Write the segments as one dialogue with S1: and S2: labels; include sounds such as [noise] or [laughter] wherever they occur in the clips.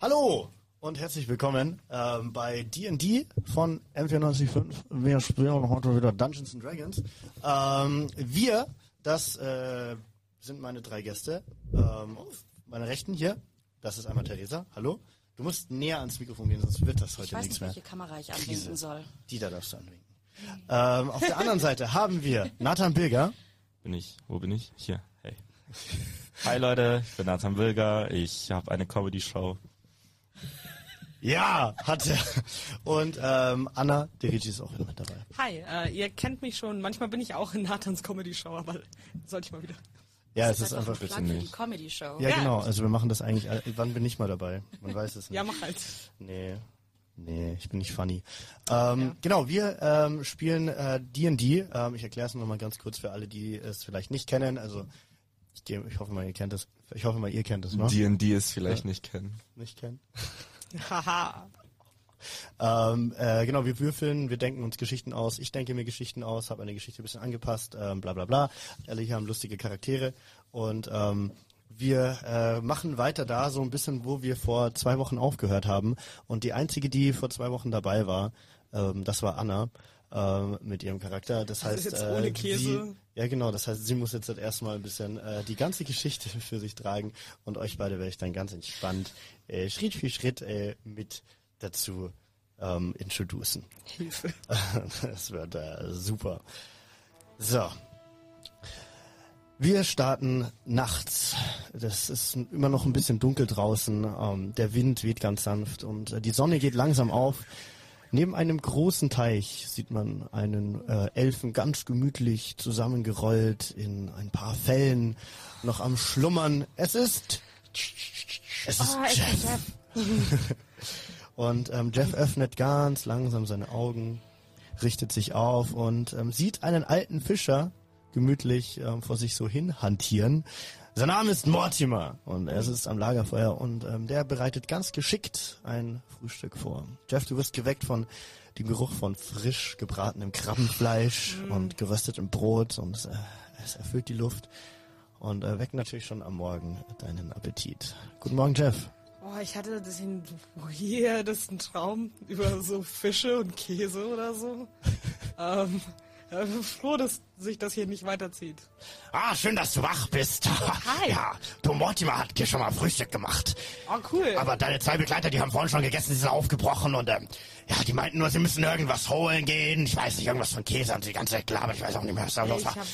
S1: Hallo und herzlich willkommen ähm, bei D&D von M945. Wir spielen heute wieder Dungeons and Dragons. Ähm, wir, das äh, sind meine drei Gäste. Ähm, auf meiner Rechten hier, das ist einmal Theresa. Hallo. Du musst näher ans Mikrofon gehen, sonst wird das heute
S2: Ich weiß
S1: nichts
S2: nicht,
S1: mehr.
S2: welche Kamera ich anwenden soll.
S1: Die da darfst du anwinken. Ähm, auf der anderen Seite haben wir Nathan Bilger.
S3: Bin ich? Wo bin ich? Hier. Hey. [laughs] Hi Leute, ich bin Nathan Wilger. Ich habe eine Comedy-Show.
S1: Ja, hat er. Und ähm, Anna Derici ist auch wieder mit dabei.
S4: Hi, äh, ihr kennt mich schon. Manchmal bin ich auch in Nathans Comedy Show, aber sollte ich mal wieder.
S1: Ja, es ist einfach
S2: ein Plug für die
S3: nicht.
S2: Comedy-Show.
S1: Ja,
S4: Ja.
S1: genau. Also wir machen das eigentlich. all- Wann bin ich mal dabei? Man weiß
S4: [laughs]
S1: es nicht.
S4: Ja, mach halt.
S1: Nee. Nee, ich bin nicht funny. Ähm, Genau, wir ähm, spielen äh, D&D. ähm, ich erkläre es nochmal ganz kurz für alle, die es vielleicht nicht kennen. Also ich, gehe, ich hoffe mal, ihr kennt es. Ich hoffe mal, ihr kennt es, ne?
S3: D&D ist vielleicht nicht kennen.
S1: Nicht kennen.
S4: Haha.
S1: Ähm, äh, genau, wir würfeln, wir denken uns Geschichten aus. Ich denke mir Geschichten aus, habe eine Geschichte ein bisschen angepasst, ähm, bla bla bla. Alle hier haben lustige Charaktere. Und ähm, wir äh, machen weiter da so ein bisschen, wo wir vor zwei Wochen aufgehört haben. Und die einzige, die vor zwei Wochen dabei war, ähm, das war Anna ähm, mit ihrem Charakter. Das heißt,
S4: jetzt
S1: äh,
S4: ohne Käse.
S1: Sie, ja genau, das heißt, sie muss jetzt das erste Mal ein bisschen äh, die ganze Geschichte [laughs] für sich tragen und euch beide werde ich dann ganz entspannt äh, Schritt für Schritt äh, mit dazu ähm, introducen.
S4: Hilfe.
S1: [laughs] das wird äh, super. So. Wir starten nachts. Das ist n- immer noch ein bisschen dunkel draußen. Ähm, der Wind weht ganz sanft und äh, die Sonne geht langsam auf. Neben einem großen Teich sieht man einen äh, Elfen ganz gemütlich zusammengerollt in ein paar Fellen, noch am Schlummern. Es ist. Es ist
S2: Oh, ich
S1: Jeff.
S2: ich hab
S1: Und ähm, Jeff öffnet ganz langsam seine Augen, richtet sich auf und ähm, sieht einen alten Fischer gemütlich ähm, vor sich so hinhantieren. Sein Name ist Mortimer und er sitzt am Lagerfeuer und ähm, der bereitet ganz geschickt ein Frühstück vor. Jeff, du wirst geweckt von dem Geruch von frisch gebratenem Krabbenfleisch und geröstetem Brot und äh, es erfüllt die Luft und äh, weckt natürlich schon am Morgen deinen Appetit. Guten Morgen, Jeff.
S4: Oh, ich hatte den weirdesten Traum über so Fische und Käse oder [laughs] so. ähm, äh, bin froh, dass sich das hier nicht weiterzieht.
S1: Ah, schön, dass du wach bist. [laughs] Hi. Ja, du Mortimer hat dir schon mal Frühstück gemacht.
S4: Oh, cool.
S1: Aber deine zwei Begleiter, die haben vorhin schon gegessen, die sind aufgebrochen und ähm, ja, die meinten nur, sie müssen irgendwas holen gehen. Ich weiß nicht, irgendwas von Käse und die ganze Klappe. Ich weiß auch nicht mehr, was da los
S4: ich
S1: war.
S4: habe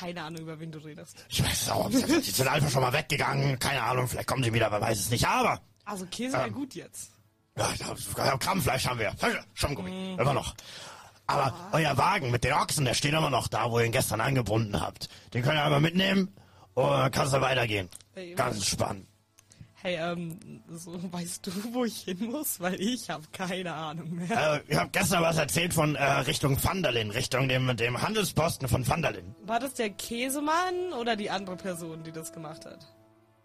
S4: keine Ahnung, über wen du redest.
S1: Ich weiß es auch. nicht. Die sind einfach schon mal weggegangen. Keine Ahnung, vielleicht kommen sie wieder, wer weiß es nicht. Aber
S4: Also Käse wäre gut jetzt.
S1: ja, ich hab- ich hab Krabbenfleisch haben wir. Fische, Schaumgummi. Immer noch. Aber euer Wagen mit den Ochsen, der steht immer noch da, wo ihr ihn gestern angebunden habt. Den könnt ihr einmal mitnehmen und dann kannst du weitergehen.
S4: Ey,
S1: Ganz spannend.
S4: Hey, ähm, so weißt du, wo ich hin muss? Weil ich habe keine Ahnung mehr.
S1: Äh, ich habe gestern was erzählt von äh, Richtung Vanderlin, Richtung dem, dem Handelsposten von Vanderlin.
S4: War das der Käsemann oder die andere Person, die das gemacht hat?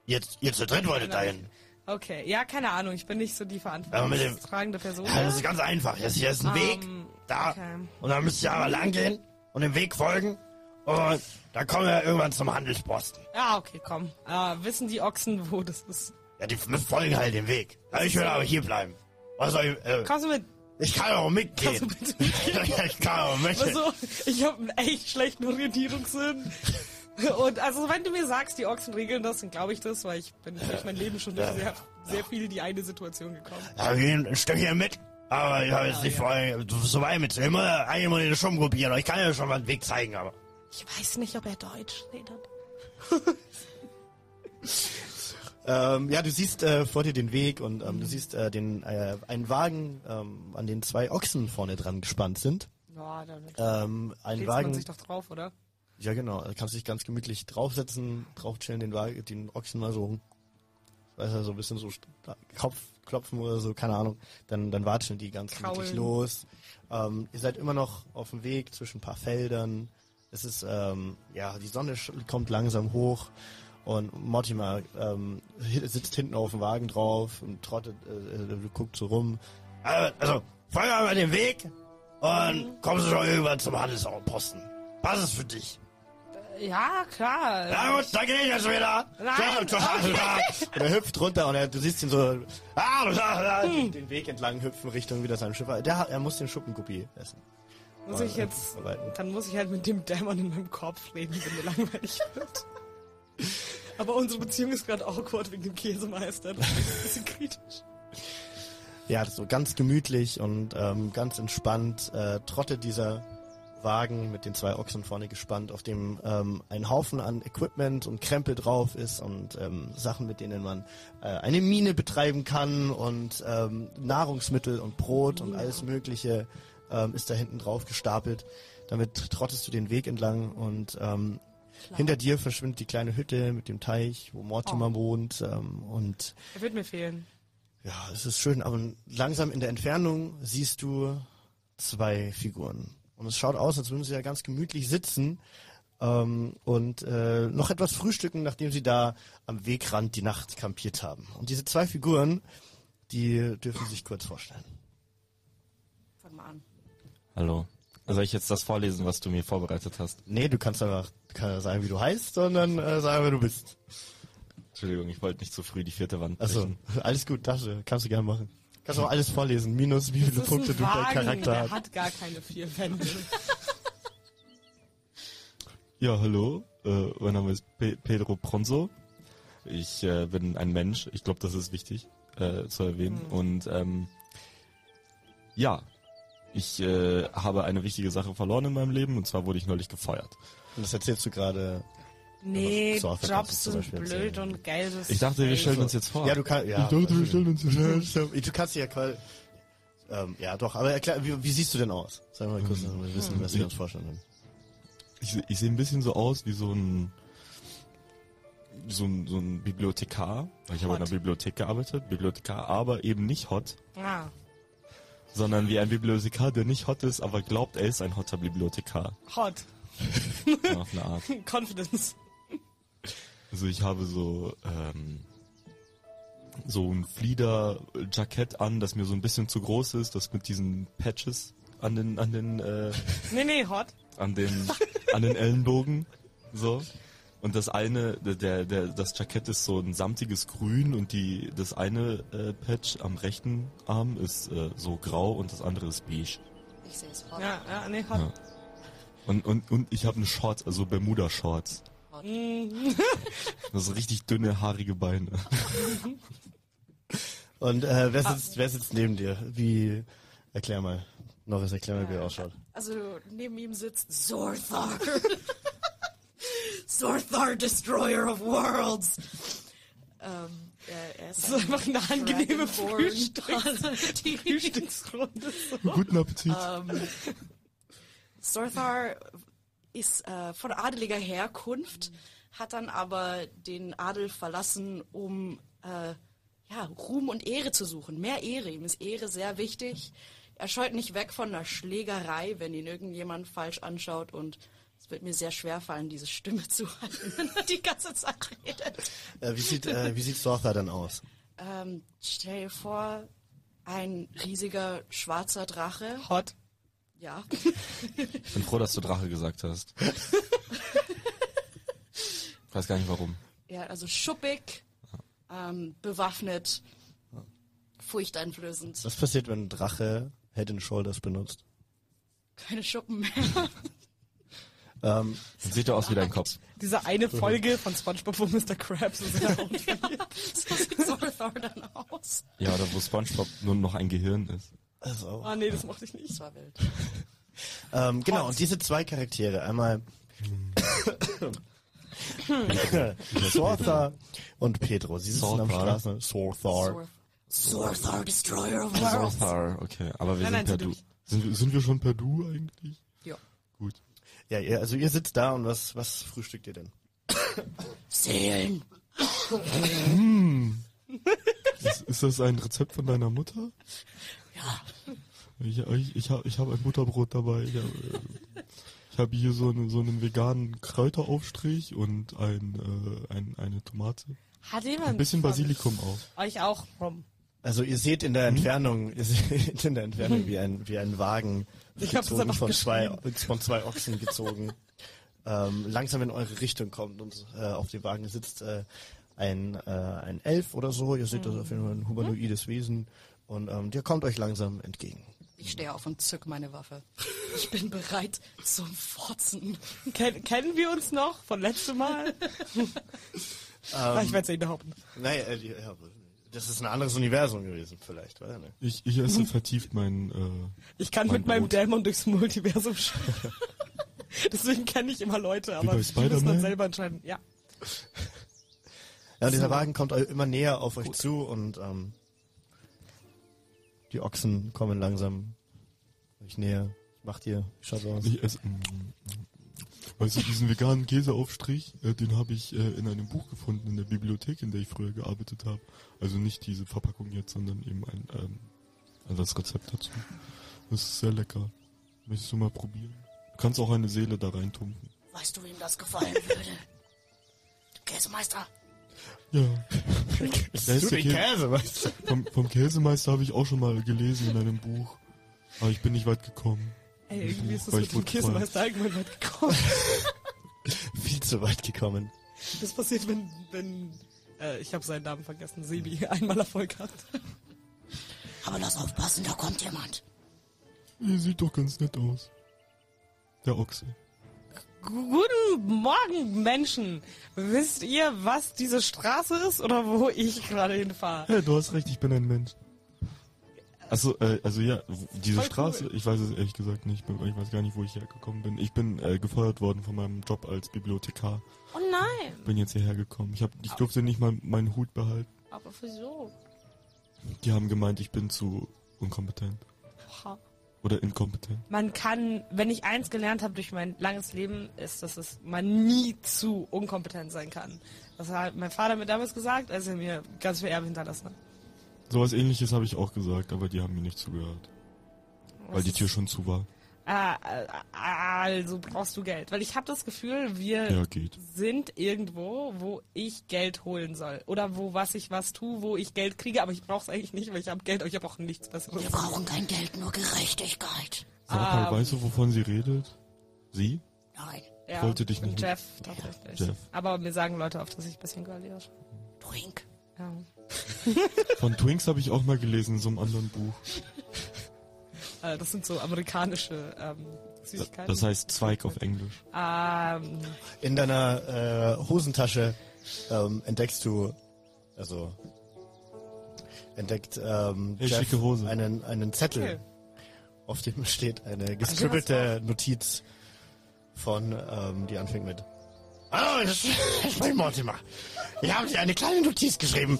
S1: Jetzt, ihr zu dritt wolltet dahin.
S4: Okay, ja, keine Ahnung. Ich bin nicht so die
S1: Aber mit dem-
S4: verantwortungstragende Person.
S1: Ja, das ist ganz einfach. Jetzt, hier ist ein Weg, da.
S4: okay.
S1: Und dann müsst ihr aber lang gehen und dem Weg folgen. Und dann kommen wir irgendwann zum Handelsposten.
S4: Ja, okay, komm. Äh, wissen die Ochsen, wo das ist?
S1: Ja, die f- folgen halt dem Weg. Ja, ich will aber hier bleiben. Was soll ich, äh,
S4: Kommst du mit?
S1: ich kann auch
S4: Kannst du
S1: mitgehen. [laughs]
S4: bitte mitgehen?
S1: ich kann auch mitgehen.
S4: Also, ich habe einen echt schlechten Orientierungssinn. [laughs] Und also, wenn du mir sagst, die Ochsen regeln das, dann glaube ich das, weil ich bin durch mein Leben schon durch sehr, sehr viel die eine Situation gekommen.
S1: Ja, wir gehen ein Stückchen mit. Aber ich habe jetzt nicht vor, so weit mit. Immer einmal den Schumm probieren. Ich kann ja schon mal einen Weg zeigen, aber.
S4: Ich weiß nicht, ob er Deutsch redet.
S1: Ähm, ja, du siehst äh, vor dir den Weg und ähm, du siehst äh, den, äh, einen Wagen, ähm, an den zwei Ochsen vorne dran gespannt sind.
S4: Ja, damit
S1: Ähm, ein
S4: lädt
S1: Wagen.
S4: man sich doch drauf, oder?
S1: ja, genau. Da kannst dich ganz gemütlich draufsetzen, drauf chillen, den, Wagen, den Ochsen mal so, ich weiß ja, so ein bisschen so st- Kopf klopfen oder so, keine Ahnung. Dann, dann watscheln die ganz gemütlich
S4: Kraulen.
S1: los. Ähm, ihr seid immer noch auf dem Weg zwischen ein paar Feldern. Es ist, ähm, ja, die Sonne sch- kommt langsam hoch. Und Mortimer ähm, hi- sitzt hinten auf dem Wagen drauf und trottet, äh, äh, guckt so rum. Also, folge mal den Weg und kommst du schon irgendwann zum Handelsposten. Was ist für dich?
S4: Ja, klar.
S5: Na gut, da gehe ich jetzt wieder.
S4: Nein.
S5: Und er hüpft runter und er, du siehst ihn so ah, ah, ah, den Weg entlang hüpfen Richtung wieder seinem Schiff. Der, hat- er muss den Schuppenguppi essen.
S4: Muss ich jetzt,
S5: Arbeiten.
S4: dann muss ich halt mit dem Dämon in meinem Kopf reden, wenn mir langweilig wird. Aber unsere Beziehung ist gerade awkward wegen dem Käsemeister. Das ist ein bisschen kritisch.
S5: Ja, so ganz gemütlich und ähm, ganz entspannt äh, trottet dieser Wagen mit den zwei Ochsen vorne gespannt, auf dem ähm, ein Haufen an Equipment und Krempel drauf ist und ähm, Sachen, mit denen man äh, eine Mine betreiben kann und ähm, Nahrungsmittel und Brot und alles Mögliche ähm, ist da hinten drauf gestapelt. Damit trottest du den Weg entlang und ähm, hinter dir verschwindet die kleine Hütte mit dem Teich, wo Mortimer wohnt ähm, und
S4: Er wird mir fehlen.
S5: ja, es ist schön, aber langsam in der Entfernung siehst du zwei Figuren. Und es schaut aus, als würden sie da ganz gemütlich sitzen ähm, und äh, noch etwas frühstücken, nachdem sie da am Wegrand die Nacht kampiert haben. Und diese zwei Figuren, die dürfen sich kurz vorstellen.
S4: Fang mal an.
S3: Hallo. Soll ich jetzt das vorlesen, was du mir vorbereitet hast?
S5: Nee, du kannst einfach kann sagen, wie du heißt, sondern äh, sagen, wer du bist.
S3: Entschuldigung, ich wollte nicht zu früh die vierte Wand
S5: Also,
S3: brechen.
S5: alles gut, darfst du, kannst du gerne machen. Kannst auch alles vorlesen, minus wie viele
S4: Das ist
S5: Punkte
S4: ein
S5: du dein
S4: Wagen,
S5: Charakter
S4: der
S5: hast.
S4: hat gar keine vier Wände.
S3: Ja, hallo. Äh, mein Name ist Pe Pedro Pronzo. Ich äh, bin ein Mensch. Ich glaube, das ist wichtig äh, zu erwähnen. Und ähm, ja, ich äh, habe eine wichtige Sache verloren in meinem Leben. Und zwar wurde ich neulich gefeuert.
S5: Und das erzählst du gerade.
S4: Nee,
S5: So,
S4: Jobs
S5: das kannst du zum
S4: sind
S5: Beispiel
S4: blöd
S5: erzählen.
S4: und Geld ist.
S3: Ich dachte, wir
S4: Geld.
S3: stellen uns jetzt vor.
S5: Ja, du kannst. Ja,
S1: also-
S3: uns
S1: [laughs]
S5: Du kannst ja quasi. Ähm, ja, doch, aber erklär, wie, wie siehst du denn aus? Sag mal
S3: Mhm.
S5: kurz, damit wir wissen, was wir uns vorstellen können.
S3: Ich, ich sehe ein bisschen so aus wie so ein so ein, so ein Bibliothekar. Ich habe in
S4: Hot.
S3: einer Bibliothek gearbeitet, Bibliothekar, aber eben nicht hot,
S4: Ah,
S3: sondern wie ein Bibliothekar, der nicht hot ist, aber glaubt, er ist ein hotter Bibliothekar.
S4: hot. [laughs]
S3: So Auf eine Art.
S4: Confidence.
S3: Also ich habe so ähm, so ein Flieder-Jackett an, das mir so ein bisschen zu groß ist, das mit diesen Patches an den an den äh,
S4: Nee, nee, hot.
S3: an den, an den Ellenbogen. So. Und das eine, der, der, das Jackett ist so ein samtiges Grün und die, das eine äh, Patch am rechten Arm ist äh, so grau und das andere ist beige.
S2: Ich sehe es hot.
S4: Ja, ja, nee, hot.
S3: Und, und, und ich habe eine Shorts, also Bermuda-Shorts. Das sind richtig dünne, haarige Beine.
S5: Und äh, wer, sitzt, wer sitzt neben dir? Wie. Erklär mal. Norris, erklär mal, wie er ausschaut.
S2: Also neben ihm sitzt Zorthar. [laughs] Zorthar, Destroyer of Worlds. Ähm, er, er ist
S4: Das ist
S2: ein
S4: einfach eine angenehme
S2: Dragonborn.
S4: Frühstücks
S2: [laughs]
S4: Frühstücksrunde.
S3: [laughs] Guten Appetit.
S2: ähm, Zorthar ist äh, von adeliger Herkunft, hat dann aber den Adel verlassen, um äh, ja, Ruhm und Ehre zu suchen. Mehr Ehre, ihm ist Ehre sehr wichtig. Er scheut nicht weg von der Schlägerei, wenn ihn irgendjemand falsch anschaut und es wird mir sehr schwer fallen, diese Stimme zu halten, wenn er die ganze Zeit redet.
S5: Äh, wie sieht, äh, wie sieht Sortha dann aus?
S2: Ähm, stell dir vor, ein riesiger schwarzer Drache.
S4: Hot.
S2: Ja,
S3: Ich bin froh, dass du Drache gesagt hast. Ich weiß gar nicht warum.
S2: Ja, also schuppig, ähm, bewaffnet, furchteinflößend.
S5: Was passiert, wenn ein Drache Head and Shoulders benutzt?
S2: Keine Schuppen mehr.
S5: Ähm,
S3: Dann sieht er aus wie dein Kopf.
S4: Diese eine Folge von SpongeBob und Mr. Krabs [laughs] ist ja auch
S2: so sieht Zorthor dann aus.
S3: Ja, oder wo Spongebob nur noch ein Gehirn ist.
S5: also,
S4: Ah, nee, das mochte ich nicht.
S2: Das war wild.
S5: Ähm, genau, und diese zwei Charaktere, einmal Sortha und Pedro. Sie sitzen am
S3: Sortha.
S5: Straßen. Sortha.
S2: Zorth- Zorthar, Destroyer of Worlds.
S3: Sorthar, okay. Aber wir
S4: Nein, nein,
S3: sind per Du.
S4: sie durch.
S3: Sind, wir- sind wir schon per Du eigentlich?
S2: Ja.
S3: Gut.
S5: Ja, ihr, also ihr sitzt da und was, was frühstückt ihr denn?
S2: Seelen.
S3: Ist, ist das ein Rezept von deiner Mutter?
S2: Ja.
S3: Ich, ich, ich habe ich hab ein Butterbrot dabei. Ich habe äh, ich hab hier so, eine, so einen veganen Kräuteraufstrich und ein, äh, ein, eine Tomate.
S4: Hat jemand
S3: Ein bisschen
S4: von
S3: Basilikum auch.
S4: Euch auch rum.
S5: Also ihr seht in der Entfernung, [laughs] ihr seht in der Entfernung wie ein, wie ein Wagen
S4: Ich hab's
S5: gezogen [laughs]
S4: einfach
S5: von zwei, von zwei Ochsen gezogen ähm, langsam in eure Richtung kommt und äh, auf dem Wagen sitzt äh, ein, äh, ein Elf oder so. Ihr
S4: Mhm.
S5: seht das auf jeden Fall ein humanoides Wesen und ähm, der kommt euch langsam entgegen.
S2: Ich stehe auf und zück meine Waffe. Ich bin bereit zum Forzen.
S4: Ken, kennen wir uns noch von
S3: [laughs]
S4: letztem Mal? Ah,
S3: Ähm,
S4: ich werde es nicht behaupten.
S5: Naja, äh, die- ja, das ist ein anderes Universum gewesen vielleicht, oder? Ne?
S3: Ich, ich esse vertieft meinen. Äh,
S4: Ich kann
S3: Mein
S4: mit meinem
S3: Brot.
S4: Dämon durchs Multiversum schauen. [laughs] Deswegen kenne ich immer Leute, aber
S3: bei
S4: die müssen
S3: Spider-Man?
S4: dann selber entscheiden. Ja.
S5: Ja, und dieser Wagen kommt eu- immer näher auf euch zu und ähm, die Ochsen kommen langsam euch näher. Macht ihr, schaut so aus.
S3: ich esse. mm, mm, Weißt du, diesen veganen Käseaufstrich, äh, den habe ich äh, in einem Buch gefunden, in der Bibliothek, in der ich früher gearbeitet habe. Also nicht diese Verpackung jetzt, sondern eben ein, ähm, also das Rezept dazu. Das ist sehr lecker. Möchtest du mal probieren? Du kannst auch eine Seele da reintunken.
S2: Weißt du, wem das gefallen würde? Käsemeister.
S3: Ja. Da
S5: Du
S3: ist der
S5: den
S3: Käse.
S5: Käse, weißt du?
S3: Vom, vom Käsemeister habe ich auch schon mal gelesen in einem Buch. Aber ich bin nicht weit gekommen.
S4: Ey, irgendwie ist das
S3: Weil ich
S4: mit dem
S3: wurde gefeuert.
S4: Kirchenmeister allgemein weit gekommen.
S5: [laughs] Viel zu weit gekommen.
S4: Das passiert, wenn, wenn äh, ich habe seinen Namen vergessen,
S3: Mhm.
S4: Sebi einmal Erfolg hat.
S2: Aber lass aufpassen, da kommt jemand.
S3: Ihr sieht doch ganz nett aus. Der Ochse.
S4: Guten Morgen, Menschen. Wisst ihr, was diese Straße ist oder wo ich gerade
S3: [laughs]
S4: hinfahre?
S3: Hey, du hast recht, ich bin ein Mensch. Achso, äh, also ja, w- diese
S4: Voll cool.
S3: Straße, ich weiß es ehrlich gesagt nicht, weil ich weiß gar nicht, wo ich hergekommen bin. Ich bin äh, gefeuert worden von meinem Job als Bibliothekar.
S4: Oh nein,
S3: Bin jetzt hierher gekommen. Ich, hab, ich durfte nicht mal meinen Hut behalten.
S4: aber wieso?
S3: Die haben gemeint, ich bin zu unkompetent.
S4: Oha.
S3: Oder inkompetent.
S4: Man kann, wenn ich eins gelernt habe durch mein langes Leben, ist, dass es man nie zu unkompetent sein kann. Das hat mein Vater mir damals gesagt, als er mir ganz viel Erbe hinterlassen hat.
S3: Sowas ähnliches habe ich auch gesagt, aber die haben mir nicht zugehört. weil
S4: Was
S3: die
S4: ist-
S3: Tür schon zu war.
S4: Ah, ah, also brauchst du Geld. Weil ich habe das Gefühl, wir
S3: Ja, geht.
S4: sind irgendwo, wo ich Geld holen soll. Oder wo was ich was tue, wo ich Geld kriege, aber ich brauche es eigentlich nicht, weil ich habe Geld, aber ich habe auch nichts Besseres.
S2: Wir brauchen kein Geld, nur Gerechtigkeit.
S3: Sag mal,
S4: Ähm.
S3: weißt du, wovon sie redet? Sie?
S2: Nein,
S4: Ja,
S3: wollte dich nicht-
S4: Jeff, tatsächlich.
S3: Jeff.
S4: Aber mir sagen Leute oft, dass ich ein bisschen girly ausschaue.
S2: du Hink.
S4: Ja.
S3: Von Twinks habe ich auch mal gelesen in so einem anderen Buch.
S4: Äh, das sind so amerikanische ähm, Süßigkeiten.
S3: Das heißt Zweig auf Englisch.
S4: ähm,
S5: In deiner äh, Hosentasche ähm, entdeckst du, also entdeckt ähm,
S3: Hey, schicke Hose.
S5: Einen, einen Zettel,
S4: Okay.
S5: auf dem [laughs] steht eine geskribelte Notiz von, ähm, die anfängt mit Hallo, ich, [laughs] ich bin Mortimer. Ich habe dir eine kleine Notiz geschrieben,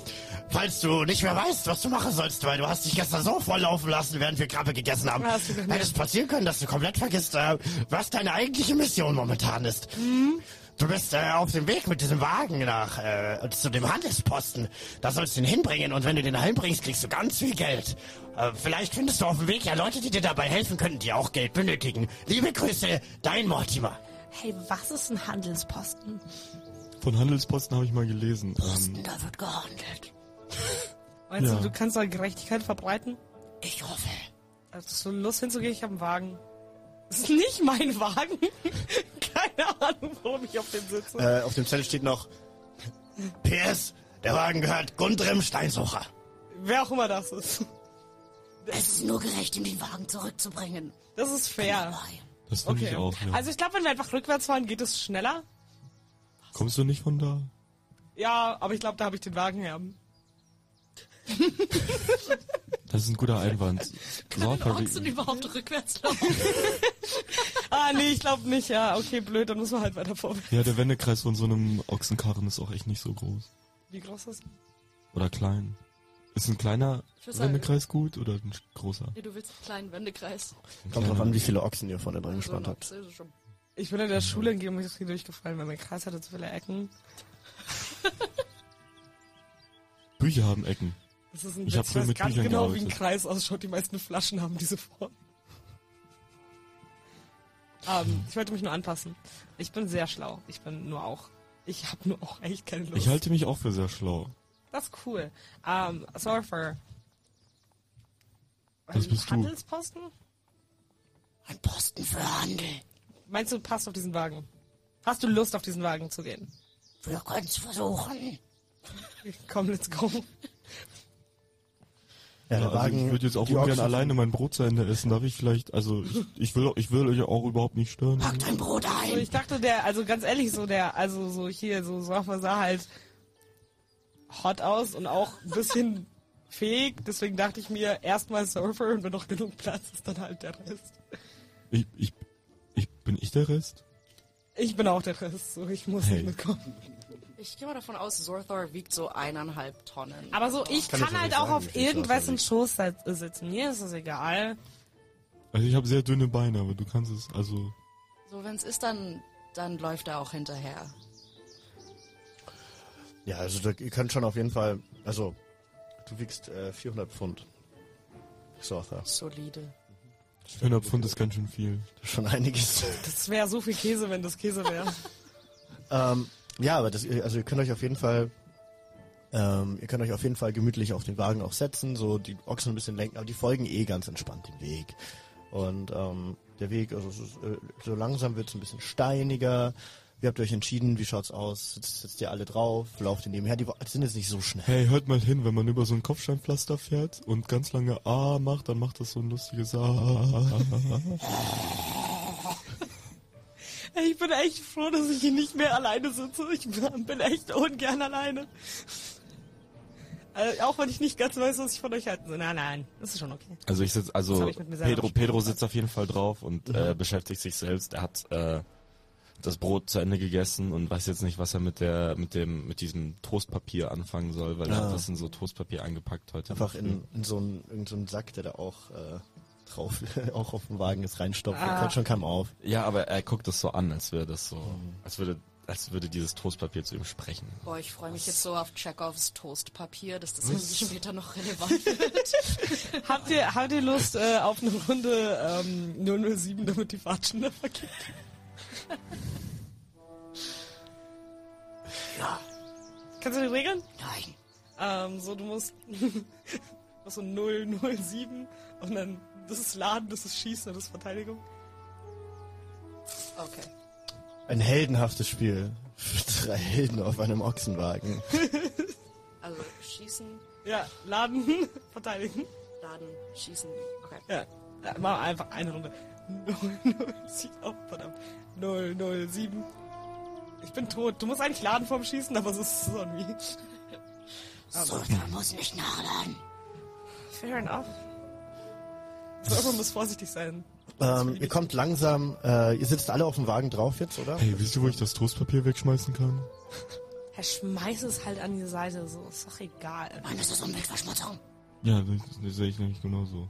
S5: falls du nicht mehr weißt, was du machen sollst, weil du hast dich gestern so volllaufen lassen, während wir Krabbe gegessen haben.
S4: Ah, hast du gemerkt.
S5: Hätte es passieren können, dass du komplett vergisst, äh, was deine eigentliche Mission momentan ist.
S4: Mhm.
S5: Du bist äh, auf dem Weg mit diesem Wagen nach äh, zu dem Handelsposten. Da sollst du ihn hinbringen und wenn du den heimbringst, kriegst du ganz viel Geld. Äh, vielleicht findest du auf dem Weg ja Leute, die dir dabei helfen könnten, die auch Geld benötigen. Liebe Grüße, dein Mortimer.
S1: Hey, was ist ein Handelsposten?
S3: Von Handelsposten habe ich mal gelesen. Ähm,
S2: Da wird gehandelt.
S4: meinst
S3: Ja.
S4: du, du kannst da Gerechtigkeit verbreiten?
S2: Ich hoffe.
S4: Also hast du Lust hinzugehen? Ich habe einen Wagen. Das ist nicht mein Wagen. [laughs] Keine Ahnung, warum ich auf dem sitze.
S5: Äh, auf dem Zettel steht noch PS, der Wagen gehört Gundrim Steinsucher.
S4: Wer auch immer das ist.
S2: Es ist nur gerecht, ihm den Wagen zurückzubringen.
S4: Das ist fair.
S2: Nein.
S3: das finde
S4: Okay.
S3: ich auch, ja.
S4: Also ich glaube, wenn wir einfach rückwärts fahren, geht es schneller.
S3: Kommst du nicht von da?
S4: Ja, aber ich glaube, da habe ich den Wagen her.
S3: Das ist ein guter [laughs] Einwand.
S2: Ochsen
S3: Sorry.
S2: überhaupt [laughs] rückwärts laufen?
S4: Ah, nee, ich glaube nicht. Ja, okay, blöd, dann müssen wir halt weiter vorwärts.
S3: Ja, der Wendekreis von so einem Ochsenkarren ist auch echt nicht so groß.
S4: Wie groß ist das?
S3: Oder klein. Ist ein kleiner
S2: würd sagen-
S3: Wendekreis gut oder ein großer?
S2: Nee, du willst einen kleinen Wendekreis.
S3: Ein
S5: Kommt drauf
S3: kleiner.
S5: an, wie viele Ochsen ihr vorne dran
S2: So ein
S5: gespannt habt.
S2: französischer
S4: Ich bin in der Schule in Geometrie durchgefallen, weil mein Kreis hatte zu viele Ecken.
S3: Bücher haben Ecken.
S4: Das ist ein
S3: Ich
S4: ich
S3: hab
S4: Witz,
S3: früher
S4: ich weiß
S3: mit
S4: ganz
S3: Büchern
S4: genau, wie ein
S3: gearbeitet.
S4: Kreis ausschaut. Die meisten Flaschen haben diese Form. Ähm, ich wollte mich nur anpassen. Ich bin sehr schlau. Ich bin nur auch. Ich habe nur auch echt keine Lust.
S3: Ich halt- halte mich auch für sehr schlau.
S4: das ist cool. Ähm, sorry for.
S3: Das bist du.
S4: Handelsposten?
S2: Ein Posten für Handel.
S4: Meinst du, passt auf diesen Wagen? Hast du Lust, auf diesen Wagen zu gehen?
S1: Wir können es versuchen.
S4: Komm, let's go.
S5: Ja, der
S3: also
S5: Wagen,
S3: ich würde jetzt auch
S5: die
S3: ungern
S5: Ochsen-
S3: alleine mein Brot zu Ende essen. Darf ich vielleicht, also ich, ich will ich will euch auch überhaupt nicht stören.
S1: Pack dein Brot
S4: So,
S1: ein.
S4: ich dachte, der, also ganz ehrlich, so der, also so hier, so Safa sah halt hot aus und auch ein [laughs] bisschen fähig. Deswegen dachte ich mir, erstmal Surfer und wenn noch genug Platz ist, dann halt der Rest.
S3: Ich, ich, ich bin ich der Rest?
S4: Ich bin auch der Rest, so ich muss
S3: Hey.
S4: nicht mitkommen.
S2: Ich gehe mal davon aus, Zorthor wiegt so eineinhalb Tonnen. Also
S4: Aber so, ich kann,
S5: ich ja
S4: halt
S5: nicht
S4: auch
S5: sagen, wie
S4: auf
S5: viel
S4: irgendwas
S5: Surfer
S4: im Schoß halt sitzen. Mir ist es egal.
S3: Also ich habe sehr dünne Beine, aber du kannst es, also
S2: So, wenn es ist, dann, dann läuft er auch hinterher.
S5: Ja, also da, ihr könnt schon auf jeden Fall, also du wiegst äh, 400 Pfund. Sortha,
S2: Solide.
S3: 400 Pfund ist ganz schön viel.
S5: das ist schon [laughs] einiges.
S4: Das wäre so viel Käse, wenn das Käse [laughs] wäre.
S5: ähm, ja, aber das, also ihr könnt euch auf jeden Fall, ähm, ihr könnt euch auf jeden Fall gemütlich auf den Wagen auch setzen, so die Ochsen ein bisschen lenken, aber die folgen eh ganz entspannt den Weg. Und ähm, der Weg, also es ist, äh, so langsam wird es ein bisschen steiniger. Wie habt ihr euch entschieden? Wie schaut's aus? Sitzt, sitzt ihr alle drauf? Lauft ihr nebenher? Die Wa- sind jetzt nicht so schnell.
S3: Hey, hört mal hin, wenn man über so ein Kopfsteinpflaster fährt und ganz lange A macht, dann macht das so ein lustiges A.
S4: Ich bin echt froh, dass ich hier nicht mehr alleine sitze. Ich bin echt ungern alleine. Also, auch wenn ich nicht ganz weiß, was ich von euch halten soll. Nein, nein, das ist schon okay.
S3: Also ich sitze,
S4: Das
S3: also
S4: hab ich mit mir selber Mhm.
S3: Pedro,
S4: besprochen.
S3: Pedro sitzt auf jeden Fall drauf und äh, beschäftigt sich selbst. Er hat äh, das Brot zu Ende gegessen und weiß jetzt nicht, was er mit der, mit dem, mit diesem Toastpapier anfangen soll, weil er
S5: Ah.
S3: hat das in so Toastpapier eingepackt heute.
S5: Einfach in, in so einen irgend so einen Sack, der da auch äh, drauf, [laughs] auch auf dem Wagen ist, reinstopft.
S4: Ah.
S5: Ah. Fällt schon kaum auf.
S3: Ja, aber er guckt das so an, als wäre das so,
S4: Mhm.
S3: als würde, als würde dieses Toastpapier zu ihm sprechen.
S2: Boah, ich freue mich jetzt so auf Chekhovs Toastpapier, dass das irgendwie später noch relevant wird.
S4: Habt ihr, habt ihr Lust äh, auf eine Runde ähm, 007, damit die Fahrt schneller vergeht? Kannst du die regeln?
S1: Nein.
S4: Ähm, so, du musst, [laughs] du musst so 007 und dann, das ist Laden, das ist Schießen, das ist Verteidigung.
S2: Okay.
S5: Ein heldenhaftes Spiel. Für drei Helden auf einem Ochsenwagen.
S2: Also schießen,
S4: Ja, Laden, [laughs] Verteidigen.
S2: laden, schießen. Okay.
S4: Ja, ja, mach einfach eine Runde. 007, oh verdammt. 007. Ich bin tot. Du musst eigentlich laden vorm Schießen, aber es ist so ein wie.
S1: Surfer muss nicht nachladen.
S4: Fair enough. Server Also muss vorsichtig sein.
S5: Ähm, ihr kommt langsam, äh, ihr sitzt alle auf dem Wagen drauf jetzt, oder?
S3: Hey, wisst ihr, wo ich das Toastpapier wegschmeißen kann?
S4: Er schmeißt es halt an die Seite, so ist doch [laughs] egal.
S1: Mann, das ist Umweltverschmutzung.
S3: Ja, das, das sehe ich nämlich genauso.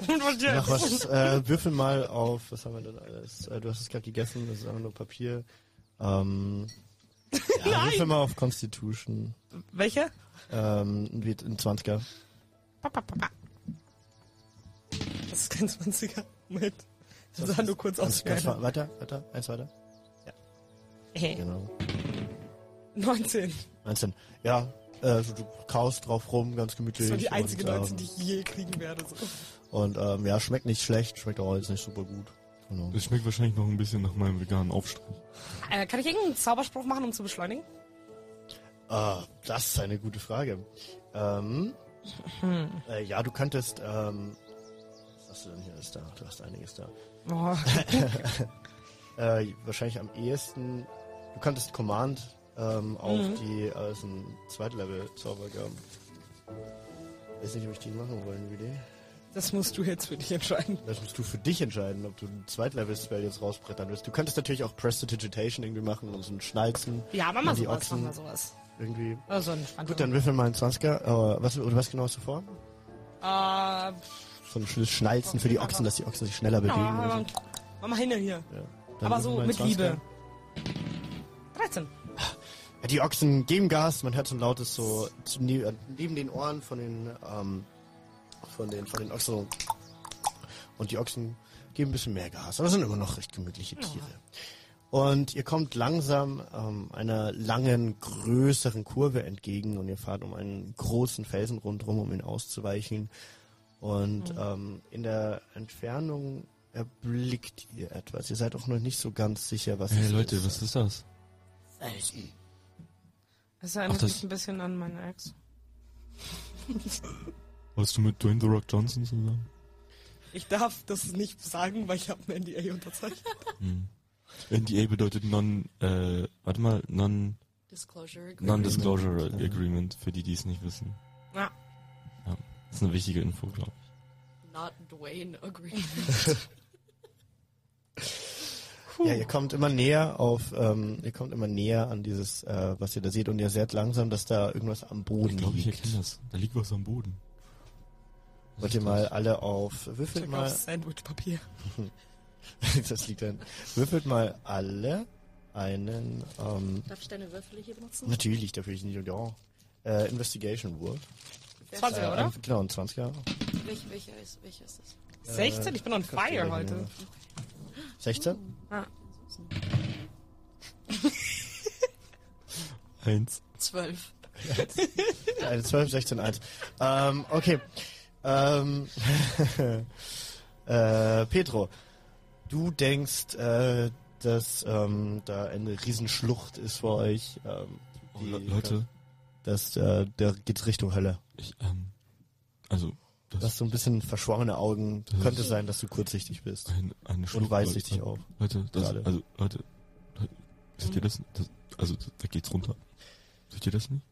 S4: Und was jetzt?
S5: Nach was, äh, würfel mal auf, was haben wir denn alles? Äh, du hast es gerade gegessen, das ist einfach nur Papier.
S4: [laughs]
S5: Ähm, ja, würfel mal auf Constitution.
S4: Welche?
S5: Ähm, wird ein 20er.
S4: Pa, pa, pa, pa. Das ist kein 20er. Moment. Das sah nur kurz
S5: Ganz,
S4: aus.
S5: ganz wa- weiter, weiter, eins weiter. Genau.
S4: 19.
S5: 19. Ja, äh, so, du kaust drauf rum, ganz gemütlich.
S4: Das war die einzige
S5: und, ähm,
S4: 19, die ich je kriegen werde. So.
S5: Und ähm, ja, schmeckt nicht schlecht, schmeckt auch jetzt nicht super gut. Genau.
S3: Das schmeckt wahrscheinlich noch ein bisschen nach meinem veganen Aufstrich.
S4: Äh, kann ich irgendeinen Zauberspruch machen, um zu beschleunigen?
S5: Ah, das ist eine gute Frage. Ähm,
S4: [laughs]
S5: äh, ja, du könntest. Ähm, was hast du denn hier? Ist da? Du hast einiges da. [laughs]
S4: Oh,
S5: Äh, wahrscheinlich am ehesten. Du könntest Command ähm, auf
S4: Mhm.
S5: die als ein Zweitlevel-Zauber geben. Weiß nicht, ob ich die machen wollen würde.
S4: das musst du jetzt für dich entscheiden.
S5: Das musst du für dich entscheiden, ob du ein Zweitlevel-Spell jetzt rausbrettern willst. Du könntest natürlich auch Prestidigitation irgendwie machen und so ein Schnalzen.
S4: Ja, mach mal
S5: Die
S4: sowas,
S5: Ochsen.
S4: mach mal sowas.
S5: Irgendwie.
S4: Also entspannt.
S5: Gut, dann würfel mal einen 20er. Äh, was, oder was genau hast du vor?
S4: Äh,
S5: So ein schönes Schnalzen für die Ochsen, dass die Ochsen sich schneller bewegen. oder so.
S4: mach, mach mal hin hier.
S5: Ja. Dann
S4: Aber
S5: würfel
S4: so
S5: mal einen
S4: mit
S5: 20er.
S4: Liebe. 13.
S5: Ja, die Ochsen geben Gas, man hört so ein lautes so zu- ne- äh, neben den Ohren von den, ähm, von den, von den Ochsen. so. Und die Ochsen geben ein bisschen mehr Gas, aber sind immer noch recht gemütliche Tiere. Und ihr kommt langsam ähm, einer langen, größeren Kurve entgegen und ihr fahrt um einen großen Felsen rundherum, um ihn auszuweichen. Und ähm, in der Entfernung erblickt ihr etwas. Ihr seid auch noch nicht so ganz sicher, was
S3: Hey
S5: es
S3: Leute,
S5: ist.
S3: was ist das?
S1: Felsen.
S4: Es erinnert
S3: Ach, das-
S4: mich ein bisschen an meine Ex.
S3: Warst du mit Dwayne The Rock Johnson zusammen?
S4: Ich darf das nicht sagen, weil ich habe ein NDA eh unterzeichnet.
S3: NDA bedeutet non, äh, warte mal, non,
S2: Disclosure. Agreement.
S3: Non-Disclosure
S5: Agreement, ja.
S3: Agreement, für die, die es nicht wissen.
S4: Ja.
S3: ja. Das ist eine wichtige Info, glaube ich.
S2: Not Dwayne Agreement.
S5: Ja, ihr kommt immer näher auf, ähm, ihr kommt immer näher an dieses, äh, was ihr da seht und ihr seht langsam, dass da irgendwas am Boden
S3: Ich glaube, ich
S5: liegt.
S3: erkenne das. Da liegt was am Boden. Was
S5: Wollt
S3: ist
S5: ihr mal
S3: das?
S5: alle auf, würfelt
S4: Check
S5: mal, Äh,
S4: auf Sandwichpapier.
S5: [laughs] das liegt dann, würfelt mal alle einen, ähm,
S2: Darf ich deine Würfel hier benutzen?
S5: natürlich, dafür ich nicht, ja, äh, Investigation Wurf.
S4: 20,
S5: Äh,
S4: oder?
S5: ein- Genau, ein 20er.
S2: Welch, welcher, ist, welcher ist das?
S4: 16? Ich bin on fire
S5: Ja,
S4: heute.
S5: 16?
S2: Ah.
S3: Eins.
S2: Zwölf.
S5: Eine 12, 16, 1. Ähm, okay. Ähm, [laughs] äh, Petro, du denkst, äh, dass ähm, da eine Riesenschlucht ist vor euch. Ähm,
S3: Oh,
S5: die-
S3: Le Leute,
S5: Das, äh, da geht's Richtung Hölle.
S3: ich, ähm, also,
S5: Du hast
S3: das
S5: so ein bisschen verschworene Augen.
S3: Das-
S5: Könnte sein, dass du kurzsichtig bist.
S3: ein, eine Schlucht.
S5: Und weitsichtig auch.
S3: Leute, das,
S5: Gerade.
S3: also, Leute, Leute, seht ihr das? das also, da geht's runter. Seht ihr das nicht?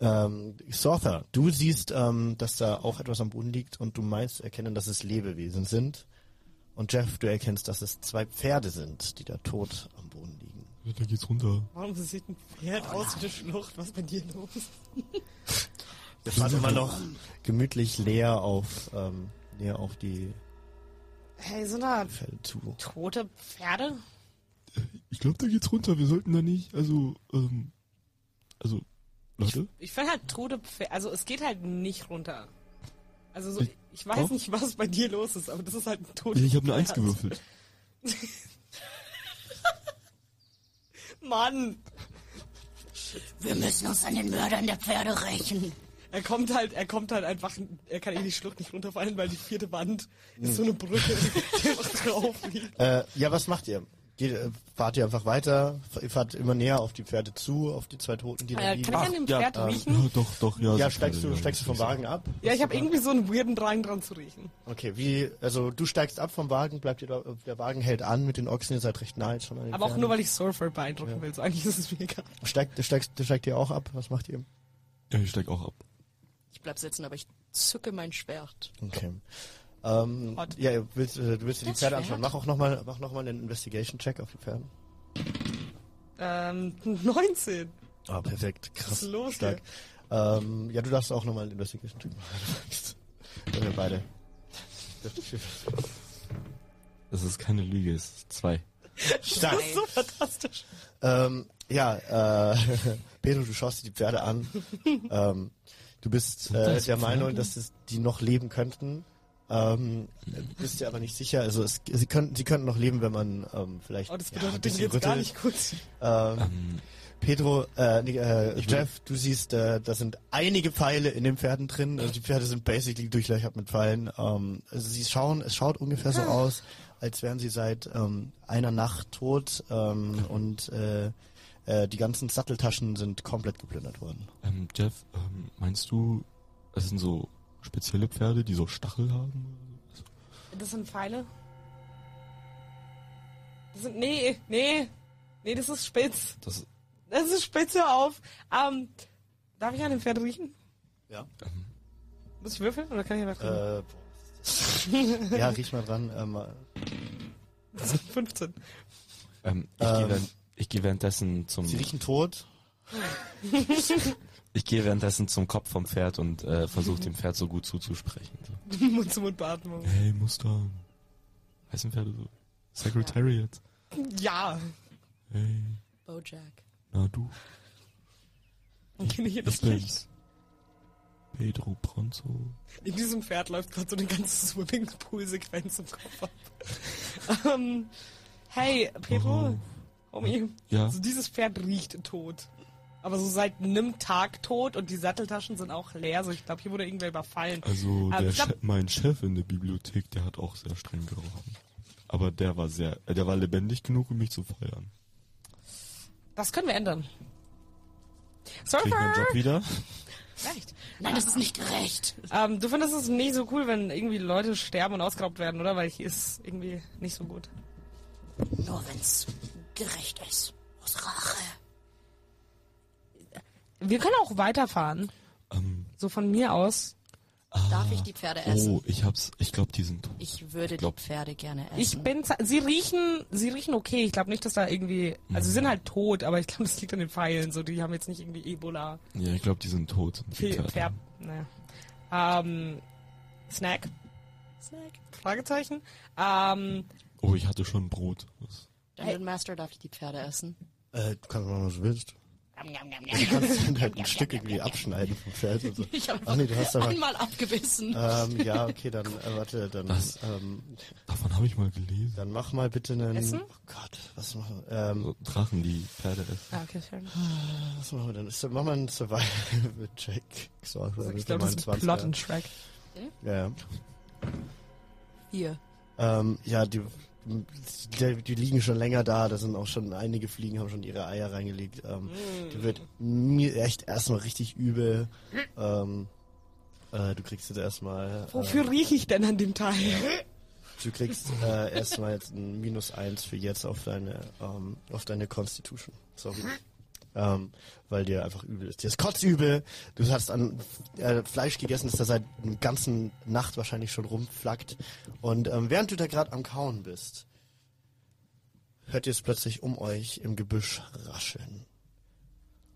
S5: Ähm, Sortha, du siehst, ähm, dass da auch etwas am Boden liegt und du meinst zu erkennen, dass es Lebewesen sind. Und Jeff, du erkennst, dass es zwei Pferde sind, die da tot am Boden liegen.
S3: Ja, Da geht's runter.
S4: Warum sieht ein Pferd
S5: Oh,
S4: aus wie eine Schlucht? Was ist bei dir los?
S5: Wir fahren immer noch gemütlich leer auf, ähm, leer auf die
S4: Hey, sind da
S5: Pferde zu.
S4: tote Pferde?
S3: Ich glaube, da geht's runter. Wir sollten da nicht, also, ähm, also, Leute,
S4: Ich fand halt tote Pferde. Also es geht halt nicht runter. Also so,
S3: Ich-
S4: ich weiß
S3: doch.
S4: nicht, was bei dir los ist, aber das ist halt ein totes
S3: ich, ich habe eine Eins
S4: Pferd.
S3: gewürfelt.
S4: Mann!
S1: Wir müssen uns an den Mördern der Pferde rächen.
S4: Er kommt halt, er kommt halt einfach, er kann in die Schlucht nicht runterfallen, weil die vierte Wand ist so eine Brücke, die einfach drauf liegt.
S5: Äh, ja, was macht ihr? Geht, äh, fahrt ihr einfach weiter? F- Ihr fahrt immer näher auf die Pferde zu, auf die zwei Toten, die da
S4: Äh,
S5: liegen.
S4: kann ich an dem
S3: ja,
S4: Pferd
S5: ähm,
S4: riechen?
S3: [laughs] Ja, doch, doch, ja.
S5: ja,
S3: sind
S5: steigst
S3: Pferde,
S5: du, steigst du vom Wagen ab?
S4: Ja, ich habe irgendwie so einen weirden Drang dran zu riechen.
S5: Okay, wie, also du steigst ab vom Wagen, bleibt ihr da, der Wagen hält an mit den Ochsen, ihr seid recht nah jetzt schon an den
S4: Aber auch
S5: Pferden.
S4: nur, weil ich Surfer beeindrucken will. So eigentlich ist es mir egal.
S5: Steigt, steigt, steigt ihr auch ab? Was macht ihr?
S3: Ja, ich steig auch ab.
S2: Ich bleib sitzen, aber ich zücke mein Schwert.
S5: Okay. Ähm,
S4: Hot.
S5: ja, ihr willst, äh, du willst dir die
S2: Das
S5: Pferde
S2: Schwert?
S5: anschauen. Mach auch nochmal mach noch mal einen Investigation-Check auf die Pferde.
S4: [laughs] Ähm, 19.
S5: Ah, perfekt. Krass.
S4: Was ist los
S5: stark. Ähm, ja, du darfst auch nochmal einen Investigation-Check machen. [laughs] Wenn wir beide.
S3: Das ist keine Lüge, es ist zwei.
S5: Stark.
S4: Das ist so fantastisch.
S5: Ähm, ja, äh, [laughs] Pedro, du schaust dir die Pferde an. ähm, du bist
S3: Sind
S5: äh,
S3: das
S5: der Meinung,
S3: Pferde?
S5: dass es, die noch leben könnten. Ähm, bist dir aber nicht sicher. Also es, sie, könnten, sie könnten noch leben, wenn man ähm, vielleicht
S4: Oh, das
S5: ja,
S4: bedeutet,
S5: ein
S4: denen
S5: bisschen
S4: geht's gar
S5: rüttelt.
S4: nicht gut.
S5: Ähm, Pedro, äh, nee, äh,
S3: Ich will-
S5: Jeff, du siehst, äh, da sind einige Pfeile in den Pferden drin. Also die Pferde sind basically durchlöchert mit Pfeilen. Ähm, also sie schauen, es schaut ungefähr so aus, als wären sie seit ähm, einer Nacht tot ähm, und äh, äh, die ganzen Satteltaschen sind komplett geplündert worden.
S3: Ähm, Jeff, ähm, meinst du, es sind so spezielle Pferde, die so Stachel haben?
S4: Das sind Pfeile? Das sind. Nee, nee. Nee, das ist spitz.
S3: Das,
S4: Das ist spitz, hör auf. Ähm, darf ich an dem Pferd riechen?
S5: Ja.
S4: Muss ich würfeln oder kann ich einfach [laughs] riechen?
S5: Äh, boah, was ist das? Äh, ja, riech mal dran. Ähm,
S4: 15.
S3: ähm, ich
S5: Ähm.
S3: gehe während, ich geh währenddessen zum,
S5: sie riechen tot.
S3: ich gehe währenddessen zum Kopf vom Pferd und äh, versuche
S5: Mhm.
S3: dem Pferd so gut zuzusprechen. So.
S4: Mund-zu-Mund-Beatmung.
S3: Hey, Mustang. Heißen Pferde so. Secretariat.
S4: Ja.
S3: Hey,
S2: Bojack.
S3: na du.
S4: Dann kenne ich
S3: Ich
S4: hier das Licht.
S3: bin's. Pedro Pronzo.
S4: In diesem Pferd läuft gerade so eine ganze Swimmingpool-Sequenz im Kopf ab. ähm, hey, Pedro,
S3: Oh.
S4: Homie.
S3: Ja,
S4: Also dieses Pferd riecht tot. aber so seit einem Tag tot und die Satteltaschen sind auch leer. So, ich glaube, hier wurde irgendwer überfallen.
S3: Also
S4: Aber
S3: der
S4: ich glaub-
S3: Chef- mein Chef in der Bibliothek, der hat auch sehr streng gerochen. Aber der war sehr, äh, der war lebendig genug, um mich zu feuern.
S4: Das können wir ändern.
S3: Krieg ich meinen
S4: Surfer!
S3: Job wieder?
S4: Vielleicht.
S1: Nein, das ist nicht gerecht.
S4: Ähm, du findest es nicht so cool, wenn irgendwie Leute sterben und ausgeraubt werden, oder? Weil hier ist irgendwie nicht so gut.
S1: Nur wenn's gerecht ist. Aus Rache.
S4: Wir können auch weiterfahren.
S3: Ähm,
S4: So von mir aus.
S2: Darf ich die Pferde essen?
S3: oh, ich hab's, ich glaube, die sind tot.
S2: Ich würde
S3: Oh, glaub-
S2: die Pferde gerne essen.
S4: Ich bin. ze- Sie riechen, sie riechen okay. Ich glaube nicht, dass da irgendwie. Also
S5: Mhm.
S4: sie sind halt tot, aber ich glaube, das liegt an den Pfeilen. So, die haben jetzt nicht irgendwie Ebola.
S3: Ja, ich glaube, die sind tot. die
S4: Fe-
S3: Pferde.
S4: Pferd. Naja. Ähm, Snack. Snack. Fragezeichen. Ähm,
S3: Oh, ich hatte schon Brot. Das-
S2: Dungeon Master, darf ich die Pferde essen?
S5: Äh, du kannst machen, was du willst. Du kannst dann halt ein Stück irgendwie abschneiden vom Pferd. Und so.
S2: Ich habe
S5: Ach nee, du hast aber...
S2: einmal abgebissen.
S4: [laughs]
S5: Ähm, ja, okay, dann, äh, warte, dann,
S3: Das-
S5: ähm,
S3: Davon habe ich mal gelesen.
S5: dann mach mal bitte einen...
S4: Essen?
S5: Oh Gott, was machen wir? Ähm,
S3: So Drachen, die Pferde essen.
S4: ah, okay, schön.
S5: Was machen wir denn? Ist- Machen wir einen Survival-Check. [laughs] So,
S4: Also, ich
S5: mit
S4: glaube, das ist ein
S5: 29,
S4: Plot in Shrek.
S5: Ja, ja.
S2: Hier.
S5: Ähm, ja die, die, die liegen schon länger da. Da sind auch schon einige Fliegen, haben schon ihre Eier reingelegt. Ähm,
S4: Mm.
S5: Die wird mir echt erstmal richtig übel. Ähm, äh, du kriegst jetzt erstmal. Äh,
S4: Wofür rieche ich denn an dem Teil?
S5: du kriegst äh, erstmal jetzt ein Minus 1 für jetzt auf deine, ähm, auf deine Constitution. Sorry. Ähm, weil dir einfach übel ist. Dir ist kotzübel. Du hast an äh, Fleisch gegessen, das da seit einer ganzen Nacht wahrscheinlich schon rumflackt. Und ähm, während du da gerade am Kauen bist, hört ihr es plötzlich um euch im Gebüsch rascheln.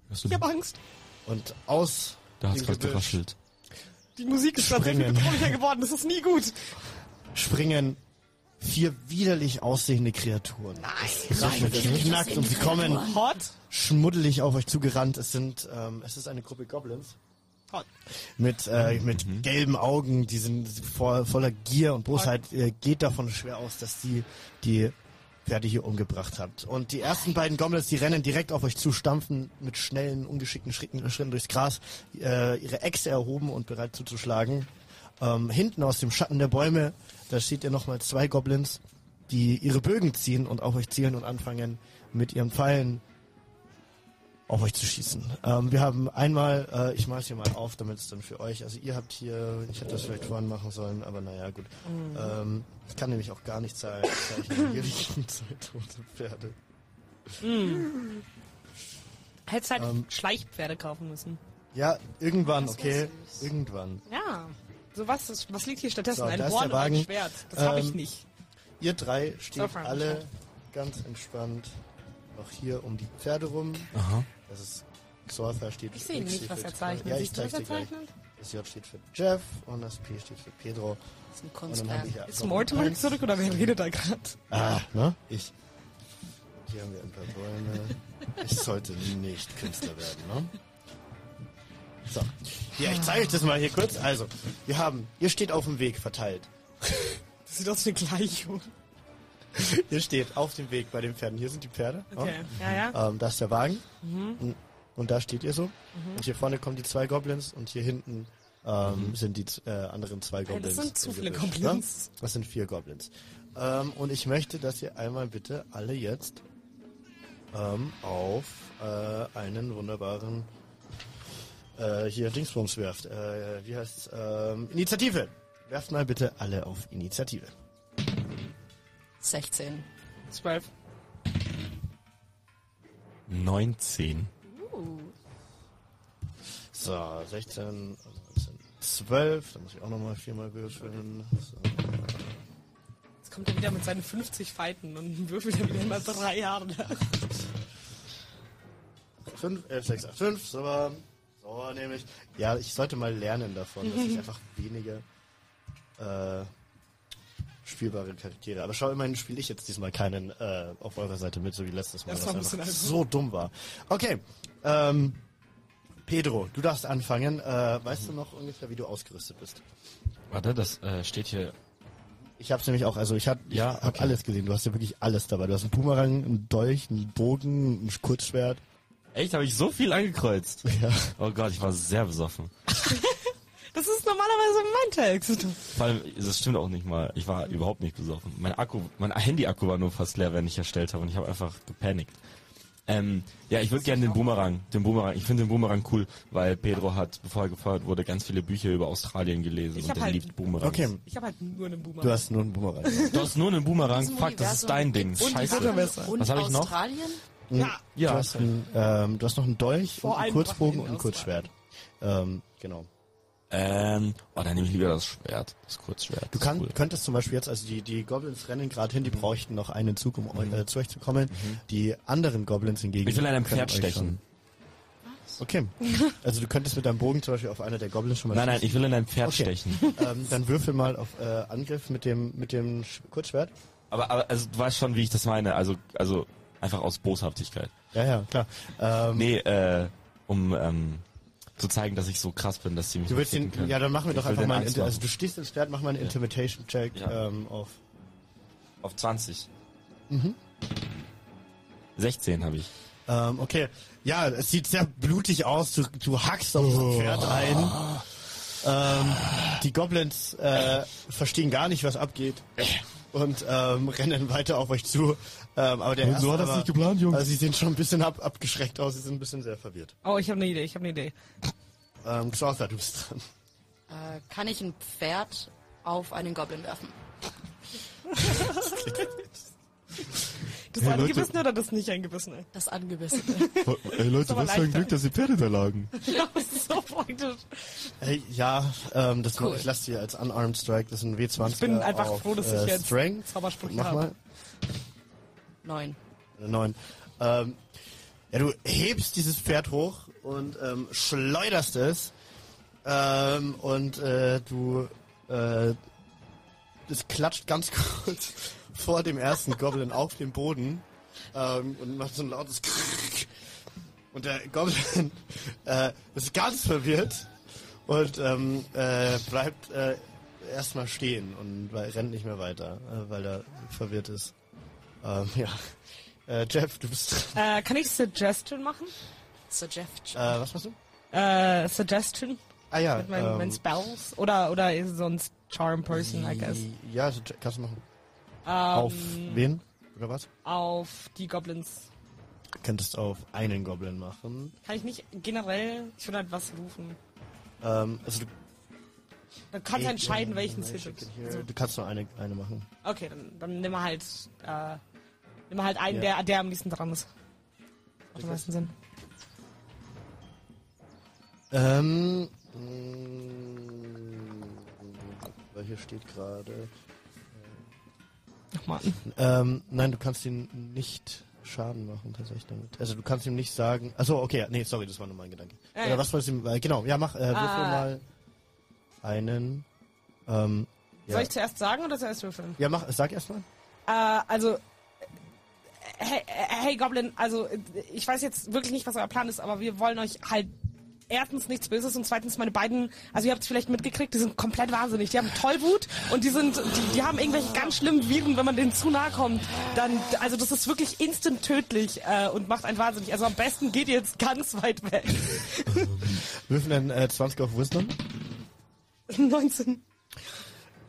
S3: Hörst du
S4: [laughs] Ich
S3: das?
S4: habe Angst.
S5: Und aus
S3: Da hat's
S5: dem
S3: gerade
S5: Gebüsch
S3: geraschelt.
S4: Die Musik ist tatsächlich
S5: Springen.
S4: bedrohlicher geworden. Das ist nie gut.
S5: springen vier widerlich aussehende Kreaturen. Es raschelt, es knackt und sie kommen
S4: Hot.
S5: schmuddelig auf euch zugerannt. Es sind, ähm, es ist eine Gruppe Goblins.
S4: Hot.
S5: Mit, äh, mit gelben Augen, die sind vo voller Gier und Bosheit, äh, geht davon schwer aus, dass die die Pferde hier umgebracht habt. Und die ersten beiden Goblins, die rennen direkt auf euch zu, stampfen mit schnellen, ungeschickten Schritten, Schritten durchs Gras, äh, ihre Äxte erhoben und bereit zuzuschlagen. Ähm, hinten aus dem Schatten der Bäume, da seht ihr nochmal zwei Goblins, die ihre Bögen ziehen und auf euch zielen und anfangen, mit ihren Pfeilen auf euch zu schießen. Ähm, wir haben einmal, äh, ich mal's hier mal auf, damit es dann für euch, also ihr habt hier, ich hätte das vielleicht vorhin machen sollen, aber naja, gut. Ähm, ich kann nämlich auch gar nicht zei- zeichnen. Hier liegen zwei tote Pferde.
S4: Hättest halt
S5: Ähm.
S4: Schleichpferde kaufen müssen.
S5: Ja, irgendwann, okay, irgendwann.
S4: Ja. So was, ist, was liegt hier stattdessen?
S5: So,
S4: ein
S5: da ist
S4: Horn
S5: der
S4: und ein
S5: Wagen.
S4: Schwert. Das habe ich
S5: Ähm.
S4: nicht.
S5: Ihr drei steht
S4: Frank,
S5: alle ganz entspannt auch hier um die Pferde rum.
S3: Aha.
S5: Das ist Xortha steht für
S4: Ich sehe
S5: X,
S4: nicht,
S5: steht
S4: was
S5: für
S4: er zeichnet.
S5: Ja, ich
S4: Siehst du, was
S5: zeig's
S4: er
S5: dir gleich.
S4: zeichnet?
S5: Das J steht für Jeff und das P steht für Pedro.
S2: Das ist ein
S5: Und dann hab
S2: Kunstwerk.
S5: ich ja
S4: Ist
S5: noch
S4: Mortimer
S5: eins.
S4: zurück oder wer redet da gerade?
S5: Ah, ne? Ich. Hier haben wir ein paar Bäume. Ich sollte nicht Künstler werden, ne? So. Ja, ich zeige euch das mal hier kurz. Also, wir haben, ihr steht auf dem Weg verteilt.
S4: Das sieht aus wie eine Gleichung.
S5: Ihr steht auf dem Weg bei den Pferden. Hier sind die Pferde. ne?
S4: Okay. Ja, ja.
S5: Ähm, da ist der Wagen.
S4: Mhm.
S5: Und da steht ihr so. Und hier vorne kommen die zwei Goblins und hier hinten ähm, sind die äh, anderen zwei
S4: Nein, Mhm. das
S5: Goblins.
S4: sind zu
S5: im
S4: viele
S5: Gebüsch,
S4: Goblins.
S5: Ne? Das sind vier Goblins. Ähm, und ich möchte, dass ihr einmal bitte alle jetzt ähm, auf äh, einen wunderbaren äh, hier Dingsbums werft. Äh, wie heißt ähm, Initiative. Werft mal bitte alle auf Initiative.
S2: 16.
S4: Zwölf.
S3: 19.
S5: So, 16, 19, 12. Da muss ich auch nochmal viermal würfeln. So.
S4: Jetzt kommt er wieder mit seinen 50 Falten und würfelt er wieder immer drei Jahre.
S5: 5, 11, 6, 8, 5. So, so nämlich. Ja, ich sollte mal lernen davon, dass
S4: [laughs]
S5: ich einfach weniger äh, spielbare Charaktere. Aber schau, immerhin spiele ich jetzt diesmal keinen äh, auf eurer Seite mit, so wie letztes Mal,
S4: Das
S5: was
S4: war ein
S5: einfach
S4: bisschen
S5: so dumm war. Okay, ähm, Pedro, du darfst anfangen. Äh, weißt du noch ungefähr, wie du ausgerüstet bist?
S3: Warte, das äh, steht hier.
S5: Ich hab's nämlich auch, also ich hab, ich
S3: Ja,
S5: hab
S3: okay.
S5: alles gesehen. Du hast ja wirklich alles dabei. Du hast einen Boomerang, einen Dolch, einen Bogen, ein Kurzschwert.
S3: Echt, habe ich so viel angekreuzt? [laughs]
S5: Ja.
S3: Oh Gott, ich war sehr besoffen.
S4: Das ist normalerweise mein Text.
S3: Vor allem, das stimmt auch nicht mal. Ich war überhaupt nicht besoffen. Mein Akku, mein Handy-Akku war nur fast leer, wenn ich erstellt habe und ich habe einfach gepanikt. Ähm, ja, ich würde gerne den Boomerang, den Boomerang. Ich finde den Boomerang cool, weil Pedro hat, bevor er gefeuert wurde, ganz viele Bücher über Australien gelesen
S4: Ich
S3: und
S4: hab
S3: er
S4: halt-
S3: liebt Boomerangs.
S5: Okay,
S4: Ich habe halt nur einen Boomer.
S5: du hast nur einen Bumerang.
S3: Du hast nur einen Boomerang, fuck, das ist
S2: Universum
S3: dein Ding.
S2: Und
S3: Scheiße.
S4: Butter besser.
S2: Und
S3: Was hab ich noch?
S2: Australien?
S4: ja,
S3: Ja.
S5: Du, hast einen, ähm, du hast noch einen Dolch,
S4: Vor
S5: und einen
S4: allem
S5: Kurzbogen
S4: Waffen
S5: und
S4: in
S5: ein Kurzschwert. Ähm, genau.
S3: Ähm, oh, dann nehme ich lieber das Schwert, das Kurzschwert.
S5: Du
S3: das
S5: kann,
S3: ist cool. Mhm.
S5: könntest zum Beispiel jetzt, also die, die Goblins rennen gerade hin, die bräuchten noch einen Zug, um eu- äh, zu euch zu kommen. Die anderen Goblins hingegen.
S3: Ich will einem
S5: können
S3: Pferd
S5: euch
S3: stechen.
S5: schon- Okay. Also du könntest mit deinem Bogen zum Beispiel auf einer der Goblins schon mal
S3: Nein, nein, ich will in ein Pferd
S5: Okay.
S3: stechen.
S5: Ähm, dann würfel mal auf äh, Angriff mit dem, mit dem Sch Kurzschwert.
S3: Aber, aber also, du weißt schon, wie ich das meine. Also, also einfach aus Boshaftigkeit.
S5: Ja, ja, klar. Ähm,
S3: Nee, äh, um ähm, zu zeigen, dass ich so krass bin, dass sie mich
S5: Du willst
S3: nicht
S5: den,
S3: ficken können.
S5: ja, dann machen wir
S3: Ich
S5: doch
S3: will
S5: einfach
S3: den
S5: mal einen,
S3: Angst
S5: Inter- also
S3: machen.
S5: du stehst ins Schwert, mach mal einen Intimidation-Check
S3: Ja.
S5: ähm, auf.
S3: Auf 20. Mhm. 16 habe ich.
S5: Ähm, okay. Ja, es sieht sehr blutig aus. Du, du hackst auf das Pferd ein. Ähm, die Goblins äh, verstehen gar nicht, was abgeht. Und ähm, rennen weiter auf euch zu. Ähm, aber der
S3: Und so
S5: erste
S3: hat das
S5: aber-
S3: nicht geplant, Jungs.
S5: Also sie sehen schon ein bisschen ab, abgeschreckt aus. Sie sind ein bisschen sehr verwirrt.
S4: Oh, ich habe eine Idee, ich habe eine Idee.
S5: Ähm, Xhortha, du bist dran.
S2: Äh, kann ich ein Pferd auf einen Goblin werfen?
S4: Das
S3: Hey, Leute.
S4: Angebissene oder das nicht Angebissene?
S2: Das
S5: [laughs]
S2: Angebissene.
S3: Ey Leute,
S4: aber was für ein leichter. Glück,
S3: dass die Pferde da lagen.
S4: Ja, [laughs] das ist so praktisch.
S5: Hey, ja, ähm, das
S2: Cool.
S5: ich lasse dir als Unarmed Strike, das ist ein W20.
S4: Ich bin einfach
S5: auf,
S4: froh, dass ich
S5: äh,
S4: jetzt
S5: Strength.
S4: Zaubersprüche
S5: Mach
S4: hab.
S5: mal.
S2: Neun.
S5: Eine Neun. Ähm, ja, du hebst dieses Pferd hoch und ähm, schleuderst es. Ähm, und äh, du. Äh, es klatscht ganz kurz vor dem ersten Goblin auf den Boden ähm, und macht so ein lautes. Krrrk. Und der Goblin äh, ist ganz verwirrt und ähm, äh, bleibt äh, erstmal stehen und we- rennt nicht mehr weiter, äh, weil er verwirrt ist. Ähm, ja. Äh, Jeff, du bist dran.
S4: Äh, kann ich Suggestion machen?
S2: Suggestion.
S5: Äh, was machst du?
S4: Äh, Suggestion?
S5: Ah ja.
S4: Mit meinen,
S5: ähm,
S4: meinen Spells? Oder, oder ist sonst Charm Person, I guess.
S5: Ja, so, kannst du machen.
S4: Ähm,
S5: Auf wen? Oder was?
S4: auf die Goblins.
S5: Könntest auf einen Goblin machen.
S4: Kann ich nicht generell, ich will halt was rufen.
S5: Ähm, also du
S4: Dann kannst du entscheiden, welchen es
S5: Magic
S4: hittet.
S5: in here.
S4: Also,
S5: Du kannst nur eine, eine machen.
S4: okay, dann, dann nimm mal halt, äh, nimm mal halt einen,
S5: Ja.
S4: der, der am nächsten dran ist. Macht am meisten Sinn.
S5: Ähm. mh, Weil hier steht gerade.
S4: Ach man.
S5: Ähm, nein, du kannst ihn nicht Schaden machen, tatsächlich damit. Also du kannst ihm nicht sagen. Achso, okay, ja, nee, sorry, das war nur mein Gedanke.
S4: Ja,
S5: Oder
S4: ja.
S5: was wolltest du ihm. Äh, genau, ja, mach, äh, würfel
S4: Ah.
S5: mal einen. Ähm, ja.
S4: Soll ich zuerst sagen oder zuerst würfeln?
S5: ja, mach, sag erstmal.
S4: Äh, also, äh, hey, äh, hey Goblin, also äh, ich weiß jetzt wirklich nicht, was euer Plan ist, aber wir wollen euch halt erstens nichts Böses und zweitens meine beiden, also ihr habt es vielleicht mitgekriegt, die sind komplett wahnsinnig. Die haben Tollwut und die sind, die, die haben irgendwelche ganz schlimmen Viren, wenn man denen zu nahe kommt. Dann, also das ist wirklich instant tödlich äh, und macht einen wahnsinnig. Also am besten geht ihr jetzt ganz weit weg. [laughs]
S5: Würfel einen äh, 20 auf Wisdom.
S4: 19.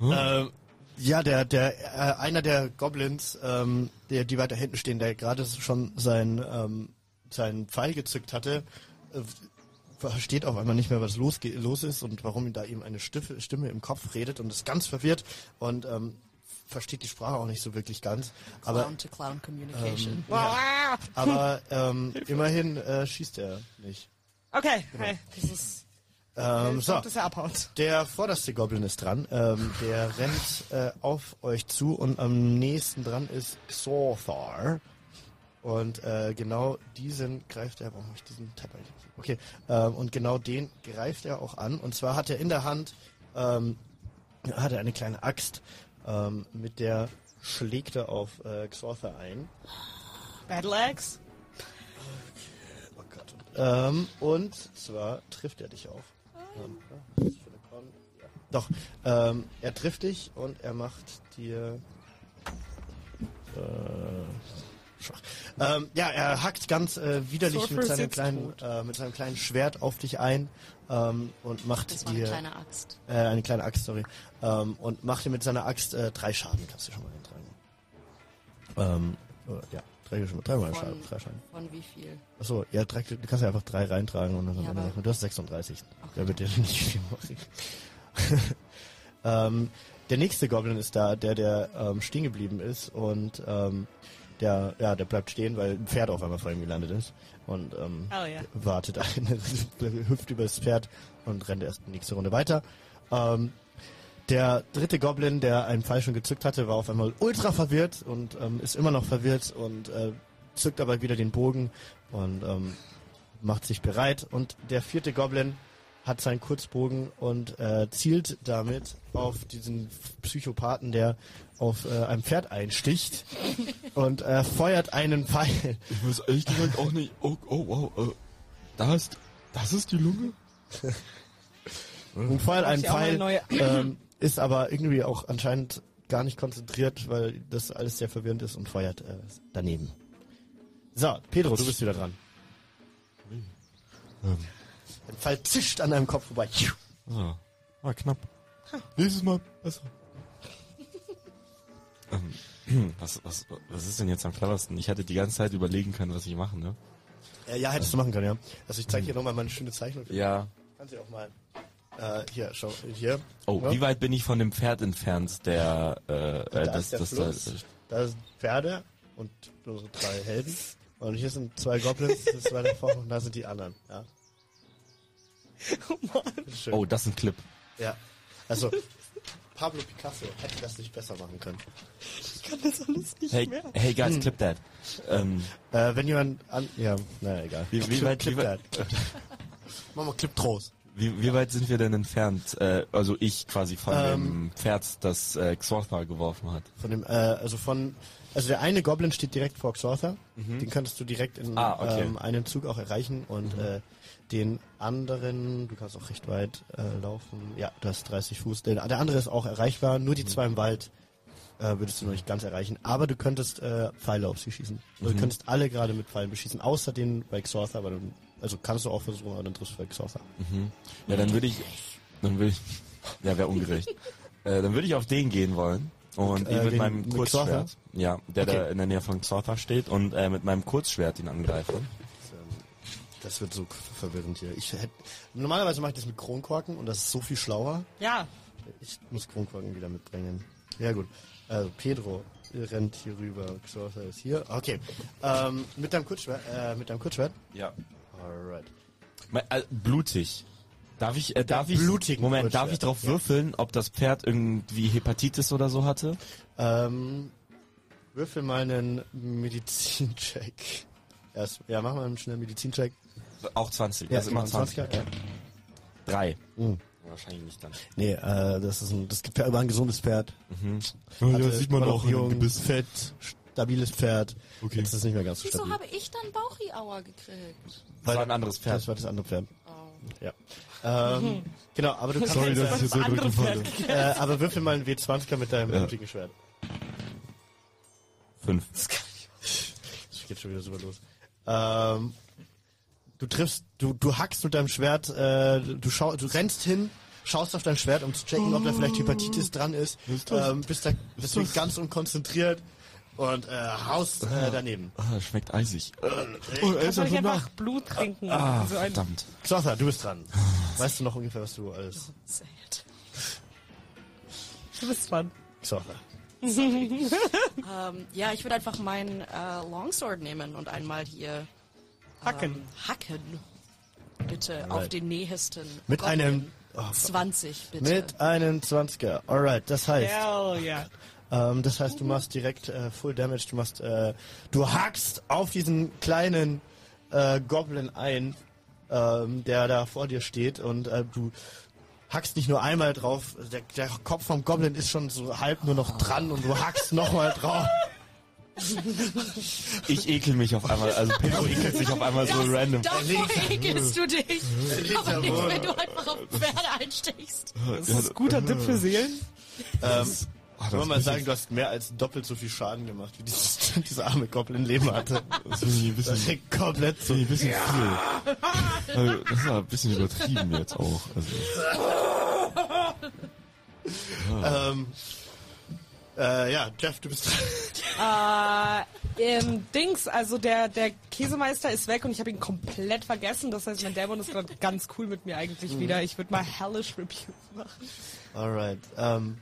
S5: Ähm, ja, der, der, äh, einer der Goblins, ähm, der, die weiter hinten stehen, der gerade schon sein, ähm, seinen Pfeil gezückt hatte, äh, versteht auf einmal nicht mehr, was los, los ist und warum ihm da eben eine Stiffe, Stimme im Kopf redet und ist ganz verwirrt und ähm, versteht die Sprache auch nicht so wirklich ganz. Aber,
S2: Clown to Clown
S5: ähm,
S2: Communication.
S4: Ah!
S5: aber ähm, immerhin äh, schießt er nicht.
S4: Okay, hey, das ist,
S5: Ähm,
S4: ich
S5: so.
S4: glaub, dass er abhaut.
S5: Der vorderste Goblin ist dran. Ähm, der rennt äh, auf euch zu und am nächsten dran ist Sorthar. Und äh, genau diesen greift er. Warum habe ich diesen Tab eigentlich? Okay. Ähm, und genau den greift er auch an. Und zwar hat er in der Hand ähm, hat er eine kleine Axt, ähm, mit der schlägt er auf äh, Xortha ein.
S4: Battle Axe?
S5: Oh Gott. Ähm, und zwar trifft er dich auf. Ähm, ja, das ist für eine Con. Ja. Doch, ähm, er trifft dich und er macht dir. Äh, Schwach. Ähm, ja, er hackt ganz äh, widerlich
S4: Surfer
S5: mit
S4: ist
S5: seinem,
S4: jetzt
S5: kleinen,
S4: tot.
S5: äh, mit seinem kleinen Schwert auf dich ein ähm, und macht
S1: Das war eine
S5: dir
S1: kleine Axt.
S5: äh, eine kleine Axt, sorry, ähm, und macht dir mit seiner Axt äh, drei Schaden. Kannst du schon mal eintragen. Ähm, äh, ja, drei, dreimal
S1: Von-
S5: Schaden, drei Schaden.
S1: Von wie viel?
S5: Achso, ja, drei, du kannst ja einfach drei reintragen und dann
S1: Ja,
S5: am Ende
S1: aber-
S5: rechnen. Du hast 36. Der wird dir [laughs] nicht viel machen. ähm, der nächste Goblin ist da, der, der ähm, stehen geblieben ist und ähm, der, ja, der bleibt stehen, weil ein Pferd auf einmal vor ihm gelandet ist und ähm,
S4: Oh ja.
S5: wartet [laughs] eine, hüpft über das Pferd und rennt erst die nächste Runde weiter. Ähm, der dritte Goblin, der einen Pfeil schon gezückt hatte, war auf einmal ultra verwirrt und ähm, ist immer noch verwirrt und äh, zückt aber wieder den Bogen und ähm, macht sich bereit. Und der vierte Goblin hat seinen Kurzbogen und äh, zielt damit auf diesen Psychopathen, der auf äh, einem Pferd einsticht und äh, feuert einen Pfeil.
S3: Ich weiß ehrlich gesagt auch nicht. Oh, oh wow. Äh, da ist. Das ist die Lunge? Mhm.
S5: Und feuert einen
S4: ich auch mal
S5: Pfeil.
S4: eine neue-
S5: ähm, ist aber irgendwie auch anscheinend gar nicht konzentriert, weil das alles sehr verwirrend ist und feuert äh, daneben. So, Pedro, du bist wieder dran.
S3: Ähm,
S5: Ein Pfeil zischt an deinem Kopf vorbei.
S3: ah, war knapp. Nächstes Mal besser. ähm, [clears throat] was, was, was ist denn jetzt am cleversten? Ich hätte die ganze Zeit überlegen können, was ich mache, ne?
S5: Äh, ja, hättest du machen können, ja. Also ich zeige
S3: Mhm.
S5: hier nochmal meine schöne Zeichnung.
S3: Ja.
S5: Kannst du auch mal. Äh, hier, schau, hier.
S3: Oh,
S5: Ja.
S3: wie weit bin ich von dem Pferd entfernt, der. Äh, äh,
S5: da
S3: das,
S5: ist der
S3: das,
S5: Fluss,
S3: das,
S5: da sind Pferde und unsere drei Helden. Und hier sind zwei Goblins, das ist weiter vorne und da sind die anderen. Ja,
S4: Oh Mann.
S5: schön.
S3: oh, das ist ein Clip.
S5: Ja. Also, Pablo Picasso hätte das nicht besser machen können.
S4: Ich kann das alles nicht
S3: Hey,
S4: mehr.
S3: hey guys,
S5: Hm.
S3: clip that. Ähm,
S5: Äh, wenn jemand an. Ja, naja, egal.
S3: Wie- wie
S5: Clip-
S3: weit-
S5: Clip
S3: wie weit- [laughs]
S5: that. Clip that. Machen wir Clip Trost.
S3: wie, wie weit sind wir denn entfernt? Äh, also ich quasi von
S5: Ähm.
S3: dem Pferd, das äh, Xortha geworfen hat.
S5: Von dem, äh, also von. Also der eine Goblin steht direkt vor Xortha. Den könntest du direkt in
S3: Mhm. Ah, okay. Mhm.
S5: ähm, einem Zug auch erreichen. Und äh, den anderen, du kannst auch recht weit äh, laufen. Ja, du hast 30 Fuß. Der, der andere ist auch erreichbar. Nur die
S3: Mhm.
S5: zwei im Wald äh, würdest du noch nicht ganz erreichen. Aber du könntest äh, Pfeile auf sie schießen. Also
S3: Mhm.
S5: Du könntest alle gerade mit Pfeilen beschießen, außer den bei Xortha. Aber du, also kannst du auch versuchen, aber dann triffst du bei Xortha.
S3: Mhm. Ja, dann würde ich. Dann würde ich. Ja, wäre
S5: [laughs]
S3: ungerecht. äh, dann würde ich auf den gehen wollen. Und
S5: Äh,
S3: ihn mit
S5: den-
S3: meinem
S5: mit
S3: Kurzschwert. ja, der
S5: Okay.
S3: da in der Nähe von Xortha steht und äh, mit meinem Kurzschwert ihn angreifen.
S5: Das wird so k- verwirrend hier. Ich hätte, normalerweise mache ich das mit Kronkorken und das ist so viel schlauer.
S4: Ja.
S5: Ich muss Kronkorken wieder mitbringen. Ja gut. Also Pedro rennt hier rüber. Xortha ist hier. Okay. Ähm, mit deinem Kurzschwert. Äh, mit deinem Kurzschwert.
S3: Ja.
S5: Alright.
S3: Me- äh, blutig. Darf ich, äh, darf ich,
S5: blutigen
S3: Moment,
S5: Kurzschwert.
S3: darf ich drauf würfeln, ob das Pferd irgendwie Hepatitis oder so hatte?
S5: Ähm, würfel mal einen Medizincheck. Erst, ja, mach mal einen schnellen Medizincheck.
S3: Auch 20.
S5: Ja,
S3: das ist immer 20.
S5: 20er, ja.
S3: Drei.
S5: Mhm.
S3: Wahrscheinlich nicht dann.
S5: Nee, äh, das ist ein, das gibt ja über ein gesundes Pferd.
S3: Mhm. Ja,
S5: Hatte-
S3: sieht man
S5: war noch
S3: auch. in dem
S5: jung,
S3: Gebiss.
S5: fett, stabiles Pferd.
S3: Okay.
S5: Jetzt ist es nicht mehr ganz so
S1: Wieso
S5: stabil.
S1: habe ich dann Bauchi-Aua gekriegt?
S3: Das war ein anderes Pferd.
S5: Das war das andere Pferd.
S1: Oh.
S5: Ja.
S1: [laughs]
S5: Ähm, genau, aber du kannst
S3: Sorry, dass ich hier so
S4: andere
S3: drücken
S4: Pferd.
S3: wollte.
S5: äh, aber würfel mal einen W20er mit deinem
S3: Ja.
S5: blutigen Schwert.
S3: Fünf.
S5: Das geht schon wieder super los. Ähm, du triffst, du, du hackst mit deinem Schwert, äh, du, schau, du rennst hin, schaust auf dein Schwert, um zu checken, ob da vielleicht Hepatitis dran ist.
S3: das-
S5: Ähm, bist da deswegen ganz unkonzentriert und äh, haust äh, daneben.
S3: Ah, schmeckt eisig.
S4: Oh, Kann ich einfach Blut trinken?
S3: Ah,
S4: so ein
S3: verdammt.
S5: Xotha, du bist dran. Weißt du noch ungefähr, was du alles...
S2: Sad.
S4: Du bist dran.
S5: Xotha.
S2: Ähm, ja, ich würde einfach meinen äh, Longsword nehmen und einmal hier
S4: Hacken.
S2: ähm, hacken. Bitte auf den nähesten.
S5: Mit
S2: Goblin.
S5: einem... Oh,
S2: 20, bitte.
S5: mit einem 20er. Alright, das heißt...
S4: Hell yeah.
S5: Ähm, das heißt, du machst direkt äh, Full Damage, du machst, äh, du hackst auf diesen kleinen äh, Goblin ein, ähm, der da vor dir steht und äh, du hackst nicht nur einmal drauf, der, der Kopf vom Goblin ist schon so halb nur noch dran und du hackst nochmal drauf.
S3: Ich ekel mich auf einmal. Also Pedro ekelt sich auf einmal so random.
S2: Davor ekelst du dich. Aber nicht,
S5: wohl.
S2: wenn du einfach auf Pferde einstichst.
S4: Das ist guter Tipp für Seelen.
S5: Ähm,
S3: Ah,
S5: Ich wollte mal
S3: muss
S5: sagen, du hast mehr als doppelt so viel Schaden gemacht, wie dieses, [laughs] dieser arme Goblin Leben hatte.
S3: Das finde ich ein bisschen,
S5: Das
S3: finde
S5: ist komplett so.
S3: ich ein bisschen viel. Also, das ist aber ein bisschen übertrieben jetzt auch. Also,
S5: Ähm, äh, ja, Jeff, du bist dran.
S4: Ähm, Dings, also der, der Käsemeister ist weg und ich habe ihn komplett vergessen. Das heißt, mein Dämon ist gerade ganz cool mit mir eigentlich wieder. Ich würde mal hellish Rebuke machen.
S5: Alright. Ähm,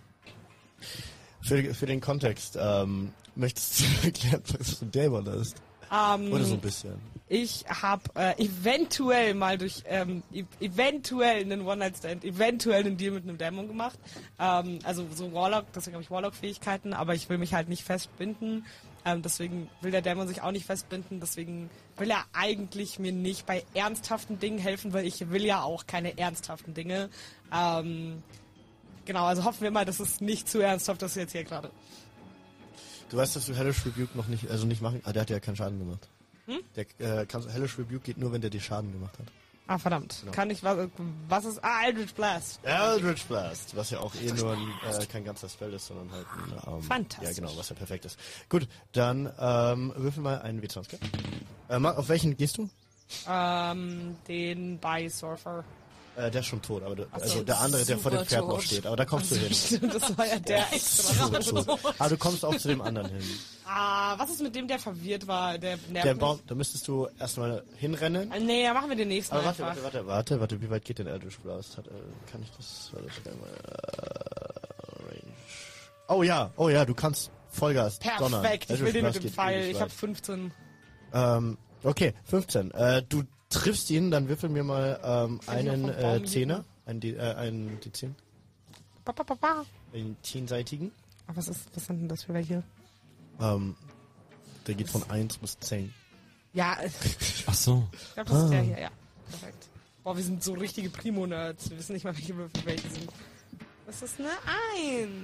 S5: für, für den Kontext, ähm, möchtest du [laughs] erklären, was für ein Dämon das ist?
S4: Ähm,
S5: Oder so ein bisschen.
S4: Ich habe äh, eventuell mal durch, ähm, e- eventuell einen One-Night-Stand, eventuell einen Deal mit einem Dämon gemacht. Ähm, also so Warlock, deswegen habe ich Warlock-Fähigkeiten, aber ich will mich halt nicht festbinden. Ähm, deswegen will der Dämon sich auch nicht festbinden. Deswegen will er eigentlich mir nicht bei ernsthaften Dingen helfen, weil ich will ja auch keine ernsthaften Dinge. Ähm, genau, also hoffen wir mal, das ist nicht zu ernsthaft, das jetzt hier gerade.
S5: Du weißt, dass du Hellish Rebuke noch nicht, also nicht machen, ah, der hat ja keinen Schaden gemacht.
S2: Hm?
S5: Der, äh, kannst, Hellish Rebuke geht nur, wenn der dir Schaden gemacht hat.
S4: Ah, verdammt.
S5: Genau.
S4: Kann ich was, was ist, ah, Eldritch Blast.
S5: Eldritch Blast, was ja auch eh nur ein, äh, kein ganzer Spell ist, sondern halt ein, ähm,
S4: Fantastisch.
S5: Ja, genau, was ja perfekt ist. Gut, dann ähm, würfel mal einen W20, gell? Äh, Ma- auf welchen gehst du?
S4: Ähm, den bei Surfer.
S5: Äh, der ist schon tot, aber du, also
S2: so,
S5: der andere, der vor dem
S2: super
S5: Pferd noch
S2: tot. Also
S5: steht, aber da kommst du hin.
S4: Stimmt, [laughs] das war ja der extra.
S5: So, so. Aber du kommst auch zu dem
S4: [laughs]
S5: anderen hin.
S4: Ah, was ist mit dem, der verwirrt war? Der nervt
S5: Der
S4: mich.
S5: Baum, da müsstest du erstmal hinrennen.
S4: Ah, Nee, ja, machen wir den nächsten
S5: Aber warte,
S4: einfach.
S5: warte, warte, warte, warte, wie weit geht denn Eldritch Blast? Hat, äh, kann ich das? Warte, ich kann mal, äh, Range. Oh ja, oh ja, du kannst Vollgas. donnern.
S4: Perfekt, ich will
S5: Eldritch
S4: den
S5: Blast
S4: mit dem
S5: geht
S4: Pfeil.
S5: ewig
S4: Ich habe
S5: weit.
S4: 15.
S5: Ähm, okay, 15. Äh, du triffst ihn, dann würfel mir mal ähm,
S4: ihn
S5: einen
S4: noch vom Baum
S5: äh, Zehner, einen, D, äh, einen D10,
S4: Ba, ba, ba, ba.
S5: einen zehnseitigen.
S4: Ah, was, ist, was sind denn das für welche?
S5: Ähm, der geht von 1 bis 10.
S4: Ja, [laughs] ich
S3: Ach so.
S4: glaube, das ist der hier, ja. Perfekt. Boah, wir sind so richtige Primo-Nerds. Wir wissen nicht mal, welche Würfel welche sind. Das ist eine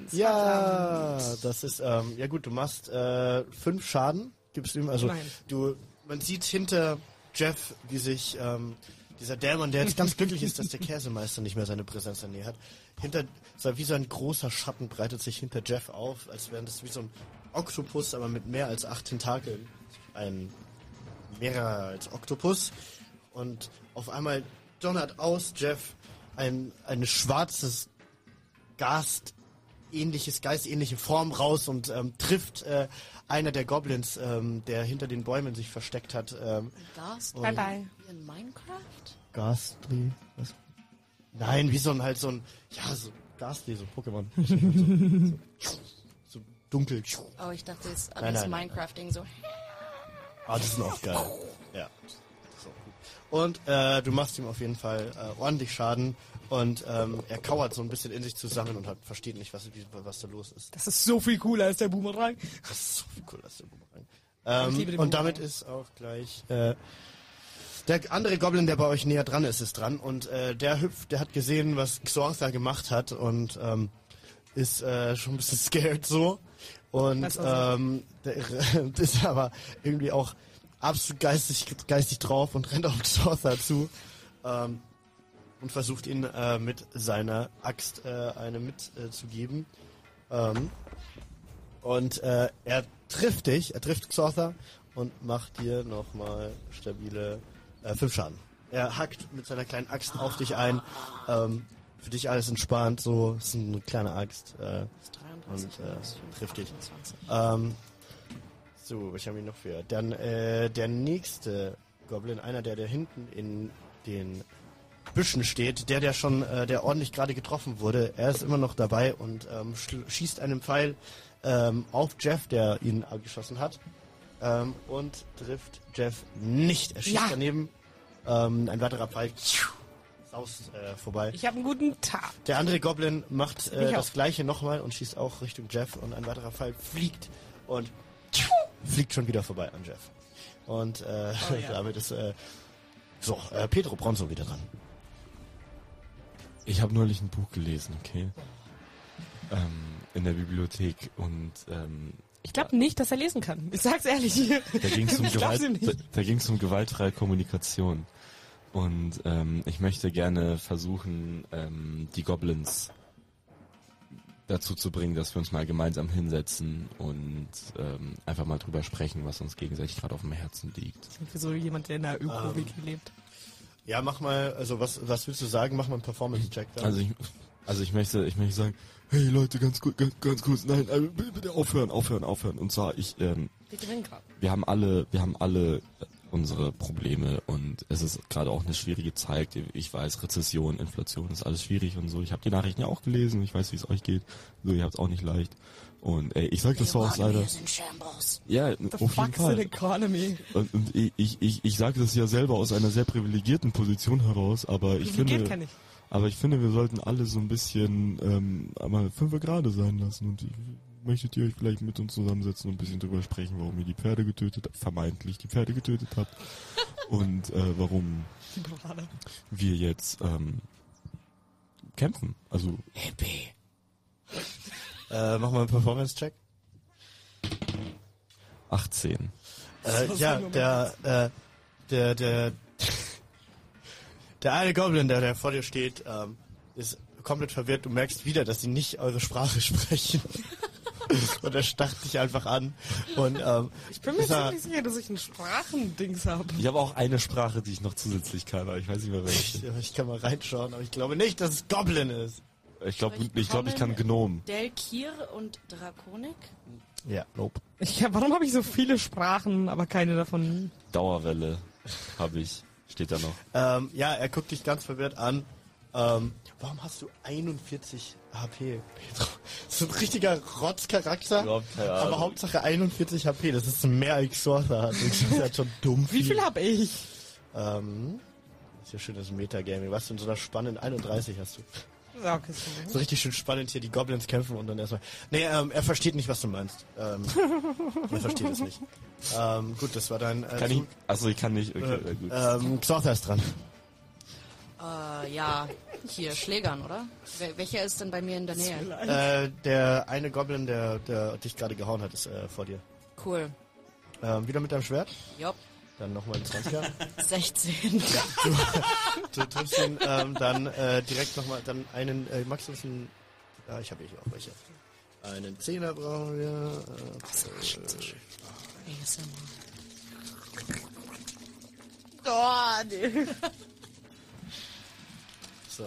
S4: 1.
S5: Ja, das ist, ähm, ja gut, du machst äh, fünf Schaden, gibst ihm, also
S4: Nein.
S5: du, man sieht hinter Jeff, wie sich ähm, dieser Dämon, der jetzt ganz glücklich ist, dass der Käsemeister nicht mehr seine Präsenz in der Nähe hat, hinter, so wie so ein großer Schatten breitet sich hinter Jeff auf, als wären das wie so ein Oktopus, aber mit mehr als acht Tentakeln. Ein mehrer als Oktopus. Und auf einmal donnert aus Jeff ein, ein schwarzes Gast ähnliches geistähnliche Form raus und ähm, trifft äh, einer der Goblins, ähm, der hinter den Bäumen sich versteckt hat. Ähm,
S2: Gast
S5: Bye,
S4: bye.
S2: wie in Minecraft?
S5: Gastly? Was? Nein, wie so ein halt so ein ja so Gastly, so Pokémon. so, so dunkel.
S2: Oh, ich dachte, das ist
S5: Nein,
S2: alles
S5: nein, nein.
S2: Minecraft-Ding so.
S5: Ah, die sind auch geil. Ja. So. Und äh, du machst ihm auf jeden Fall äh, ordentlich Schaden und ähm, er kauert so ein bisschen in sich zusammen und hat, versteht nicht, was, wie, was da los ist.
S4: Das ist so viel cooler als der Boomerang.
S5: Das ist so viel cooler als der Boomerang.
S4: Ich
S5: Ähm,
S4: liebe den
S5: und
S4: Boomerang.
S5: damit ist auch gleich äh, der andere Goblin, der bei euch näher dran ist, ist dran. Und äh, der hüpft, der hat gesehen, was Xortha gemacht hat und ähm, ist äh, schon ein bisschen [laughs] scared so. Und
S4: Das war
S5: ähm, der [laughs] ist aber irgendwie auch absolut geistig, geistig drauf und rennt auf Xortha zu. Ähm, und versucht ihn äh, mit seiner Axt äh, eine mitzugeben. Äh, zu geben. ähm, und äh, er trifft dich, er trifft Xortha und macht dir nochmal stabile 5 Schaden. Er hackt mit seiner kleinen Axt auf dich ein. Ähm, für dich alles entspannt, so ist eine kleine Axt. Äh,
S2: Das ist 33
S5: Und, äh,
S2: minus fünf,
S5: trifft dich.
S2: 28.
S5: ähm, so, was haben wir noch für? Dann äh, der nächste Goblin, einer der da hinten in den Büschen steht, der der schon, äh, der ordentlich gerade getroffen wurde. Er ist immer noch dabei und ähm, schl- schießt einen Pfeil ähm, auf Jeff, der ihn abgeschossen hat. Ähm, und trifft Jeff nicht. Er schießt
S4: Ja.
S5: daneben. Ähm, ein weiterer Pfeil saust äh, vorbei.
S4: Ich habe einen guten Tag.
S5: Der andere Goblin macht äh,
S4: mich
S5: das
S4: auf.
S5: gleiche nochmal und schießt auch Richtung Jeff und ein weiterer Pfeil fliegt und fliegt schon wieder vorbei an Jeff. Und äh,
S4: Oh ja.
S5: [laughs] damit ist äh, so, äh, Pedro Bronzo wieder dran.
S3: Ich habe neulich ein Buch gelesen, okay? Ähm, in der Bibliothek und ähm,
S4: Ich glaube nicht, dass er lesen kann. Ich sag's ehrlich.
S3: da ging es um,
S4: Ich glaub's ihm
S3: Gewalt,
S4: nicht.
S3: da, da ging's um gewaltfreie Kommunikation. Und ähm, ich möchte gerne versuchen, ähm, die Goblins dazu zu bringen, dass wir uns mal gemeinsam hinsetzen und ähm, einfach mal drüber sprechen, was uns gegenseitig gerade auf dem Herzen liegt.
S4: Irgendwie so jemand, der in der
S3: Ähm.
S4: Öko-Wiki lebt.
S5: Ja, mach mal, also was, was willst du sagen? Mach mal einen Performance-Check dann.
S3: Also ich, also ich möchte, ich möchte sagen, hey Leute, ganz gut, ganz, ganz kurz, nein, äh, b- bitte aufhören, aufhören, aufhören. Und zwar, ich, ähm,
S4: Wir gewinnen gerade.
S3: wir haben alle, wir haben alle unsere Probleme und es ist gerade auch eine schwierige Zeit. Ich weiß, Rezession, Inflation ist alles schwierig und so. Ich habe die Nachrichten ja auch gelesen, ich weiß, wie es euch geht. So, ihr habt es auch nicht leicht. Und ey, ich sag das so aus leider.
S1: sind Shambles.
S3: Ja,
S4: The
S3: auf jeden
S4: fuck's an
S3: Fall.
S4: economy.
S3: Und, und ich, ich, ich, ich sage das ja selber aus einer sehr privilegierten Position heraus, aber ich
S4: Privilegiert
S3: finde,
S4: kann ich.
S3: aber ich finde, wir sollten alle so ein bisschen ähm, einmal fünf gerade sein lassen und ich, möchtet ihr euch vielleicht mit uns zusammensetzen und ein bisschen drüber sprechen, warum ihr die Pferde getötet, vermeintlich die Pferde getötet
S5: [laughs]
S3: habt und äh, warum
S4: Liberale.
S3: wir jetzt ähm, kämpfen. Also
S1: Hippie.
S5: äh, mach mal einen Performance-Check.
S3: 18.
S5: Äh,
S4: So,
S5: ja,
S4: sagen wir
S5: der, äh, der, der, [laughs] der eine Goblin, der, der vor dir steht, ähm, ist komplett verwirrt. Du merkst wieder, dass sie nicht eure Sprache [laughs] sprechen. Und er starrt dich einfach an. Und, ähm,
S4: Ich bin mir
S5: ist er-
S4: ziemlich sicher, dass ich ein Sprachendings habe.
S3: Ich habe auch eine Sprache, die ich noch zusätzlich kann, aber ich weiß nicht mehr welche.
S5: ich, ich kann mal reinschauen, aber ich glaube nicht, dass es Goblin ist.
S3: Ich glaube, ich, glaub, ich kann Gnom.
S2: Delkir und Drakonik.
S5: Ja, nope.
S4: Ich, hab- warum habe ich so viele Sprachen, aber keine davon?
S3: Dauerwelle habe ich. Steht da noch.
S5: Ähm, ja, er guckt dich ganz verwirrt an. Ähm, warum hast du 41 HP, Pedro? Das ist ein richtiger Rotzcharakter.
S3: Überhaupt keine Ahnung.
S5: Aber Hauptsache 41 HP, das ist mehr als Xortha. hat. Das
S3: [laughs]
S5: ist halt schon dumm.
S4: Wie viel habe ich?
S5: Ähm, ist ja schönes Metagaming. Was in so einer spannenden 31 hast du?
S4: Ja, okay, ist okay.
S5: So richtig schön spannend hier, die Goblins kämpfen und dann erstmal. Nee, ähm, er versteht nicht, was du meinst.
S3: [laughs]
S5: Ähm, er versteht es nicht. Ähm, gut, das war dein. Äh,
S3: Kann ich?
S5: Zug.
S3: Achso, ich kann nicht. Okay,
S5: Äh,
S3: na gut.
S5: ähm, Xortha ist dran.
S2: Äh, ja, hier, Schlägern, oder? Wel- welcher ist denn bei mir in der Nähe?
S5: Äh, der eine Goblin, der, der dich gerade gehauen hat, ist äh, vor dir.
S2: Cool.
S5: Ähm, wieder mit deinem Schwert.
S2: Jopp.
S5: Dann nochmal ein 20er.
S2: 16. [laughs]
S5: Du triffst ihn ähm, dann äh, direkt nochmal, dann einen, äh, Max, du hast einen, ja, ich habe hier auch welche. Einen Zehner brauchen wir. äh,
S4: Oh, nee.
S5: Äh, so.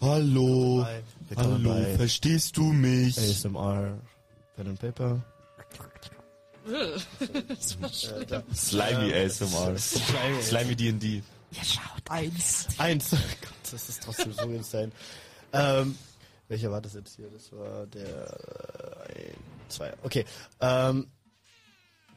S3: Hallo.
S5: Bei, wir kommen
S3: Oh, Hallo,
S5: bei
S3: verstehst du mich?
S5: ASMR, Pen and Paper. Äh, da.
S3: Slimy
S5: Ähm,
S3: ASMR.
S5: Slimy.
S3: Slimy D&D.
S4: Eins.
S5: Eins. [laughs] Gott, das ist trotzdem so insane. Ähm, welcher war das jetzt hier? Das war der äh, ein, zwei. Okay. Ähm,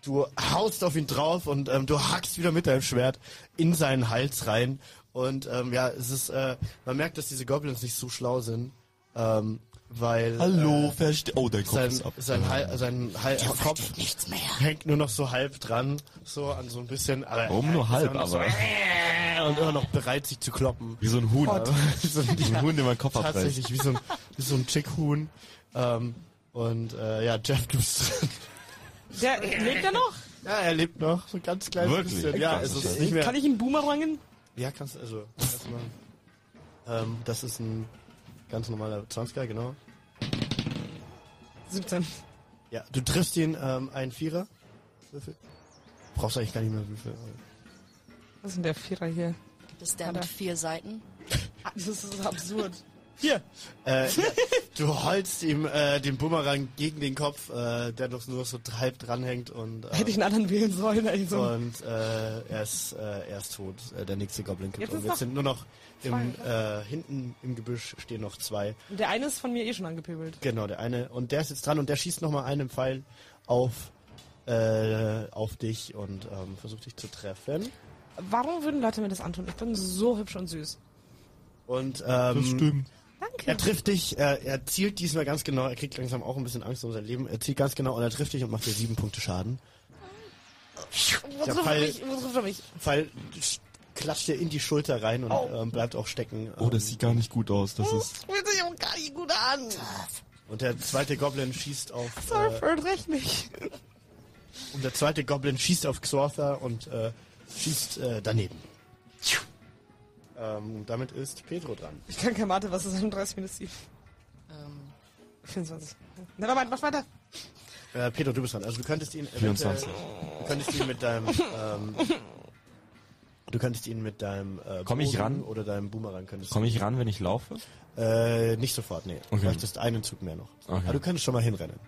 S5: du haust auf ihn drauf und ähm, du hackst wieder mit deinem Schwert in seinen Hals rein. Und ähm, ja, es ist, äh, man merkt, dass diese Goblins nicht so schlau sind. Ähm, weil
S3: Hallo,
S5: äh,
S3: verstehst Oh, dein Kopf
S5: sein,
S3: ist ab.
S5: sein, Hal sein Hal Kopf
S1: Nichts mehr.
S5: hängt nur noch so halb dran, so an so ein bisschen. Aber
S3: Warum
S5: er
S3: nur
S5: ist
S3: halb,
S5: immer noch
S3: aber?
S5: So, und immer noch bereit, sich zu kloppen.
S3: Wie so ein Huhn.
S5: so ein
S3: [laughs] Wie so ein Huhn, den man Kopf abreißt.
S5: Tatsächlich, wie so ein, wie so ein Chick-Huhn. Ähm, und äh, ja, Jeff, du bist dran.
S4: Der lebt er noch?
S5: Ja, er lebt noch, so ein ganz kleines
S3: Wirklich?
S5: bisschen. Ja,
S3: Krass,
S5: es
S3: okay.
S5: ist nicht mehr.
S4: Kann ich ihn boomerangen?
S5: ja, kannst du, also, kannst du machen. Ähm, das ist ein ganz normaler 20er, genau.
S4: 17.
S5: Ja, du triffst ihn, ähm, einen Vierer. Würfel. Brauchst eigentlich gar nicht mehr Würfel.
S4: Was ist denn der Vierer hier?
S2: Das ist der mit vier Seiten.
S4: Ah, Das ist absurd.
S5: Hier! Äh, ja, du holst ihm äh, den Bumerang gegen den Kopf, äh, der noch nur so halb dranhängt und. Äh,
S4: [laughs] Hätte ich einen anderen wählen sollen. Also.
S5: Und äh, er, ist, äh, er ist tot. Äh, der nächste Goblin kippt
S4: Jetzt
S5: um.
S4: ist
S5: Jetzt
S4: noch-
S5: sind nur noch im, äh, hinten im Gebüsch stehen noch zwei.
S4: Und Der eine ist von mir eh schon angepöbelt.
S5: Genau, der eine. Und der ist jetzt dran und der schießt nochmal einen Pfeil auf, äh, auf dich und ähm, versucht dich zu treffen.
S4: Warum würden Leute mir das antun? Ich bin so hübsch und süß.
S5: Und
S3: Das
S5: ähm,
S3: stimmt.
S4: Danke.
S5: er trifft dich, äh, er zielt diesmal ganz genau, er kriegt langsam auch ein bisschen Angst um sein Leben. Er zielt ganz genau und er trifft dich und macht dir sieben Punkte Schaden.
S4: Wo
S5: der
S4: trifft er
S5: Pfeil-
S4: mich? Wo trifft er mich?
S5: Pfeil sch- klatscht dir in die Schulter rein und ähm, bleibt auch stecken.
S3: Oh, das
S5: ähm,
S3: sieht gar nicht gut aus. Das ist...
S4: Fühlt sich auch gar nicht gut an.
S5: und der zweite Goblin schießt auf. Äh,
S4: Surfert recht nicht.
S5: Und der zweite Goblin schießt auf Xortha und äh, schießt äh, daneben. Ähm, und damit ist Pedro dran.
S4: Ich kann kein Mathe, was ist 31 minus 7?
S2: Ähm,
S4: 24. Na, warte, mach weiter.
S5: Äh, Pedro, du bist dran. Also du könntest ihn eventuell-
S3: 24.
S5: Du könntest ihn mit deinem ähm, Du könntest ihn mit deinem äh,
S3: Komm ich
S5: Bogen
S3: ran?
S5: oder deinem Boomerang könntest
S3: Komme ich ran, wenn ich laufe?
S5: du- äh, nicht sofort, nee. Du
S3: Okay.
S5: möchtest einen Zug mehr noch.
S3: Okay.
S5: Aber du könntest schon mal hinrennen.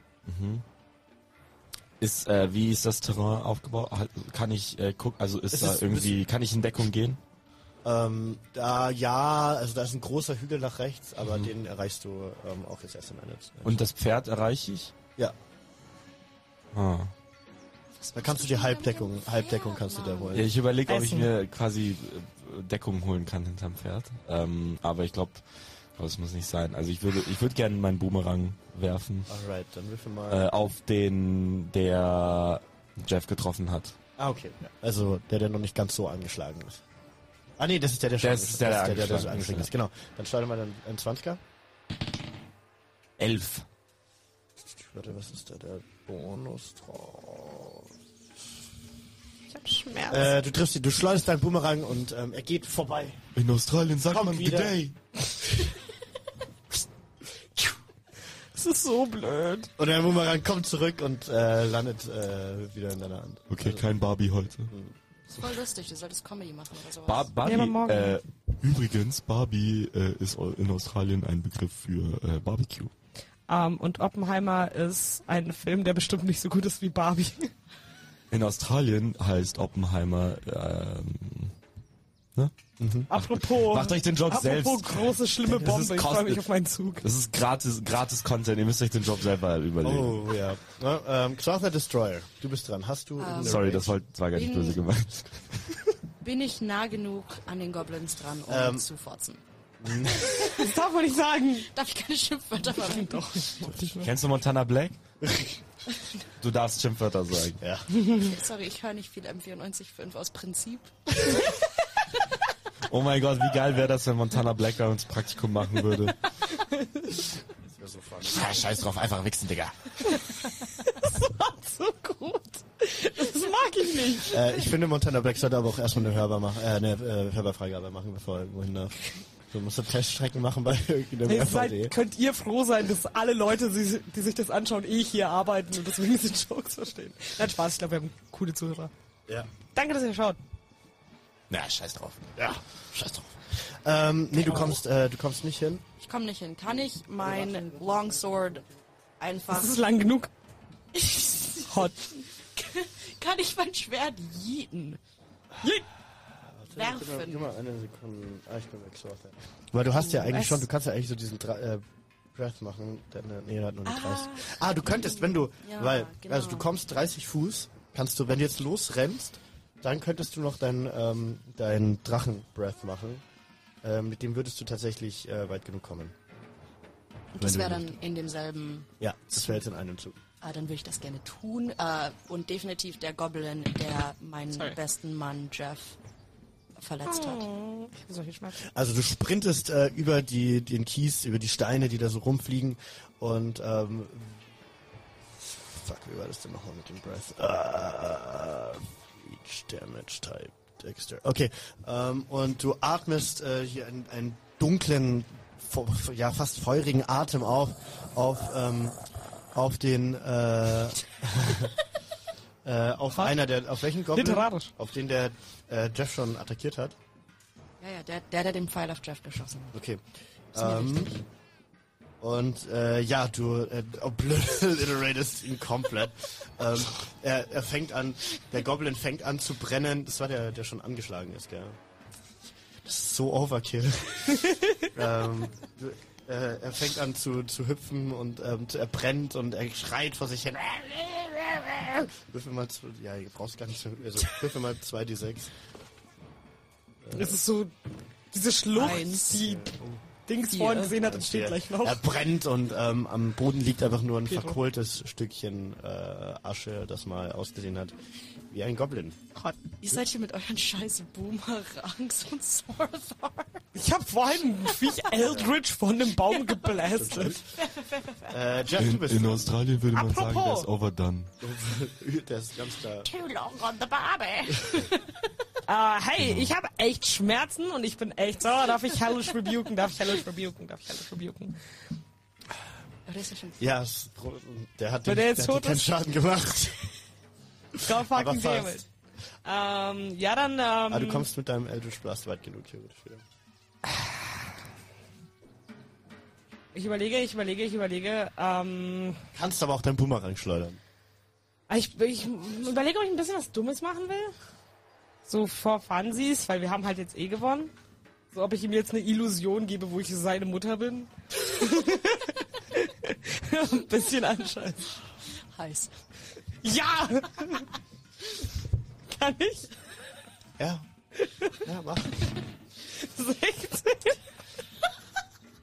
S3: Ist, äh, wie ist das Terrain aufgebaut? Ah, Kann ich äh, gucken, also ist
S5: Es
S3: da
S5: ist-
S3: irgendwie, kann ich in Deckung gehen?
S5: Ähm, da ja, also da ist ein großer Hügel nach rechts, aber den erreichst du ähm, auch jetzt erst in einer
S3: Mhm. Und das Pferd erreiche ich?
S5: Ja.
S3: Ah.
S5: Da kannst du dir Halbdeckung, Halbdeckung kannst du da
S3: Ja,
S5: holen.
S3: ich überlege, ob ich
S4: Essen.
S3: mir quasi äh, Deckung holen kann hinterm Pferd. Ähm, aber ich glaube, glaub, das muss nicht sein. Also ich würde, ich würde gerne meinen Boomerang werfen
S5: Alright, dann würfel mal.
S3: äh, auf den, der Jeff getroffen hat.
S5: Ah, okay. Ja. Also der, der noch nicht ganz so angeschlagen ist. Ah, nee, das ist der, der schon
S3: Das ist der, der
S5: das ist der, der, der so
S3: angeschlagen
S5: angeschlagen
S3: ist,
S5: ist. Genau. Dann starte mal einen, einen 20er.
S3: Elf.
S5: Warte, was ist da der Bonus drauf?
S4: Ich hab Schmerz.
S5: Äh, du triffst ihn, du schleudest deinen Boomerang und ähm, er geht vorbei.
S3: In Australien sagt
S5: Komm man wieder. G'day.
S4: das ist so blöd.
S5: Und der Boomerang kommt zurück und äh, landet äh, wieder in deiner Hand.
S3: Okay, kein Barbie heute.
S2: Das ist voll lustig, du solltest Comedy machen oder sowas.
S3: Bar Barbie,
S4: Ja, aber morgen.
S3: äh, übrigens, Barbie äh, ist au- in Australien ein Begriff für äh, Barbecue.
S4: Ähm, und Oppenheimer ist ein Film, der bestimmt nicht so gut ist wie Barbie.
S3: In Australien heißt Oppenheimer, ähm, ne?
S4: [laughs] Apropos.
S3: Macht euch den Job
S4: Apropos
S3: selbst.
S4: große, schlimme
S3: Das ist
S4: Bombe. Ich freue
S3: kostet-
S4: mich auf meinen Zug.
S3: Das ist gratis, gratis Content, ihr müsst euch den Job selber überlegen.
S5: Oh, ja. Na, ähm, Xartha Destroyer, du bist dran. Hast
S4: Ah.
S5: du... irgendeine
S3: Sorry,
S5: Range?
S3: das war, das war gar nicht
S2: Bin-
S3: böse gemeint.
S2: Bin ich nah genug an den Goblins dran, um
S5: Ähm.
S2: zu forzen?
S4: Das darf man nicht sagen.
S2: Darf ich keine Schimpfwörter verwenden?
S4: Doch.
S3: Kennst du Montana Black? [laughs] Du darfst Schimpfwörter sagen.
S5: Ja.
S2: Sorry, ich höre nicht viel M94.5 aus Prinzip.
S3: Oh mein Gott, wie geil wäre das, wenn Montana Black bei uns Praktikum machen würde. Ja, scheiß drauf, einfach wichsen, Digga.
S4: So gut. Das mag ich nicht.
S5: äh, ich finde, Montana Black sollte aber auch erstmal eine, Hörbar machen, äh, eine äh, Hörbarfreigabe machen, bevor er irgendwo hin darf. Du musst Teststrecken machen bei irgendeinem
S4: Ihr
S5: RVD.
S4: seid, könnt ihr froh sein, dass alle Leute, die, die sich das anschauen, eh hier arbeiten und deswegen [laughs] diese Jokes verstehen. Nein, Spaß. Ich glaube, wir haben coole Zuhörer.
S5: Ja.
S4: Danke, dass ihr schaut.
S3: Na, scheiß drauf.
S5: Ja, scheiß drauf. Ähm, nee, du kommst, äh, du kommst nicht hin.
S2: Ich komme nicht hin. Kann ich mein Longsword einfach...
S4: [laughs] Das ist lang genug.
S3: [laughs]
S4: Hot.
S2: Kann ich mein Schwert yeeten? Werfen.
S5: Gib mal- Gib mal eine Sekunde. Ah, ich bin wegsortiert. Weil du hast ja eigentlich
S4: Was?
S5: schon, du kannst ja eigentlich so diesen Dra äh, Breath machen. Der, ne, nee, der hat nur eine 30. Ah, du könntest, wenn du,
S2: Ja,
S5: weil,
S2: genau.
S5: also du kommst 30 Fuß, kannst du, wenn du jetzt losrennst, dann könntest du noch deinen ähm, dein Drachen-Breath machen. Ähm, mit dem würdest du tatsächlich äh, weit genug kommen.
S2: Und das
S5: Wenn du
S2: wäre dann in demselben...
S5: Ja, das wäre jetzt in einem Zug.
S2: Ah, dann würde ich das gerne tun. Äh, und definitiv der Goblin, der meinen besten Mann Jeff verletzt hat.
S4: Ich habe solche Schmerzen.
S5: Also du sprintest äh, über die, den Kies, über die Steine, die da so rumfliegen und ähm, fuck, wie war das denn nochmal mit dem Breath? Ah, each Damage Type Dexter. Okay, ähm, und du atmest äh, hier einen, einen dunklen, vo- ja fast feurigen Atem auf, auf, ähm, auf den, äh, [laughs] äh, auf einer der, auf welchen Goblin?
S4: Literarisch.
S5: Auf den der äh, Jeff schon attackiert hat.
S2: Ja, ja, der, der, der den Pfeil auf Jeff geschossen hat.
S5: Okay.
S2: Ist mir
S5: Ähm,
S2: wichtig.
S5: und äh, ja, du äh, [laughs] obliteratest ihn komplett. ähm, er, er fängt an, der Goblin fängt an zu brennen. Das war der, der schon angeschlagen ist, gell? Das ist
S2: [laughs]
S5: so Overkill. ähm, du- äh, er fängt an zu, zu hüpfen und ähm, zu, er brennt und er schreit vor sich hin. Würfel mal zu, ja, ihr brauchst gar nicht so, also würfel mal 2d6.
S4: Es ist so diese Schlucht,
S2: Eins.
S4: die Dings vorhin gesehen hat, entsteht
S5: Der-
S4: gleich noch.
S5: Er brennt und ähm, am Boden liegt einfach nur ein
S4: Pedro.
S5: verkohltes Stückchen äh, Asche, das mal ausgesehen hat wie ein Goblin.
S2: Ihr seid hier mit euren scheiß Boomerangs und Sorthar.
S4: Ich habe vorhin ein Viech
S3: [laughs]
S4: Eldritch von dem Baum geblästet.
S5: Äh, Jeff, du
S3: In,
S5: bist
S3: in Australien würde man sagen, der
S4: Apropos.
S3: ist overdone.
S5: der ist ganz klar.
S1: Too long on the barbie.
S4: Äh, hey,
S3: genau.
S4: ich habe echt Schmerzen und ich bin echt sauer. Darf ich hellish rebuken? Darf ich hellish rebuken? Darf ich hellish rebuken?
S2: Aber das ist ja schon.
S5: Ja, es- der hat,
S4: Wenn der
S5: den, der
S4: jetzt
S5: hat dir
S4: tot
S5: keinen
S4: ist-
S5: Schaden
S4: [laughs]
S5: gemacht.
S4: God
S5: Aber
S4: fucking damn it.
S5: fast.
S4: Ähm, ja, dann, ähm,
S5: Ah, du kommst mit deinem Eldritch Blast weit genug theoretisch. Ja.
S4: ich überlege, ich überlege, ich überlege, ähm, ah,
S5: Kannst aber auch deinen Boomerang schleudern.
S4: ich, ich überlege, ob ich ein bisschen was Dummes machen will. So vor Funsies, weil wir haben halt jetzt eh gewonnen. So, ob ich ihm jetzt eine Illusion gebe, wo ich seine Mutter bin. [laughs] ein bisschen anscheißen.
S2: Heiß.
S4: Ja! [laughs] Kann ich?
S5: Ja. Ja, mach.
S4: 16?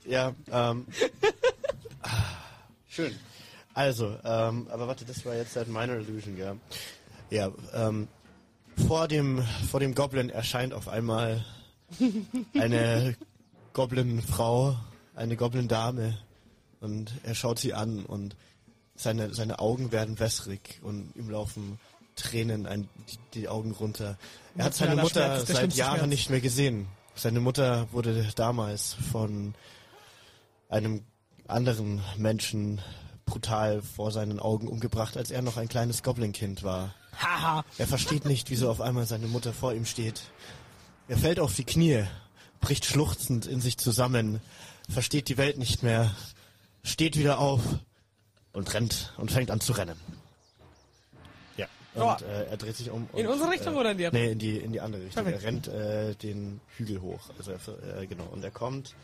S5: Ja, ähm. [laughs] Schön. Also, ähm, aber warte, das war jetzt halt Minor Illusion, gell? Ja, ähm, vor dem, vor dem Goblin erscheint auf einmal eine Goblin-Frau, eine Goblin-Dame und er schaut sie an und seine, seine Augen werden wässrig und ihm laufen Tränen ein, die, die Augen runter. Er hat seine
S4: Emotionaler
S5: Mutter
S4: Schmerz, der
S5: seit
S4: schlimmste
S5: Jahren
S4: Schmerz.
S5: nicht mehr gesehen. Seine Mutter wurde damals von einem anderen Menschen brutal vor seinen Augen umgebracht, als er noch ein kleines Goblin-Kind war.
S4: Haha.
S5: Er versteht nicht, wieso auf einmal seine Mutter vor ihm steht. Er fällt auf die Knie, bricht schluchzend in sich zusammen, versteht die Welt nicht mehr, steht wieder auf und rennt und fängt an zu rennen. Ja.
S4: Ja.
S5: Und äh, er dreht sich um. Und,
S4: In unsere Richtung oder in die andere?
S5: Nee, in die, in die andere Richtung.
S4: Perfekt.
S5: Er rennt äh, den Hügel hoch. Also er, äh, genau. Und er kommt.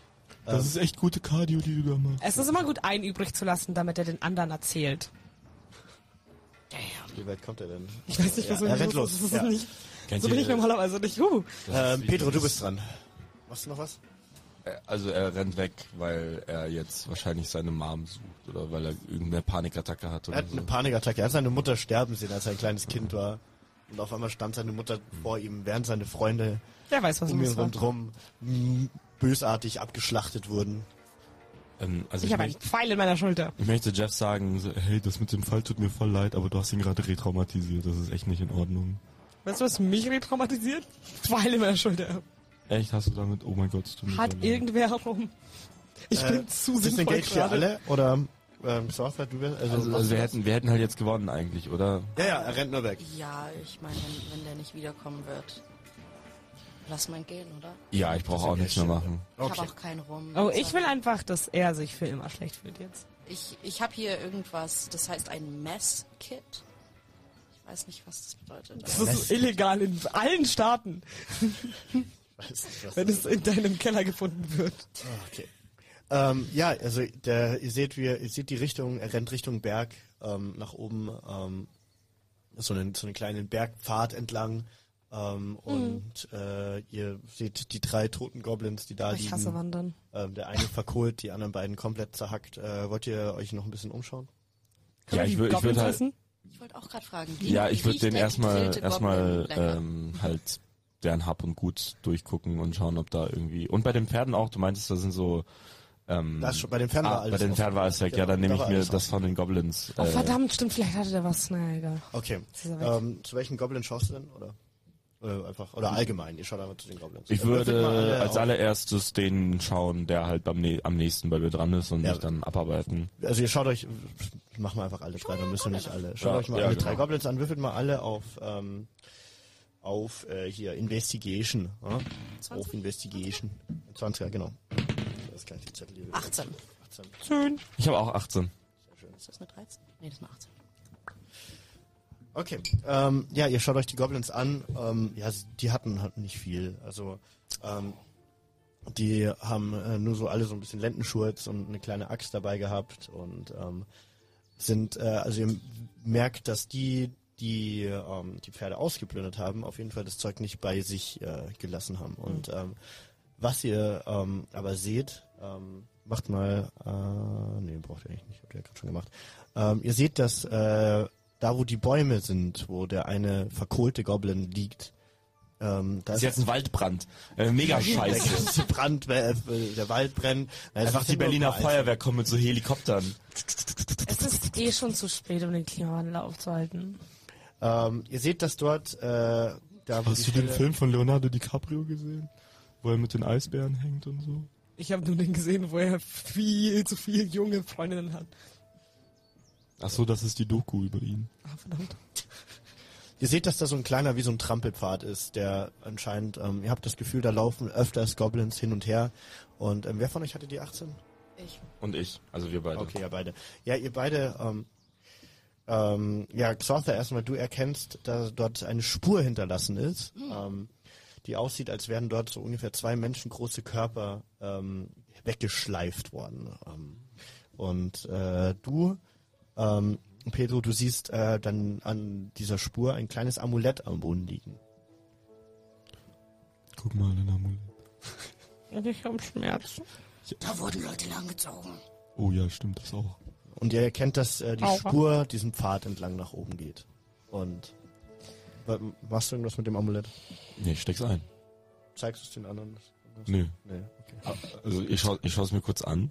S3: Das ist echt gute Cardio, die du da machst.
S4: Es ist immer gut, einen übrig zu lassen, damit er den anderen erzählt.
S5: Wie weit kommt er denn?
S4: Ich weiß nicht, was
S5: ja,
S4: mit
S5: er
S4: mir
S5: rennt
S4: los
S5: los.
S4: ist. Das ist
S5: Ja.
S4: nicht, so bin ich normalerweise nicht. Huh.
S5: Ähm, Pedro, du bist dran. Machst du noch was?
S3: Also er rennt weg, weil er jetzt wahrscheinlich seine Mom sucht oder weil er irgendeine Panikattacke hat
S5: Er
S3: oder
S4: Äh,
S5: hat eine
S4: ne.
S3: so.
S5: Panikattacke. Er hat seine Mutter sterben sehen, als er ein kleines Kind war. Und auf einmal stand seine Mutter vor ihm, während seine Freunde
S4: Wer weiß, was
S5: um ihn
S4: los Also war.
S5: rundherum mm, bösartig abgeschlachtet wurden.
S3: Ähm, also
S4: Ich
S3: ich,
S4: habe einen
S3: möcht,
S4: Pfeil in meiner Schulter.
S3: ich möchte Jeff sagen, so, hey, das mit dem Fall tut mir voll leid, aber du hast ihn gerade retraumatisiert. Das ist echt nicht in Ordnung.
S4: Weißt du, was mich retraumatisiert? Pfeil in meiner Schulter.
S3: Echt, hast du damit, oh mein Gott, es tut mir
S4: Hat
S3: voll leid.
S4: irgendwer rum. Ich
S5: Äh,
S4: bin zu sinnvoll
S5: Disengage hier
S4: gerade.
S5: alle? Oder ähm, Sorcerer, du bist? Also,
S3: also,
S5: machst
S3: also
S5: du
S3: wir,
S5: das?
S3: hätten, wir hätten halt jetzt gewonnen eigentlich, oder?
S5: Ja, ja, er rennt
S4: [laughs]
S5: nur weg.
S2: Ja, ich meine, wenn, wenn der nicht wiederkommen wird, lass mal gehen, oder?
S3: Ja, ich brauche auch nichts mehr machen.
S2: Ich
S5: Okay.
S2: habe auch keinen Rum. Also,
S4: Oh, ich will einfach, dass er sich für immer schlecht fühlt jetzt.
S2: Ich, ich habe hier irgendwas, das heißt ein Mess-Kit. Ich weiß nicht, was das bedeutet.
S4: Das ist illegal in allen Staaten,
S5: Weiß nicht, was
S4: wenn es in deinem Keller gefunden wird.
S5: Ah, Okay. Ähm, ja, also der, ihr seht, wir, ihr seht die Richtung, er rennt Richtung Berg ähm, nach oben, ähm, so, einen, so einen kleinen Bergpfad entlang.
S4: Mhm.
S5: Ähm, Und äh, ihr seht die drei toten Goblins, die da
S4: Oh, Ich
S5: liegen.
S4: hasse Wandern.
S5: Ähm, der eine verkohlt, die anderen beiden komplett zerhackt. Äh, wollt ihr euch noch ein bisschen umschauen?
S4: Kann
S3: Ja,
S4: man
S3: ich
S4: die
S3: würd- ich
S4: Goblins
S3: würd halt-
S4: essen?
S2: Ich wollte auch gerade fragen. wie-
S3: Ja,
S2: wie
S3: ich würde
S2: riecht
S3: den
S2: der
S3: erstmal
S2: gegrillte
S3: erstmal
S2: Goblin-Lecker?
S3: ähm, halt deren Hab und Gut durchgucken und schauen, ob da irgendwie. Und bei den Pferden auch, du meintest, da sind so. Ähm,
S5: Da ist schon- bei den Pferden war
S3: ah,
S5: alles
S3: bei den
S5: offen.
S3: Pferden war alles weg. Ja,
S5: Genau,
S3: dann
S5: da
S3: nehme
S5: war
S3: ich mir
S5: alles
S3: das von den Goblins.
S4: Oh,
S3: äh,
S4: verdammt, stimmt, vielleicht hatte der was. Na, egal.
S5: Okay.
S4: ist er weg.
S5: Ähm, zu welchem Goblin schaust du denn? Oder, oder einfach oder allgemein? Ihr schaut einfach zu den Goblins.
S3: Ich
S5: Äh, würfelt
S3: würde
S5: mal alle
S3: als
S5: auf-
S3: allererstes den schauen, der halt beim, nä- am nächsten bei mir dran ist und
S5: Ja.
S3: mich dann abarbeiten.
S5: Also ihr schaut euch, machen wir einfach alle drei, dann müssen wir nicht alle. Schaut
S3: Ja,
S5: euch mal
S3: ja,
S5: alle
S3: genau.
S5: drei Goblins an, würfelt mal alle auf, ähm, auf äh, hier Investigation. Ja? Auf Investigation. 20er, genau. Das gleich die Zettel hier.
S2: 18.
S5: 18.
S4: Schön.
S3: Ich habe auch 18.
S2: Ist das eine 13? Nee, das ist eine 18.
S5: Okay. Ähm, ja, ihr schaut euch die Goblins an. Ähm, ja, sie- die hatten halt nicht viel. Also ähm, die haben äh, nur so alle so ein bisschen Lendenschurz und eine kleine Axt dabei gehabt und ähm, sind, äh, also ihr merkt, dass die, die ähm, die Pferde ausgeplündert haben, auf jeden Fall das Zeug nicht bei sich äh, gelassen haben. Und ähm, was ihr ähm, aber seht, ähm, macht mal, äh, nee, braucht ihr eigentlich nicht, habt ihr ja gerade schon gemacht. Ähm, ihr seht, dass äh, da, wo die Bäume sind, wo der eine verkohlte Goblin liegt, ähm, da
S3: Das
S5: ist
S3: ist jetzt ein Waldbrand. Äh, mega
S5: der
S3: scheiße.
S5: ganze Brand, äh, der Wald brennt. Nein, es
S3: Einfach
S5: sind
S3: die
S5: nur
S3: Berliner
S5: ein paar
S3: Feuerwehr kommen mit so Helikoptern.
S4: Es ist eh schon zu spät, um den Klimawandel aufzuhalten.
S5: Ähm, ihr seht, dass dort äh, da wo die Stelle-
S3: von Leonardo DiCaprio gesehen? Wo er mit den Eisbären hängt und so?
S4: Ich habe nur den gesehen, wo er viel zu viel junge Freundinnen hat.
S3: Ach so, das ist die Doku über ihn.
S4: Ah, verdammt.
S5: Ihr seht, dass da so ein kleiner, wie so ein Trampelpfad ist, der anscheinend, ähm, ihr habt das Gefühl, da laufen öfters Goblins hin und her. Und ähm, wer von euch hatte die 18?
S2: Ich.
S3: Und ich, also wir beide.
S5: Okay, ja, beide. Ja, ihr beide, ähm, ähm, ja, Xotha, erstmal, du erkennst, dass dort eine Spur hinterlassen ist, ähm, die aussieht, als wären dort so ungefähr zwei Menschen große Körper ähm, weggeschleift worden. Ähm, und äh, du, ähm, Pedro, du siehst äh, dann an dieser Spur ein kleines Amulett am Boden liegen.
S3: Guck mal, ein Amulett.
S4: Und ich habe Schmerzen.
S1: Da wurden Leute langgezogen.
S3: Oh ja, stimmt, das auch.
S5: Und ihr erkennt, dass äh, die
S4: Aua.
S5: Spur diesen Pfad entlang nach oben geht. Und wa- machst du irgendwas mit dem Amulett?
S3: Nee, ich steck's ein.
S5: Zeigst du es den anderen?
S3: Nö.
S5: Nee.
S3: Also ich schaue ich es mir kurz an.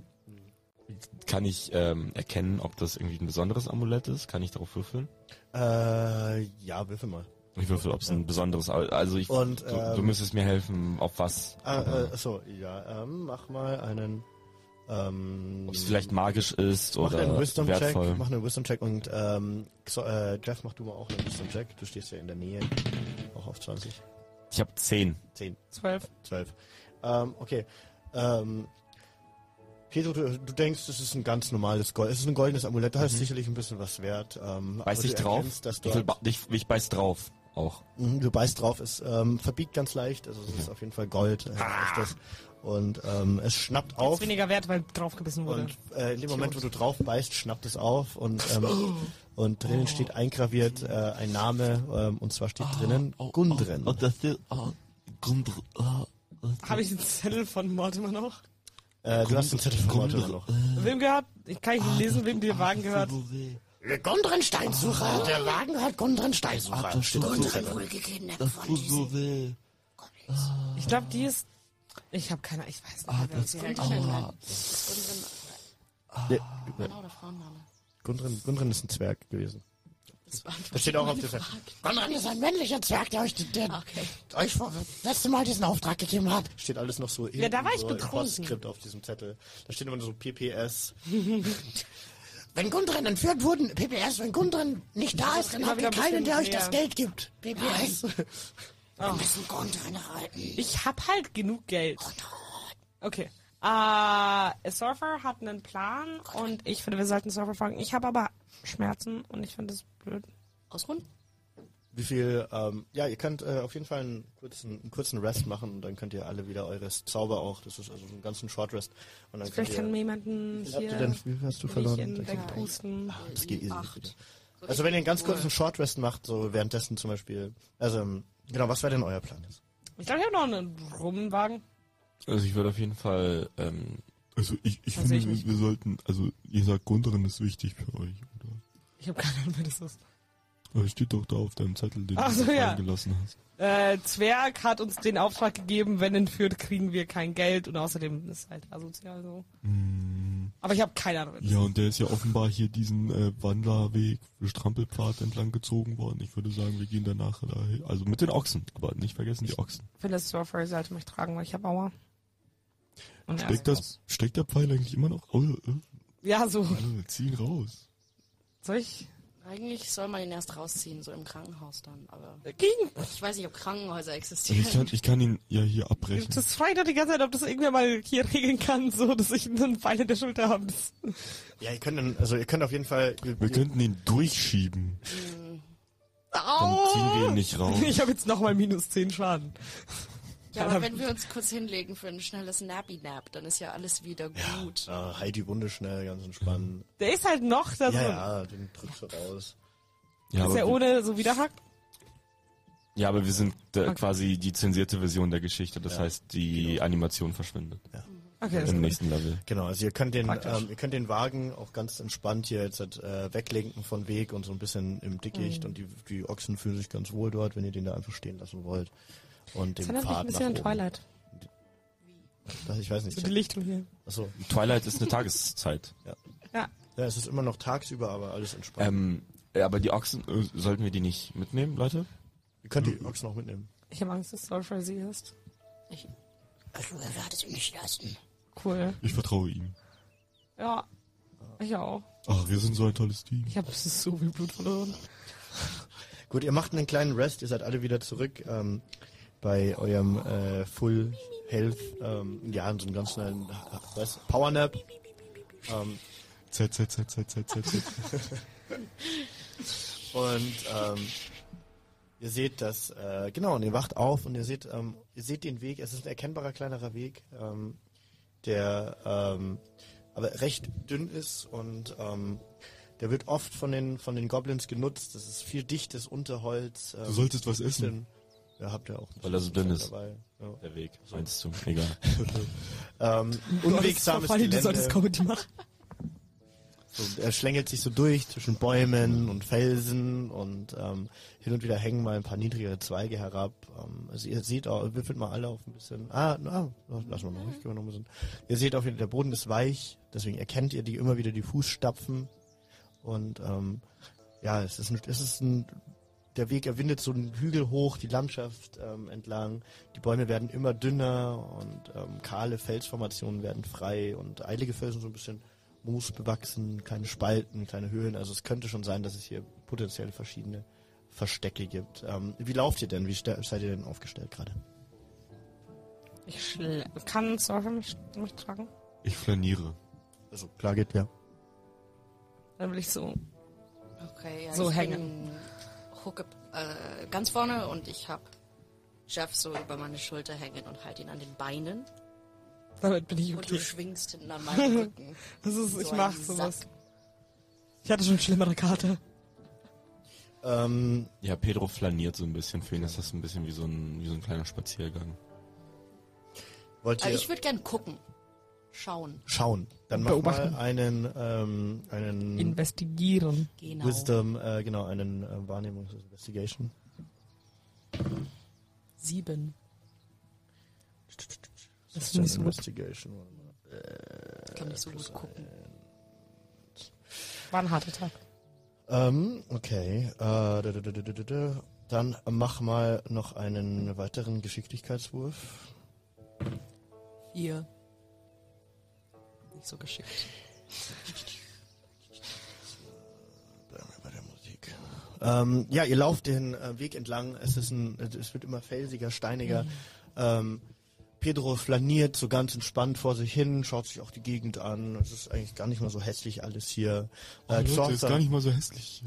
S3: Kann ich ähm, erkennen, ob das irgendwie ein besonderes Amulett ist? Kann ich darauf würfeln?
S5: Äh, ja, würfel mal.
S3: Ich würfel, ob es ein besonderes... Au- Also ich,
S5: Und,
S3: du, du
S5: ähm,
S3: müsstest mir helfen, auf was...
S5: Ah, äh, achso, ja, ähm, mach mal einen, ähm,
S3: ob es vielleicht magisch ist
S5: mach
S3: oder
S5: einen Wisdom-Check,
S3: wertvoll.
S5: mach einen Wisdom-Check und, ähm, so, äh, Jeff, mach du mal auch einen Wisdom-Check. Du stehst ja in der Nähe, auch auf 20,
S3: Ich habe zehn.
S5: 10,
S4: Zwölf.
S5: 12. Ähm, okay, ähm, Pedro, du, du denkst, es ist ein ganz normales Gold, es ist ein goldenes Amulett, da ist sicherlich ein bisschen was wert. Ähm,
S3: Mhm. Beiß
S5: aber
S3: ich
S5: du
S3: drauf?
S5: erkennst, Dass
S3: ich, will,
S5: dort,
S3: ba- ich, ich beiß drauf auch.
S5: Mhm, Du beißt drauf, es ähm, verbiegt ganz leicht, also es ist auf jeden Fall Gold. Äh,
S3: Ah.
S5: ist das. Und ähm, es schnappt
S4: Ist
S5: auf.
S4: weniger wert, weil draufgebissen wurde.
S5: Und äh, in dem Moment, wo du drauf beißt, schnappt es auf und, ähm,
S3: Oh.
S5: und drinnen steht eingraviert äh, ein Name ähm, und zwar steht drinnen Gundren.
S3: das ist... Ah. Oh, Gundren.
S4: Habe ich den Zettel von Mortimer noch?
S5: äh, du hast den Zettel von Mortimer noch.
S4: Wem gehört? Ich kann nicht lesen, wem der Wagen gehört.
S5: Äh, Gundren
S3: Ah.
S5: Steinsucher, der Wagen hat Gundren Steinsucher. Ah, Steht auf dem
S1: Unsere
S5: Zettel.
S1: wurde gekidnappt von diesen
S6: so weh.
S1: Goblins.
S4: Ich glaube, die ist. Ich habe keine. Ich weiß nicht. wer Ah, das ist.
S2: Sehr klein. Nein. Gundren, Mann oder äh, genau, Frauenname?
S5: Gundren, Gundren ist ein Zwerg gewesen.
S2: Das
S5: Das
S2: beantwortet
S5: steht auch auf
S2: meine
S5: dem Zettel.
S2: Frage.
S1: Konrad ist ein männlicher Zwerg, der euch, der,
S2: Okay.
S1: euch vor, letzte Mal diesen Auftrag gegeben hat.
S5: Steht alles noch so
S4: Ja, da
S5: hinten
S4: war ich
S5: so
S4: betrunken.
S5: Postskript auf diesem Zettel. Da steht immer nur so PPS.
S1: [laughs] Wenn Gundren entführt wurden, PPS, wenn Gundren nicht da ist, dann
S4: immer
S1: habt
S4: wieder
S1: ihr
S4: ein
S1: keinen,
S4: bisschen
S1: der euch
S4: mehr.
S1: das Geld gibt. PPS. Wir müssen Gundren erhalten.
S4: Ich hab halt genug Geld. Okay. Äh, Surfer hat einen Plan und ich finde, wir sollten Surfer folgen. Ich habe aber Schmerzen und ich finde es blöd.
S2: Ausruhen?
S5: [laughs] Wie viel, ähm, ja, ihr könnt äh, auf jeden Fall einen kurzen, einen kurzen Rest machen und dann könnt ihr alle wieder eures Zauber auch. Das ist also so einen ganzen Short Rest. Und dann könnt
S4: Vielleicht kann
S5: ihr,
S4: mir jemanden
S5: habt ihr denn,
S4: hier
S5: wie viel hast du verloren?
S4: Mädchen wegpusten.
S5: Das geht easy.
S2: Acht.
S5: Also wenn ihr einen ganz kurzen Short Rest macht, so währenddessen zum Beispiel, also ähm, genau, was wäre denn euer Plan jetzt?
S4: Ich glaube, ich habe noch einen Rumwagen.
S3: Also ich würde auf jeden Fall... Ähm,
S6: Also ich, ich
S4: Das sehe ich
S6: finde, wir,
S4: nicht.
S6: wir sollten, also ihr sagt, Gundren ist wichtig für euch, oder?
S4: Ich habe keine Ahnung, wer das ist.
S6: Aber es steht doch da auf deinem Zettel, den
S4: Ach
S6: du
S4: so,
S6: fallen
S4: ja.
S6: gelassen hast.
S4: Äh, Zwerg hat uns den Auftrag gegeben, wenn entführt, kriegen wir kein Geld und außerdem ist halt asozial so.
S6: Hm,
S4: Aber ich habe keine Ahnung. wer das
S6: ja, und der ist ja offenbar hier diesen äh, Wanderweg, Strampelpfad entlang gezogen worden. Ich würde sagen, wir gehen danach dahin. Also mit den Ochsen, aber nicht vergessen die Ochsen.
S4: Ich finde, Surfer sollte mich tragen, weil ich habe Aua. Und er ist
S6: Steckt, das,
S4: raus.
S6: steckt der Pfeil eigentlich immer noch? Oh, äh,
S4: Ja, so.
S6: äh, zieh ihn raus.
S4: Soll ich?
S2: Eigentlich soll man ihn erst rausziehen, so im Krankenhaus dann. Aber
S4: Gegen.
S2: ich weiß nicht, ob Krankenhäuser
S6: Und ich,
S2: existieren.
S6: kann, ich kann ihn ja hier abbrechen.
S4: Das frage ich doch die ganze Zeit, ob das irgendwer mal hier regeln kann, so dass ich einen Pfeil in der Schulter habe. Das-
S5: Ja, ihr könnt dann, also ihr könnt auf jeden Fall, ihr,
S6: Wir
S5: ihr-
S6: könnten ihn durchschieben. Dann
S4: Oh!
S6: ziehen wir ihn nicht
S4: [laughs]
S6: raus.
S4: Ich habe jetzt nochmal minus 10 Schaden.
S2: Ja, aber wenn wir uns kurz hinlegen für ein schnelles Nappy-Nap, dann ist ja alles wieder gut.
S5: ah, halt die Wunde schnell, ganz entspannen.
S4: Der ist halt noch, da so.
S5: Ja, ja, den drückst du raus.
S3: ja,
S4: Ist
S3: aber wir-
S4: er ohne so wiederhackt?
S3: Ja, aber wir sind äh,
S4: Okay.
S3: quasi die zensierte Version der Geschichte. Das heißt, die Animation verschwindet
S4: Okay, ist
S3: im
S4: gut.
S3: nächsten Level.
S5: Genau, also ihr könnt den,
S4: Praktisch.
S5: ähm, ihr könnt den Wagen auch ganz entspannt hier jetzt äh, weglenken von Weg und so ein bisschen im Dickicht und die, die Ochsen fühlen sich ganz wohl dort, wenn ihr den da einfach stehen lassen wollt. Und den
S4: Das erinnert mich ein
S5: Pfad nach
S4: bisschen an
S5: oben.
S4: Twilight.
S5: Das, ich weiß nicht.
S4: So die Lichtung hier.
S5: Achso,
S3: Twilight
S4: [laughs]
S3: ist eine Tageszeit.
S4: Ja.
S5: ja, es ist immer noch tagsüber, aber alles entspannt.
S3: Ähm, ja, aber die Ochsen, äh, sollten wir die nicht mitnehmen, Leute?
S5: ihr könnt die Ochsen auch mitnehmen.
S4: Ich habe Angst, dass Surfer sie ist.
S1: Also, ihr werdet ihn nicht lassen.
S4: Cool.
S6: Ich vertraue ihm.
S4: Ja, ich auch.
S6: Ach, wir sind so ein tolles Team.
S4: Ich habe so viel Blut verloren.
S5: [laughs] Gut, ihr macht einen kleinen Rest, ihr seid alle wieder zurück ähm, bei eurem äh, Full Health, ähm, ja, in so einem ganz schnellen äh, was, Powernap. Ähm,
S6: Z, Z, Z, Z, Z, Z, Z.
S5: und ähm, ihr seht das, äh, genau, und ihr wacht auf und ihr seht, ähm, ihr seht den Weg, es ist ein erkennbarer kleinerer Weg, ähm, der ähm, aber recht dünn ist und ähm, der wird oft von den, von den Goblins genutzt. Das ist viel dichtes Unterholz. Ähm,
S6: Du solltest was essen.
S5: bisschen- Ja, habt ihr auch.
S3: Weil er so dünn ist.
S5: Dabei. Ja.
S3: Der Weg, meinst du? Egal.
S5: Ähm, unwegsames
S4: Vor allem, Du
S5: Gelände.
S4: solltest Comedy machen.
S5: So, er schlängelt sich so durch zwischen Bäumen und Felsen und ähm, hin und wieder hängen mal ein paar niedrigere Zweige herab. Ähm, also ihr seht auch, würfelt mal alle auf ein bisschen. Ah, na, lassen wir mal ruhig, können wir noch ein bisschen. Ihr seht auf jeden Fall, der Boden ist weich, deswegen erkennt ihr die immer wieder die Fußstapfen. Und ähm, ja, es ist, ein, es ist ein, der Weg erwindet so einen Hügel hoch, die Landschaft ähm, entlang. Die Bäume werden immer dünner und ähm, kahle Felsformationen werden frei und eilige Felsen so ein bisschen moosbewachsen, kleine Spalten, kleine Höhlen. Also es könnte schon sein, dass es hier potenziell verschiedene Verstecke gibt. Ähm, wie lauft ihr denn? Wie ste- seid ihr denn aufgestellt gerade?
S4: Ich schl- kann Surfer mich, mich tragen.
S6: Ich flaniere.
S5: Also klar geht ja.
S4: Dann will ich so.
S2: Okay, ja,
S4: So
S2: ich
S4: hängen.
S2: bin Hucke äh, ganz vorne und ich habe Jeff so über meine Schulter hängen und halt ihn an den Beinen.
S4: Damit bin ich
S2: Und du
S4: okay.
S2: schwingst hinten an meinem Rücken.
S4: Das ist,
S2: So
S4: ich
S2: ein
S4: mach sowas.
S2: Sack.
S4: Ich hatte schon schlimmere Karte.
S5: Ähm,
S3: Ja, Pedro flaniert so ein bisschen. Für ihn ist das ein bisschen wie so ein, wie so ein kleiner Spaziergang.
S5: wollt
S2: Also
S5: ihr
S2: ich würde gern gucken. Schauen.
S5: schauen? Dann mach
S4: Beobachten.
S5: mal einen, ähm, einen
S4: Investigieren.
S2: Genau.
S5: Wisdom, äh, genau, einen äh, Wahrnehmungs Investigation.
S4: Sieben. Das
S5: Das
S4: finde ich
S5: ist
S4: so
S5: ein
S4: gut.
S5: Investigation. warte mal.
S2: Ich kann nicht so gut gucken.
S4: War ein harter Tag.
S5: Ähm, okay. Äh, da, da, da, da, da, da, da. Dann mach mal noch einen weiteren Geschicklichkeitswurf.
S2: Ihr. Nicht so geschickt.
S5: Bleiben wir bei der Musik. Ähm, ja, ihr lauft den äh, Weg entlang. Es ist ein, es wird immer felsiger, steiniger.
S2: Mhm.
S5: Ähm, Pedro flaniert so ganz entspannt vor sich hin, schaut sich auch die Gegend an. Es ist eigentlich gar nicht mal so hässlich alles hier. Äh,
S6: Leute,
S5: Xhorta,
S6: ist gar nicht mal so hässlich.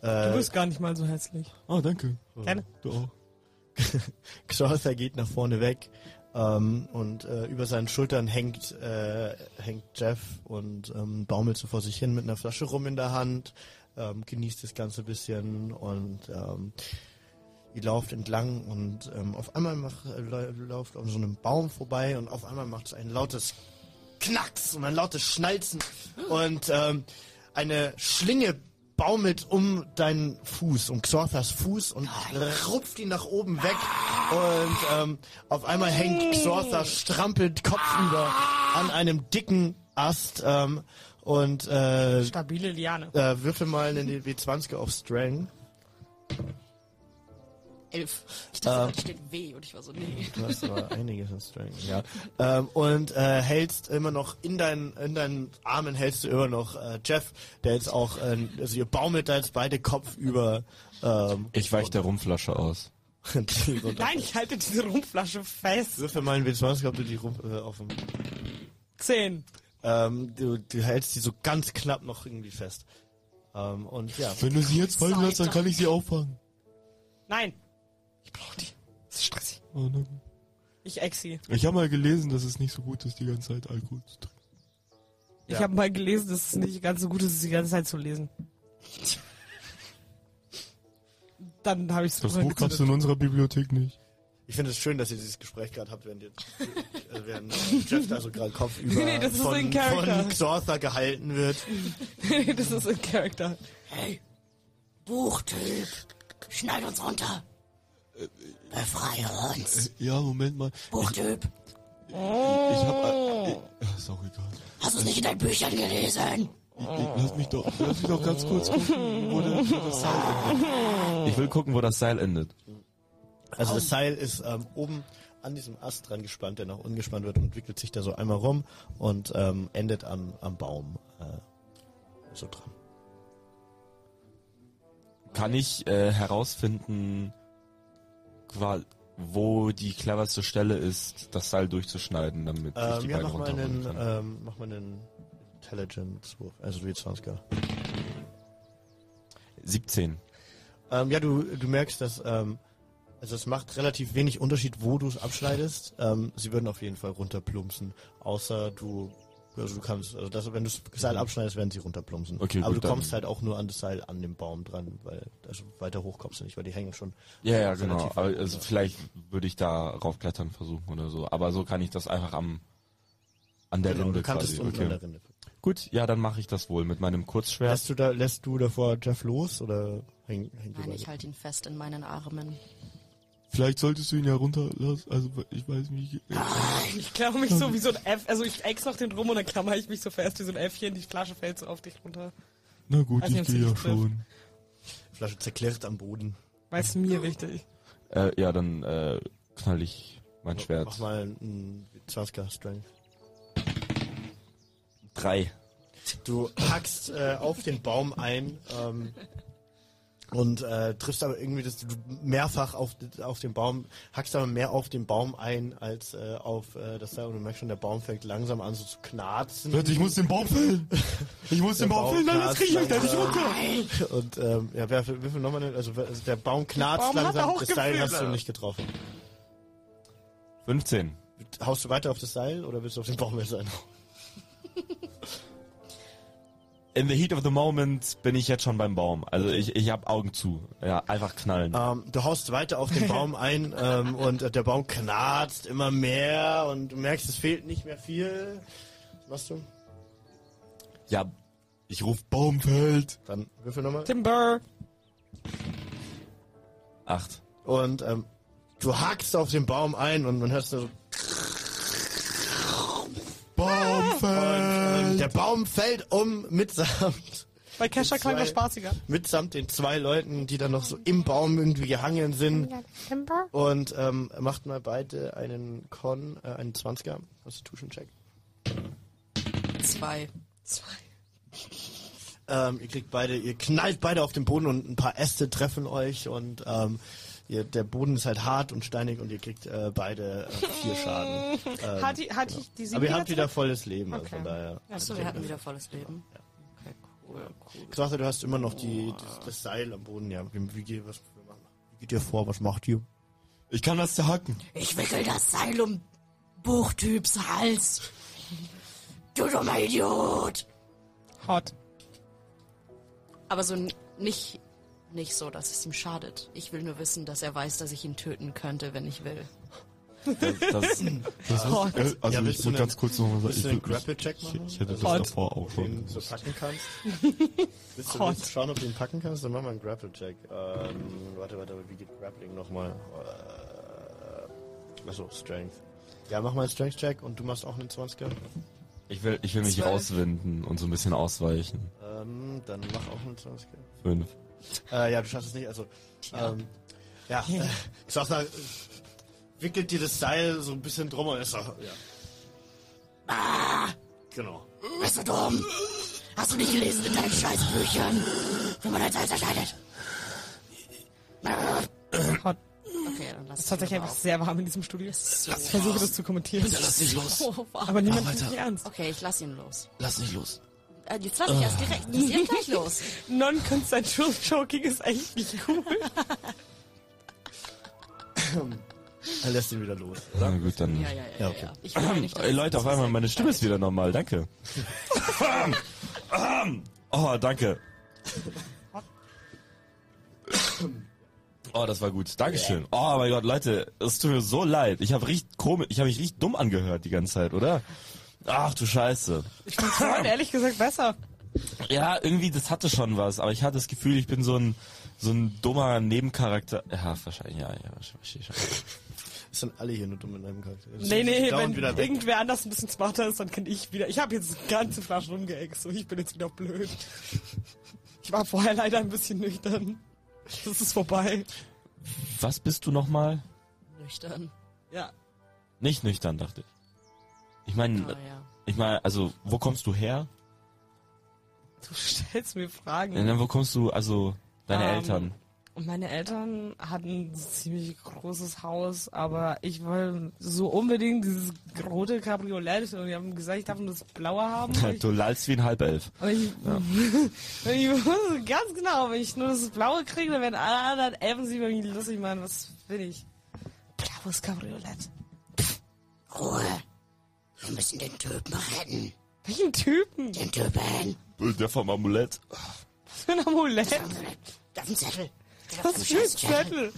S4: Du
S5: äh,
S4: bist gar nicht mal so hässlich.
S6: Ah, danke.
S4: Gerne.
S6: Du auch.
S5: Xhortha geht nach vorne weg ähm, und äh, über seinen Schultern hängt, äh, hängt Jeff und ähm, baumelt so vor sich hin mit einer Flasche rum in der Hand, ähm, genießt das Ganze ein bisschen und ähm, ihr lauft entlang und ähm, auf einmal macht, äh, lau- lauft an so einem Baum vorbei und auf einmal macht es ein lautes Knacks und ein lautes Schnalzen und ähm, eine Schlinge baumelt um deinen Fuß, um Xorthas Fuß und rupft ihn nach oben weg und ähm, auf einmal hängt Xortha strampelt kopfüber an einem dicken Ast ähm, und äh, äh,
S4: Stabile Liane.
S5: würfel mal einen W20 auf Strength.
S2: Elf. Ich dachte, da steht W und ich war so, nee.
S5: Du hast aber einiges an Strength, ja. Ähm, und äh, hältst immer noch in deinen, in deinen Armen hältst du immer noch äh, Jeff, der jetzt auch, äh, also ihr baumelt da jetzt beide Kopf über. Ähm, [laughs]
S3: Ich weiche der Rumflasche aus.
S4: Nein, ich halte diese Rumflasche fest.
S5: Würfel mal einen W20, ob du die rum, äh, auf dem
S4: Zehn.
S5: Ähm, du, du hältst die so ganz knapp noch irgendwie fest. Ähm, und ja,
S6: Wenn du sie jetzt fallen lässt, dann kann ich sie auffangen.
S4: Nein. Ich brauche die. Das ist stressig.
S6: Oh, ne.
S4: Ich ex sie.
S6: Ich habe mal gelesen, dass es nicht so gut ist, die ganze Zeit Alkohol zu trinken.
S4: Ich
S5: Ja.
S4: habe mal gelesen, dass es nicht ganz so gut ist, es die ganze Zeit zu lesen. Dann habe ich es
S6: Das Buch gab's in unserer Bibliothek nicht.
S5: ich finde es schön, dass ihr dieses Gespräch gerade habt, während, ihr, äh, während Jeff da so gerade Kopf
S4: [laughs]
S5: über
S4: Nee, nee, das ist
S5: von,
S4: ein Charakter.
S5: von Xortha gehalten wird.
S4: [laughs] Das ist ein Charakter.
S1: Hey, Buchtyp, schneid uns runter. Befreie uns.
S6: Ja, Moment mal.
S1: Buchtyp,
S6: Ich äh, habe. Ist auch egal.
S1: hast du es nicht in deinen Büchern gelesen?
S6: Ich, ich, lass mich doch, lass mich doch ganz kurz
S1: [laughs]
S6: gucken, wo der, wo das Seil endet.
S3: Ich will gucken, wo das Seil endet.
S5: Also das Seil ist ähm, oben an diesem Ast dran gespannt, der noch ungespannt wird und wickelt sich da so einmal rum und ähm, endet am, am Baum äh, so dran.
S3: Kann ich äh, herausfinden, qua- wo die cleverste Stelle ist, das Seil durchzuschneiden, damit ich die
S5: Ähm, ja,
S3: Beine
S5: mach mal, einen,
S3: runterholen kann?
S5: ähm, mach mal einen Intelligence-Wurf, also wie 20er. äh,
S3: 17.
S5: Ähm, ja, du, du merkst, dass ähm, also es macht relativ wenig Unterschied, wo du es abschneidest. Ähm, sie würden auf jeden Fall runterplumpsen, außer du also du kannst also das, wenn du das Seil abschneidest, werden sie runterplumpsen.
S3: Mhm. Okay,
S5: Aber
S3: gut,
S5: du kommst
S3: dann-
S5: halt auch nur an das Seil an dem Baum dran, weil also weiter hoch kommst du nicht, weil die hängen schon.
S3: Ja, ja,
S5: relativ
S3: genau.
S5: weit
S3: Aber, also
S5: runter.
S3: vielleicht würde ich da raufklettern versuchen oder so. Aber so kann ich das einfach am an der
S5: genau,
S3: Rinde
S5: du kanntest
S3: quasi.
S5: unten
S3: Okay.
S5: an der Rinde.
S3: Gut, ja, dann mache ich das wohl mit meinem Kurzschwert.
S5: Lässt du da lässt du davor Jeff los oder häng, hängt ihr
S2: Nein,
S5: beide?
S2: ich halte ihn fest in meinen Armen.
S6: Vielleicht solltest du ihn ja runterlassen. Also, ich weiß nicht.
S4: Ich klammer mich so wie so ein F. Also ich ex noch den rum und dann klammer ich mich so fest wie so ein Äffchen. Die Flasche fällt so auf dich runter.
S6: Na gut,
S4: Also,
S6: ich
S4: wenn's
S6: gehe
S4: dich
S6: ja
S4: trifft.
S6: schon.
S5: Flasche zerklirrt am Boden.
S4: Weißt du, mir wichtig.
S3: Äh, ja, dann äh, knall ich mein
S5: Mach
S3: Schwert.
S5: mal einen 20er Strength.
S3: Drei.
S5: Du hackst äh, auf den Baum ein ähm, und äh, triffst aber irgendwie das, du mehrfach auf, auf den Baum, hackst aber mehr auf den Baum ein als äh, auf äh, das Seil. Und du merkst schon, der Baum fängt langsam an so zu knarzen.
S6: Leute, ich muss den Baum fällen. Ich muss den
S5: Der
S6: Baum fällen. Nein, das krieg ich euch da nicht runter.
S5: runter. Und ähm, ja, werf, würfel nochmal, einen- also, also der Baum knarzt
S4: Baum hat
S5: langsam,
S4: auch
S5: das Seil
S4: Gefühle.
S5: hast du nicht getroffen.
S3: 15.
S5: Haust du weiter auf das Seil oder willst du auf den Baum mehr sein?
S3: In the heat of the moment bin ich jetzt schon beim Baum. Also ich, ich habe Augen zu. Ja, einfach knallen.
S5: Ähm, du haust weiter auf den Baum ein ähm, und äh, der Baum knarzt immer mehr und du merkst, es fehlt nicht mehr viel. Was machst du?
S3: Ja,
S6: Ich ruf Baum fällt.
S5: Dann würfel nochmal.
S4: Timber.
S3: acht.
S5: Und ähm, du hackst auf den Baum ein und man hört so,
S6: Baum
S5: ähm,
S6: fällt.
S5: der Baum fällt um mitsamt, [laughs]
S4: Bei Kesha klang das spaßiger.
S5: mitsamt den zwei Leuten, die dann noch so im Baum irgendwie gehangen sind. Und ähm, macht mal beide einen Con, äh, einen 20er Constitution-Check.
S2: Zwei. Zwei.
S5: Ähm, ihr kriegt beide, ihr knallt beide auf den Boden und ein paar Äste treffen euch und ähm, ihr, der Boden ist halt hart und steinig und ihr kriegt äh, beide äh, vier Schaden. Ähm,
S4: Hat die, hat die, die
S5: aber ihr
S4: wieder
S5: habt wieder
S4: zurück?
S5: volles Leben, also
S4: Okay.
S5: von daher.
S2: Achso, wir hatten wieder volles Leben. Okay, cool, cool.
S5: Sache, du hast immer noch die, das, das Seil am Boden, ja. Wie, wie, geht- was, wie geht ihr vor? Was macht ihr?
S6: Ich kann das zerhacken.
S2: Ich wickel das Seil um Buchtyps Hals. Du dummer Idiot!
S4: Hot.
S2: Aber so n- nicht, nicht so, dass es ihm schadet. Ich will nur wissen, dass er weiß, dass ich ihn töten könnte, wenn ich will.
S3: Das, das,
S6: Das
S4: Oh,
S6: heißt, äh, also
S5: Ja, willst
S6: ich
S5: du
S6: muss
S5: einen-
S6: ganz kurz noch mal
S5: Willst du
S6: sagen,
S5: einen
S6: ich, würd-
S5: Grapple-Check
S6: ich,
S5: machen?
S6: ich hätte das
S4: Hot.
S6: davor auch
S5: den
S6: schon.
S5: du packen
S4: [laughs]
S5: kannst. willst, du,
S4: Gott.
S5: willst du schauen, ob du ihn packen kannst? Dann machen wir einen Grapple-Check. Ähm, warte, warte, wie geht Grappling nochmal? Äh, achso, Strength. Ja, mach mal einen Strength-Check und du machst auch einen 20er.
S3: ich will, ich will mich
S2: Zwölf.
S3: rauswinden und so ein bisschen ausweichen.
S5: Ähm, dann mach auch einen 20er.
S3: Fünf.
S5: Äh, ja, du schaffst es nicht, also. Ähm, ja, äh, Xosna äh, wickelt dir das Seil so ein bisschen drum und ist so. Ja. Genau.
S1: Bist du dumm? Hast du nicht gelesen in deinen Scheißbüchern, wie man ein Seil zerschneidet?
S4: Hot.
S2: Okay, dann lass
S4: Es ist tatsächlich einfach sehr warm in diesem Studio.
S2: so
S4: Ich versuche das zu kommentieren.
S1: dich los.
S4: Aber niemand nimmt mich ernst.
S2: Okay, ich lass ihn los.
S1: Lass dich los.
S2: Äh, jetzt lass ich erst direkt. Lass ihn gleich los.
S4: Non-consensual choking ist echt nicht cool.
S5: Dann lässt ihn wieder los.
S3: Na gut, dann.
S2: Ja, ja, ja.
S5: Ja,
S2: ja,
S5: okay.
S2: ja. Äh, Ich will ja nicht, dass
S3: Ey, Leute, auf einmal, meine Stimme ist wieder normal, danke. oh, danke. Oh, das war gut. Dankeschön. Oh mein Gott, Leute, es tut mir so leid. Ich habe richtig komisch, ich habe mich richtig dumm angehört die ganze Zeit, oder? Ach du Scheiße.
S4: Ich find's vorhin ehrlich gesagt besser.
S3: Ja, irgendwie das hatte schon was, aber ich hatte das Gefühl, ich bin so ein so ein dummer Nebencharakter. Ja, wahrscheinlich ja, ja, wahrscheinlich schon.
S5: Das sind alle hier nur dumm in deinem Charakter. Das
S4: Nee,
S5: ist
S4: nee,
S5: dauernd
S4: wenn
S5: wieder weg.
S4: irgendwer anders ein bisschen smarter ist, dann kann ich wieder. Ich habe jetzt ganze Flaschen rumgeext und ich bin jetzt wieder blöd. Ich war vorher leider ein bisschen nüchtern. Das ist vorbei.
S3: Was bist du nochmal?
S2: Nüchtern.
S4: Ja.
S3: Nicht nüchtern, dachte ich. Ich meine,
S2: Ah, ja.
S3: ich meine, also, wo kommst du her?
S4: Du stellst mir Fragen.
S3: Und dann, wo kommst du, also, deine
S4: Ähm,
S3: Eltern?
S4: Und meine Eltern hatten ein ziemlich großes Haus, aber ich wollte so unbedingt dieses rote Cabriolet und die haben gesagt, ich darf nur das blaue haben.
S3: [laughs]
S4: Und [laughs] ich,
S3: Du lallst wie ein Halbelf.
S4: und ich, und [laughs] ich wusste ganz genau, wenn ich nur das blaue kriege, dann werden alle anderen Elfen sich über mich lustig machen. Was bin ich? Blaues Cabriolet.
S1: Ruhe. Wir müssen den Typen retten.
S4: Welchen Typen?
S1: Den Typen.
S3: Der vom Amulett.
S4: Was für ein Amulett?
S1: Da auf dem Zettel. Steht auf
S4: Was
S1: dem
S4: für ein
S1: scheiß Zettel.
S4: Zettel?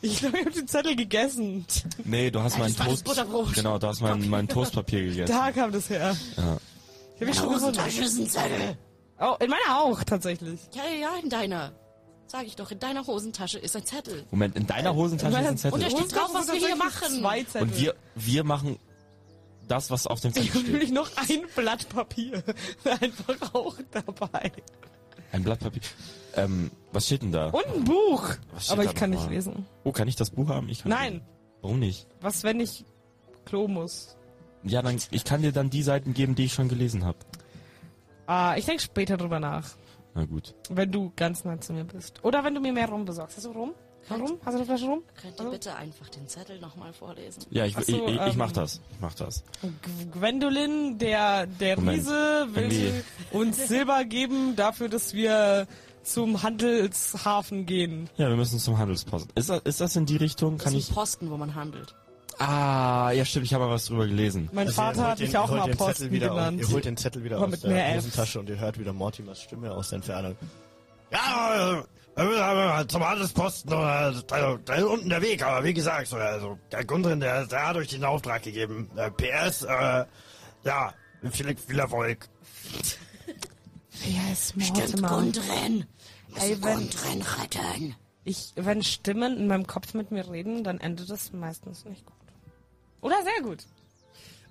S4: Ich glaube, ich habe den Zettel gegessen.
S3: Nee, du hast meinen
S2: das war das
S3: Toast.
S2: Butterbrot.
S3: Genau, du hast mein, mein Toastpapier gegessen.
S4: Da kam das her. Ich hab mich
S1: In der
S4: schon gewundert.
S1: Hosentasche ist ein Zettel.
S4: Oh, in meiner auch, tatsächlich.
S2: Ja, ja, ja, in deiner. Sag ich doch, in deiner Hosentasche ist ein Zettel.
S3: Moment, in deiner Hosentasche ist ein
S4: Und da
S3: Zettel.
S4: steht drauf, was wir hier machen. Zwei Zettel.
S3: Und wir, wir machen das, was auf dem
S4: ich
S3: Zettel
S4: habe [laughs]
S3: steht.
S4: nämlich noch ein Blatt Papier. [laughs] Einfach auch dabei.
S3: Ein Blatt Papier. Ähm, was steht denn da?
S4: Und ein Buch.
S3: Was steht
S4: Aber
S3: da
S4: ich kann
S3: noch
S4: nicht
S3: mal?
S4: lesen.
S3: Oh, kann ich das Buch haben? Ich kann
S4: Nein.
S3: Warum nicht?
S4: Was, wenn ich Klo muss?
S3: Ja, dann ich kann dir dann die Seiten geben, die ich schon gelesen habe.
S4: Ah, ich denke später drüber nach.
S3: Na gut.
S4: Wenn du ganz nah zu mir bist. Oder wenn du mir mehr Rum besorgst. Hast du Rum? Warum? Hast du eine Flasche Rum?
S2: Könnt ihr
S4: Hallo?
S2: bitte einfach den Zettel nochmal vorlesen?
S3: Ja, ich,
S4: Ach so,
S3: ich, ich, ich
S4: ähm,
S3: mach das. Ich mach das.
S4: G- Gwendolin, der, der
S3: Moment.
S4: Riese, will uns Silber geben dafür, dass wir zum Handelshafen gehen.
S3: Ja, wir müssen zum Handelsposten. Ist das, ist das in die Richtung?
S2: Das
S3: Kann
S2: ist
S3: ich.
S2: ein Posten, wo man handelt.
S3: Ah, ja stimmt, ich habe mal was drüber gelesen.
S4: Mein
S5: Also ihr
S4: Vater
S5: holt
S4: hat
S5: den-
S4: mich auch
S5: ihr holt
S4: mal
S5: den Zettel
S4: Posten
S5: wieder
S4: genannt.
S5: Aus, ihr holt den Zettel wieder
S4: Aber
S5: aus
S4: mit mehr
S5: der
S4: F.
S5: Hosentasche und ihr hört wieder Mortimers Stimme aus der Entfernung. Ja, äh, äh, äh, zum Handelsposten, äh, da, da ist unten der Weg, aber wie gesagt, so, also, der Gundrin, der, der hat euch den Auftrag gegeben. Äh, PS, äh, ja, viel, viel Erfolg.
S4: Ja, es
S1: Stimmt, Gundren.
S4: Ey,
S1: Müssen
S4: wenn-
S1: Gundren retten.
S4: Ich, wenn Stimmen in meinem Kopf mit mir reden, dann endet das meistens nicht gut. Oder sehr gut.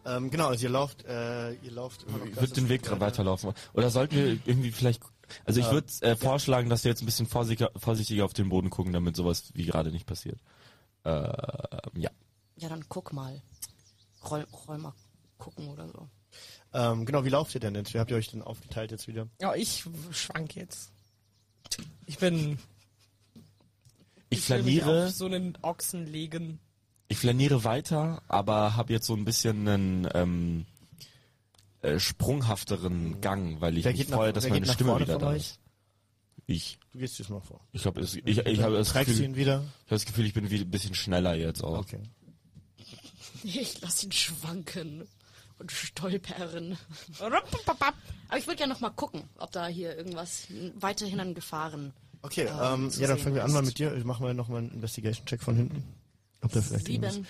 S5: Ähm, genau, also ihr lauft, äh, ihr lauft. immer noch
S3: Ich würde
S5: klassisch ne?
S3: den Weg
S5: gerne.
S3: weiterlaufen. Oder sollten wir irgendwie vielleicht. Also
S4: Ähm,
S3: ich würde äh, vorschlagen, dass wir jetzt ein bisschen vorsichtiger, vorsichtiger auf den Boden gucken, damit sowas wie gerade nicht passiert. Ähm, ja.
S2: Ja, dann guck mal. Roll, roll mal gucken oder so.
S5: Ähm, genau, wie lauft ihr denn jetzt? Wie habt ihr euch denn aufgeteilt jetzt wieder?
S4: Ja, ich schwank jetzt. Ich bin.
S3: Ich
S4: will mich
S3: flaniere,
S4: Auf so einen Ochsen legen.
S3: ich flaniere weiter, aber habe jetzt so ein bisschen einen ähm, äh, sprunghafteren Gang, weil ich
S5: Wer
S3: mich
S5: geht nach-
S3: freue, dass
S5: wer
S3: meine
S5: geht nach
S3: Stimme
S5: vorne
S3: wieder
S5: von
S3: da
S5: euch?
S3: ist. Ich.
S5: Du gehst diesmal vor.
S3: Ich habe ich, ich hab
S5: Dann
S3: das,
S5: trägst du
S3: Gefühl-
S5: ihn wieder.
S3: ich hab das Gefühl, ich bin wie- ein bisschen schneller jetzt auch.
S5: Okay.
S2: Ich lass ihn schwanken und stolpern.
S4: Ruppapapap.
S2: Aber ich würde gerne nochmal gucken, ob da hier irgendwas weiterhin an Gefahren.
S5: Okay,
S2: Ähm,
S5: ähm,
S2: zu
S5: ja, dann
S2: sehen
S5: fangen wir an mal
S2: ist.
S5: mit dir. Ich mache mal nochmal einen Investigation-Check von hinten. Ob da vielleicht
S2: Sieben.
S5: irgendwas-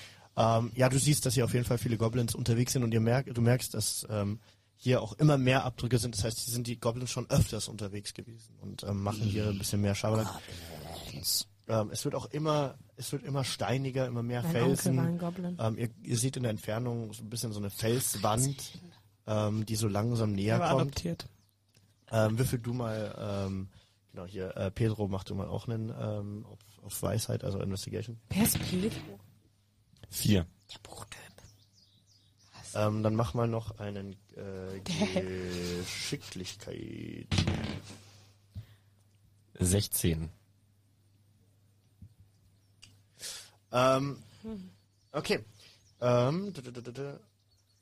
S5: Ähm, ja, du siehst, dass hier auf jeden Fall viele Goblins unterwegs sind und ihr merk, du merkst, dass ähm, hier auch immer mehr Abdrücke sind. Das heißt, hier sind die Goblins schon öfters unterwegs gewesen und ähm, machen hier ein bisschen mehr Schabernack. Ähm, es wird auch immer, es wird immer steiniger, immer mehr
S4: Mein Onkel
S5: Felsen.
S4: war ein Goblin.
S5: Ähm, ihr, ihr seht in der Entfernung so ein bisschen so eine Felswand, ähm, die so langsam näher
S4: war
S5: kommt.
S4: adoptiert.
S5: Ähm, würfel du mal, ähm, genau hier, äh, Pedro macht du mal auch einen ähm, auf, auf Weisheit, also Investigation.
S4: Wer ist Pedro?
S3: Vier.
S1: Der Buchtyp.
S5: Ähm, dann mach mal noch einen
S4: [laughs]
S5: äh, Geschicklichkeit.
S3: 16.
S5: Ähm, okay. Ähm, du, du, du, du, du.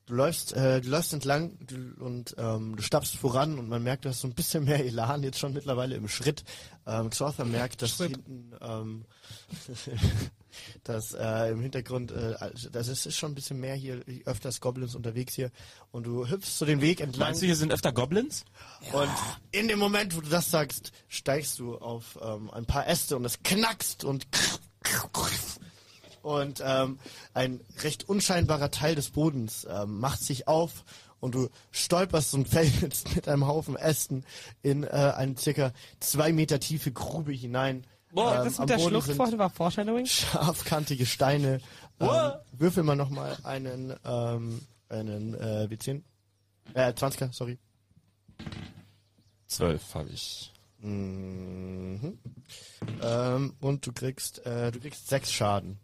S5: Du läufst, äh, du läufst entlang du, und ähm, du stapfst voran und man merkt, du hast so ein bisschen mehr Elan jetzt schon mittlerweile im Schritt. Ähm, Xortha merkt, dass hinten, ähm, [laughs] dass äh, im Hintergrund, äh, das ist ist schon ein bisschen mehr hier, öfters Goblins unterwegs hier und du hüpfst so den Weg entlang
S3: Meinst du, hier sind öfter Goblins?
S5: und in dem Moment, wo du das sagst, steigst du auf ähm, ein paar Äste und es knackst und und ähm, ein recht unscheinbarer Teil des Bodens ähm, macht sich auf und du stolperst und [laughs] fällst mit einem Haufen Ästen in äh, eine circa zwei Meter tiefe Grube hinein. Ähm,
S4: Boah, das mit der Schlucht vorhin war Foreshadowing.
S5: scharfkantige Steine. Ähm, würfel mal nochmal einen, ähm, einen äh, W10. Äh, 20er, sorry.
S3: Zwölf habe ich.
S5: Mhm. Ähm, und du kriegst, äh, du kriegst sechs Schaden.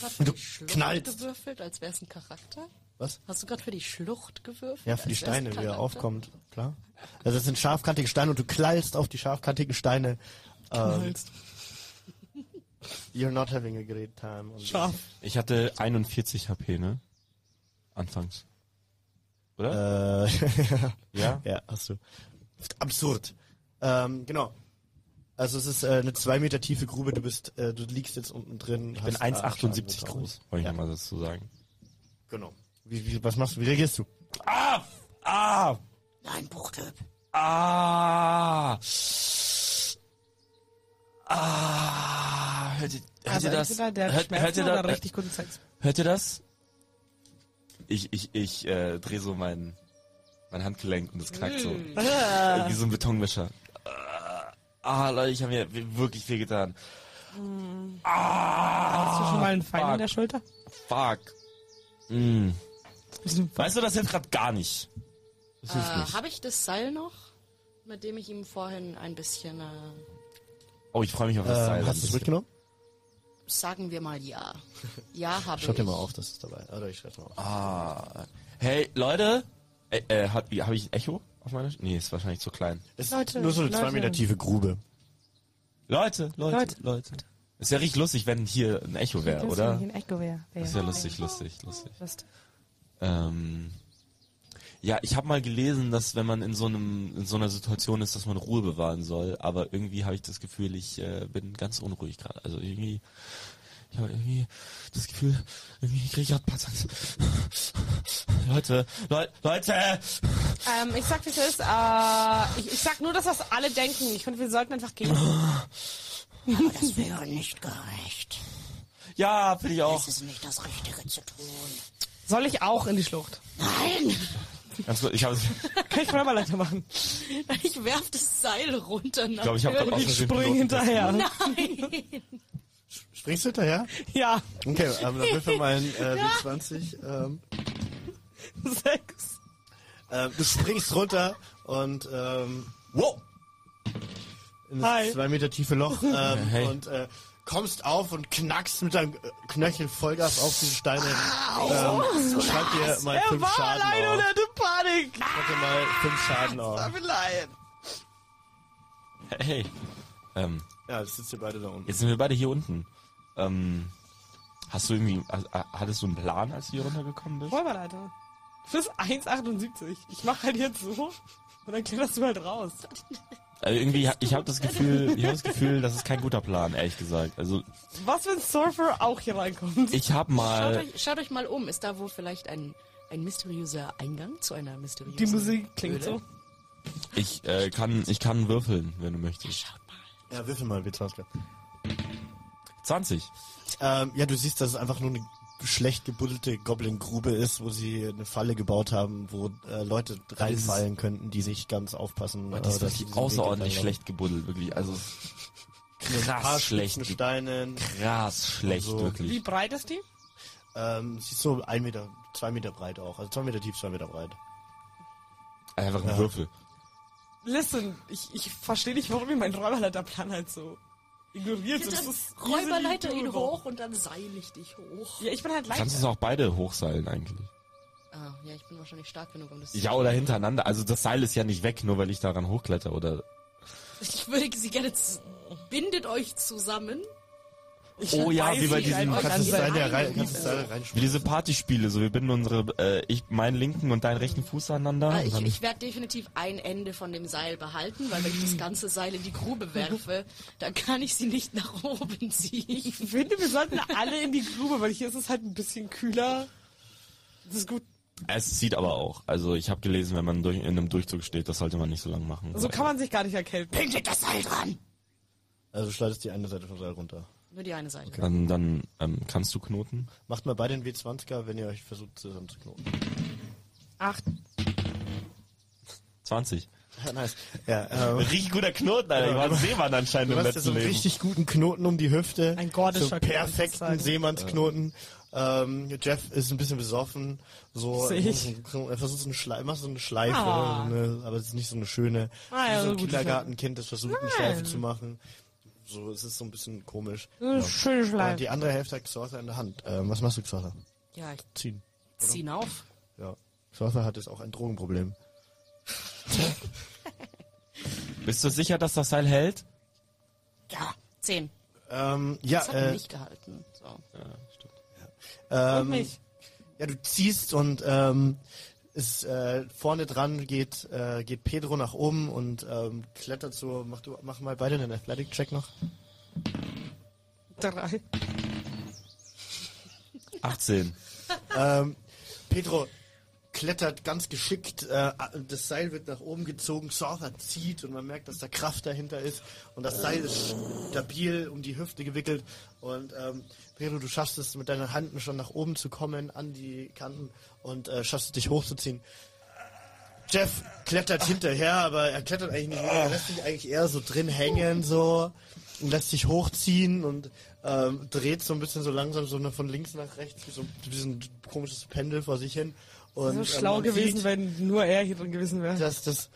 S2: Hast du gerade für die Schlucht
S5: knallst.
S2: gewürfelt, als wäre es ein Charakter?
S5: Was?
S2: Hast du gerade für die Schlucht gewürfelt?
S5: Ja, für die
S2: als wär's ein
S5: Steine, wie er
S2: Charakter?
S5: aufkommt, klar. Also es sind scharfkantige Steine und du knallst auf die scharfkantigen Steine. Ähm, [laughs] you're not having a great time. Und
S4: Scharf.
S3: Ich hatte 41 HP, ne? Anfangs. Oder?
S5: Äh, [laughs]
S3: ja?
S5: ja, hast du. Absurd. Ähm, genau. Also es ist äh, eine zwei Meter tiefe Grube, du bist, äh, du liegst jetzt unten drin.
S3: Ich bin 1,78 groß, wollte ich
S5: Ja.
S3: nochmal dazu sagen.
S5: Genau. Wie, wie, was machst du? Wie reagierst du?
S3: Ah! Ah!
S1: Nein, Bruchtyp.
S3: Ah! Ah! Hört ihr, hört
S4: Also
S3: ihr das?
S4: entweder der hat
S3: hört,
S4: Schmerzen
S3: hört, ihr
S4: oder
S3: da,
S4: richtig guten Sex.
S3: hört ihr das? Ich, ich, ich äh, drehe so mein, mein Handgelenk und es knackt so.
S4: Mm.
S3: Äh, Wie so ein Betonmischer. Ah, Leute, ich habe mir wirklich viel getan.
S4: Hast du schon mal einen Feind
S3: fuck.
S4: in der Schulter?
S3: Fuck. Mm.
S4: Bisschen Ah,
S3: Weißt du, das hilft gerade gar nicht. Das hilft
S2: Äh,
S3: nicht.
S2: Habe ich das Seil noch, mit dem ich ihm vorhin ein bisschen, äh,
S3: Oh, ich freue mich auf das Seil.
S5: Ähm, hast du es mitgenommen?
S2: sagen wir mal ja. Ja, habe ich.
S5: Schaut dir mal auf, das ist dabei. Oder ich schreib's mal auf.
S3: Ah. Hey, Leute. Äh, äh, Habe hab ich ein Echo auf meiner... Sch nee, ist wahrscheinlich zu klein.
S5: Es ist
S4: Leute,
S5: nur so eine zwei
S4: Leute.
S5: Meter tiefe Grube.
S3: Leute, Leute, Leute.
S4: Leute.
S3: Ist ja richtig lustig, wenn hier ein Echo wäre, oder?
S4: Ein Echo wäre.
S3: Ist ja lustig, lustig, lustig. Ähm, ja, ich habe mal gelesen, dass wenn man in so einem in so einer Situation ist, dass man Ruhe bewahren soll. Aber irgendwie habe ich das Gefühl, ich äh, bin ganz unruhig gerade. Also irgendwie, ich habe irgendwie das Gefühl, irgendwie kriege ich gerade Patzanz. [laughs] Leute, Leu Leute,
S4: Ähm, ich sag, wie es ist. Äh, ich, ich sag nur, dass das alle denken. Ich finde, wir sollten einfach gehen.
S1: Aber das wäre nicht gerecht.
S3: ja, finde ich auch.
S1: Es ist nicht das Richtige zu tun.
S4: [laughs] Soll ich auch in die Schlucht?
S1: Nein!
S3: Ganz gut, Also, ich habe,
S4: Kann ich vorher mal weitermachen.
S2: Ich werf das Seil runter.
S3: ich glaube, ich habe
S4: Und ich spring hinterher.
S5: Springst du hinterher?
S4: Ja,
S5: Okay, ähm, dann würfel mal ein äh, W20. Ähm,
S4: sechs.
S5: ähm, du springst runter und ähm, wow, in das
S4: Hi.
S5: zwei Meter tiefe
S4: [laughs]
S5: Loch ähm,
S3: hey.
S5: und äh, kommst auf und knackst mit deinem äh, Knöchel Vollgas auf diese Steine. Ähm, schreib dir mal
S4: Er
S5: fünf
S4: war
S5: Schaden
S4: allein
S5: auf.
S4: und hatte Panik.
S5: Schreib dir mal fünf Schaden auf.
S3: Hey, ähm,
S5: Ja, jetzt sitzt ihr beide da unten.
S3: Jetzt sind wir beide hier unten. Ähm, hast du irgendwie, ha- ha- hattest du einen Plan, als du hier runtergekommen bist?
S4: Räuberleiter. Bis 1,78. Ich mach halt jetzt so und dann kletterst du halt raus.
S3: Also irgendwie, ha- ich habe das Gefühl, ich habe das Gefühl, das ist kein guter Plan, ehrlich gesagt. Also
S4: Was, wenn Surfer auch hier reinkommt?
S3: ich habe
S2: Schaut
S3: mal,
S2: euch, schaut euch mal um. Ist da wohl vielleicht ein, ein mysteriöser Eingang zu einer mysteriösen...
S4: Die Musik klingt so.
S3: ich äh, kann, ich kann würfeln, wenn du möchtest.
S2: Schaut mal.
S5: Ja, würfel mal W20.
S3: 20.
S5: Ähm, ja, du siehst, dass es einfach nur eine schlecht gebuddelte Goblin-Grube ist, wo sie eine Falle gebaut haben, wo äh, Leute reinfallen könnten, die sich ganz aufpassen.
S3: Das ist
S5: äh, dass sie
S3: wirklich
S5: diesen
S3: außerordentlich
S5: Weg
S3: schlecht gebuddelt, wirklich. Also
S5: entlang laufen. Ein paar
S3: krass schlecht,
S5: schlechten Steinen.
S3: krass schlecht,
S5: Also-
S4: Wie
S3: wirklich.
S4: breit ist die?
S5: Ähm, sie ist so ein Meter, zwei Meter breit auch. Also zwei Meter tief, zwei Meter breit.
S3: Einfach ein Würfel.
S4: Listen, ich, ich verstehe nicht, warum ihr meinen Räuberleiterplan halt so ignoriert. So, Das ist
S2: Räuberleiter
S4: easily
S2: ihn
S4: doable.
S2: hoch und dann seil ich dich hoch.
S4: Ja, ich bin halt
S3: Kannst du es auch
S4: leicht.
S3: beide hochseilen eigentlich?
S2: Ah, ja, ich bin wahrscheinlich stark genug, um das
S3: Ja, oder hintereinander. Also das Seil ist ja nicht weg, nur weil ich daran hochkletter oder
S2: Ich würde sie gerne... z- Bindet euch zusammen.
S3: Oh ja, wie bei diesem-
S5: Du kannst es
S2: Seil
S5: Seil da rein, Äh.
S2: rein-
S5: kannst es Seil
S3: Wie
S5: reinschmeißen.
S3: diese Partyspiele, so wir binden unsere, äh, ich, meinen linken und deinen rechten Fuß aneinander.
S2: Ah,
S3: und
S2: ich
S3: dann,
S2: ich werde definitiv ein Ende von dem Seil behalten, weil wenn ich das ganze Seil in die Grube werfe, dann kann ich sie nicht nach oben ziehen.
S4: Ich finde, wir sollten alle in die Grube, weil hier ist es halt ein bisschen kühler. Das ist gut.
S3: es zieht aber auch. Also ich habe gelesen, wenn man durch, in einem Durchzug steht, das sollte man nicht so lange machen.
S4: So
S3: Weil-
S4: Also kann man sich gar nicht erkälten.
S1: Bindet das Seil dran!
S5: Also du schleudest die eine Seite vom Seil runter.
S2: Nur die eine Seite.
S3: Dann, dann ähm, kannst du knoten.
S5: Macht mal beide den W20er, wenn ihr euch
S3: [laughs]
S5: versucht zusammenzuknoten.
S4: Acht.
S3: Ähm, 20.
S5: Ja, nice. Ja, ähm,
S3: Richtig guter Knoten, Alter. Ich war ein Seemann anscheinend
S5: Du
S3: im
S5: hast ja
S3: letzten
S5: so einen
S3: Leben.
S5: richtig guten Knoten um die Hüfte.
S4: Ein gordischer
S5: so
S4: Knoten,
S5: perfekten
S4: sozusagen.
S5: Seemannsknoten. Ähm, Jeff ist ein bisschen besoffen. So,
S4: Sehe ich.
S5: Er versucht so eine Schleife, macht so eine Schleife,
S4: Ah.
S5: so eine, aber es ist nicht so eine schöne.
S4: Ah, ja, so
S5: wie so ein
S4: eine gute
S5: Kindergartenkind, das versucht, eine Schleife zu machen. so, es ist so ein bisschen komisch.
S4: Ja. Schöne
S5: Äh,
S4: Schleife.
S5: die andere Hälfte hat Xhortha in der Hand. Ähm, was machst du, Xhortha?
S2: Ja, ich
S5: Ziehen.
S2: zieh ihn auf.
S5: Ja. Xhortha hat jetzt auch ein Drogenproblem.
S3: Bist du sicher, dass das Seil hält?
S2: Ja, zehn.
S5: Ähm, ja,
S2: Das hat ihn
S5: äh,
S2: nicht gehalten. So.
S4: Und
S5: ähm,
S4: mich.
S5: ja, du ziehst und ähm, ist, äh, vorne dran geht, äh, geht Pedro nach oben und ähm, klettert so. Mach, du, mach mal beide einen Athletic-Check noch.
S4: Drei.
S3: 18.
S5: Ähm, Pedro klettert ganz geschickt, äh, das Seil wird nach oben gezogen, Sortha zieht und man merkt, dass da Kraft dahinter ist und das Seil ist stabil um die Hüfte gewickelt und ähm, Pedro, du schaffst es mit deinen Handen schon nach oben zu kommen, an die Kanten und äh, schaffst es dich hochzuziehen. Jeff klettert hinterher, aber er klettert eigentlich nicht, er lässt sich eigentlich eher so drin hängen so und lässt sich hochziehen und ähm, dreht so ein bisschen so langsam so eine- von links nach rechts wie so ein bisschen komisches Pendel vor sich hin. Und,
S4: So
S5: ähm,
S4: schlau
S5: man
S4: gewesen,
S5: sieht,
S4: wenn nur er hier drin gewesen wäre.
S5: dass das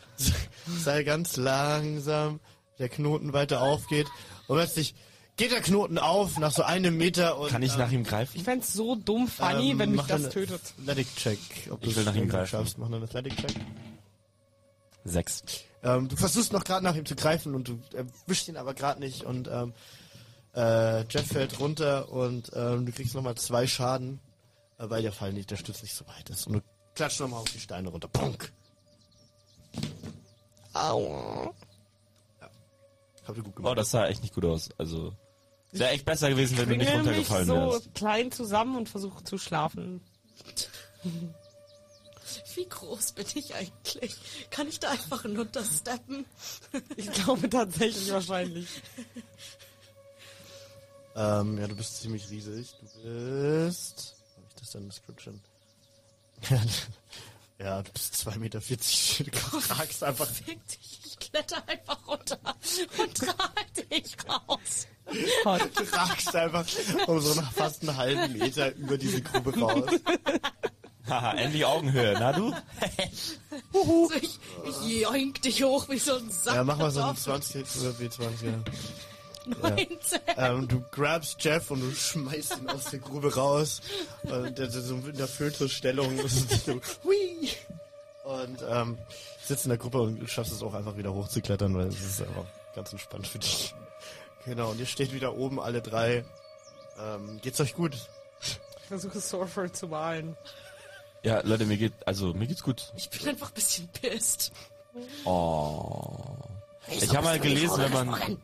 S5: Seil ganz langsam der Knoten weiter aufgeht und plötzlich geht der Knoten auf nach so einem Meter und
S3: Kann ich
S5: ähm,
S3: nach ihm
S4: Ich
S3: greifen?
S4: fänd's so dumm funny,
S3: Ähm,
S4: wenn mich
S5: mach
S4: das
S5: einen
S4: tötet.
S5: Athletic-Check. ob
S3: Ich
S5: du's
S3: will nach ihm
S5: irgendwie
S3: greifen.
S5: Schaffst. Mach einen Athletic-Check.
S3: 6.
S5: Ähm, du versuchst noch gerade nach ihm zu greifen und du erwischst ihn aber gerade nicht und ähm, äh, Jeff fällt runter und ähm, du kriegst nochmal zwei Schaden, äh, weil der Fall nicht, der Stütz nicht so weit ist. Und du klatschst nochmal auf die Steine runter. Punk!
S4: Aua.
S5: Habt ihr gut gemacht.
S3: Oh, das sah echt nicht gut aus. Also, wäre echt besser gewesen, wenn du nicht
S4: Klingel mich
S3: runtergefallen
S4: so
S3: wärst.
S4: klein zusammen und versuche zu schlafen.
S2: Wie groß bin ich eigentlich? Kann ich da einfach runtersteppen?
S4: Ich glaube tatsächlich wahrscheinlich.
S5: Ähm, ja, du bist ziemlich riesig. Du bist. Habe ich das denn in der Description? [laughs] ja, du bist 2,40 Meter. [laughs] Du tragst einfach.
S2: Fick dich, ich kletter einfach runter und trage dich raus.
S4: Hot.
S5: Du tragst einfach um so nach fast einen halben Meter über diese Grube raus.
S3: Haha, endlich Augenhöhe. Na du?
S2: So, ich, ich joink dich hoch wie so ein Sack.
S5: Ja, mach mal so einen
S2: auf
S5: 20 oder W20er.
S2: 19.
S5: Ähm, du grabst Jeff und du schmeißt ihn aus der Grube raus. Und der, der, so in der Fötusstellung. so, Hui! Und ähm, sitzt in der Gruppe und schaffst es auch einfach wieder hochzuklettern, weil es ist einfach ganz entspannt für dich. Genau, und ihr steht wieder oben alle drei. Ähm, geht's euch gut?
S4: Ich versuche Sorcerer zu malen.
S3: Ja, Leute, mir geht, also, mir geht's gut.
S2: Ich bin einfach ein bisschen pissed.
S3: Oh.
S1: Wieso
S3: Ich habe mal
S1: bist du nicht
S3: gelesen, wenn man,
S1: vorgesprungen?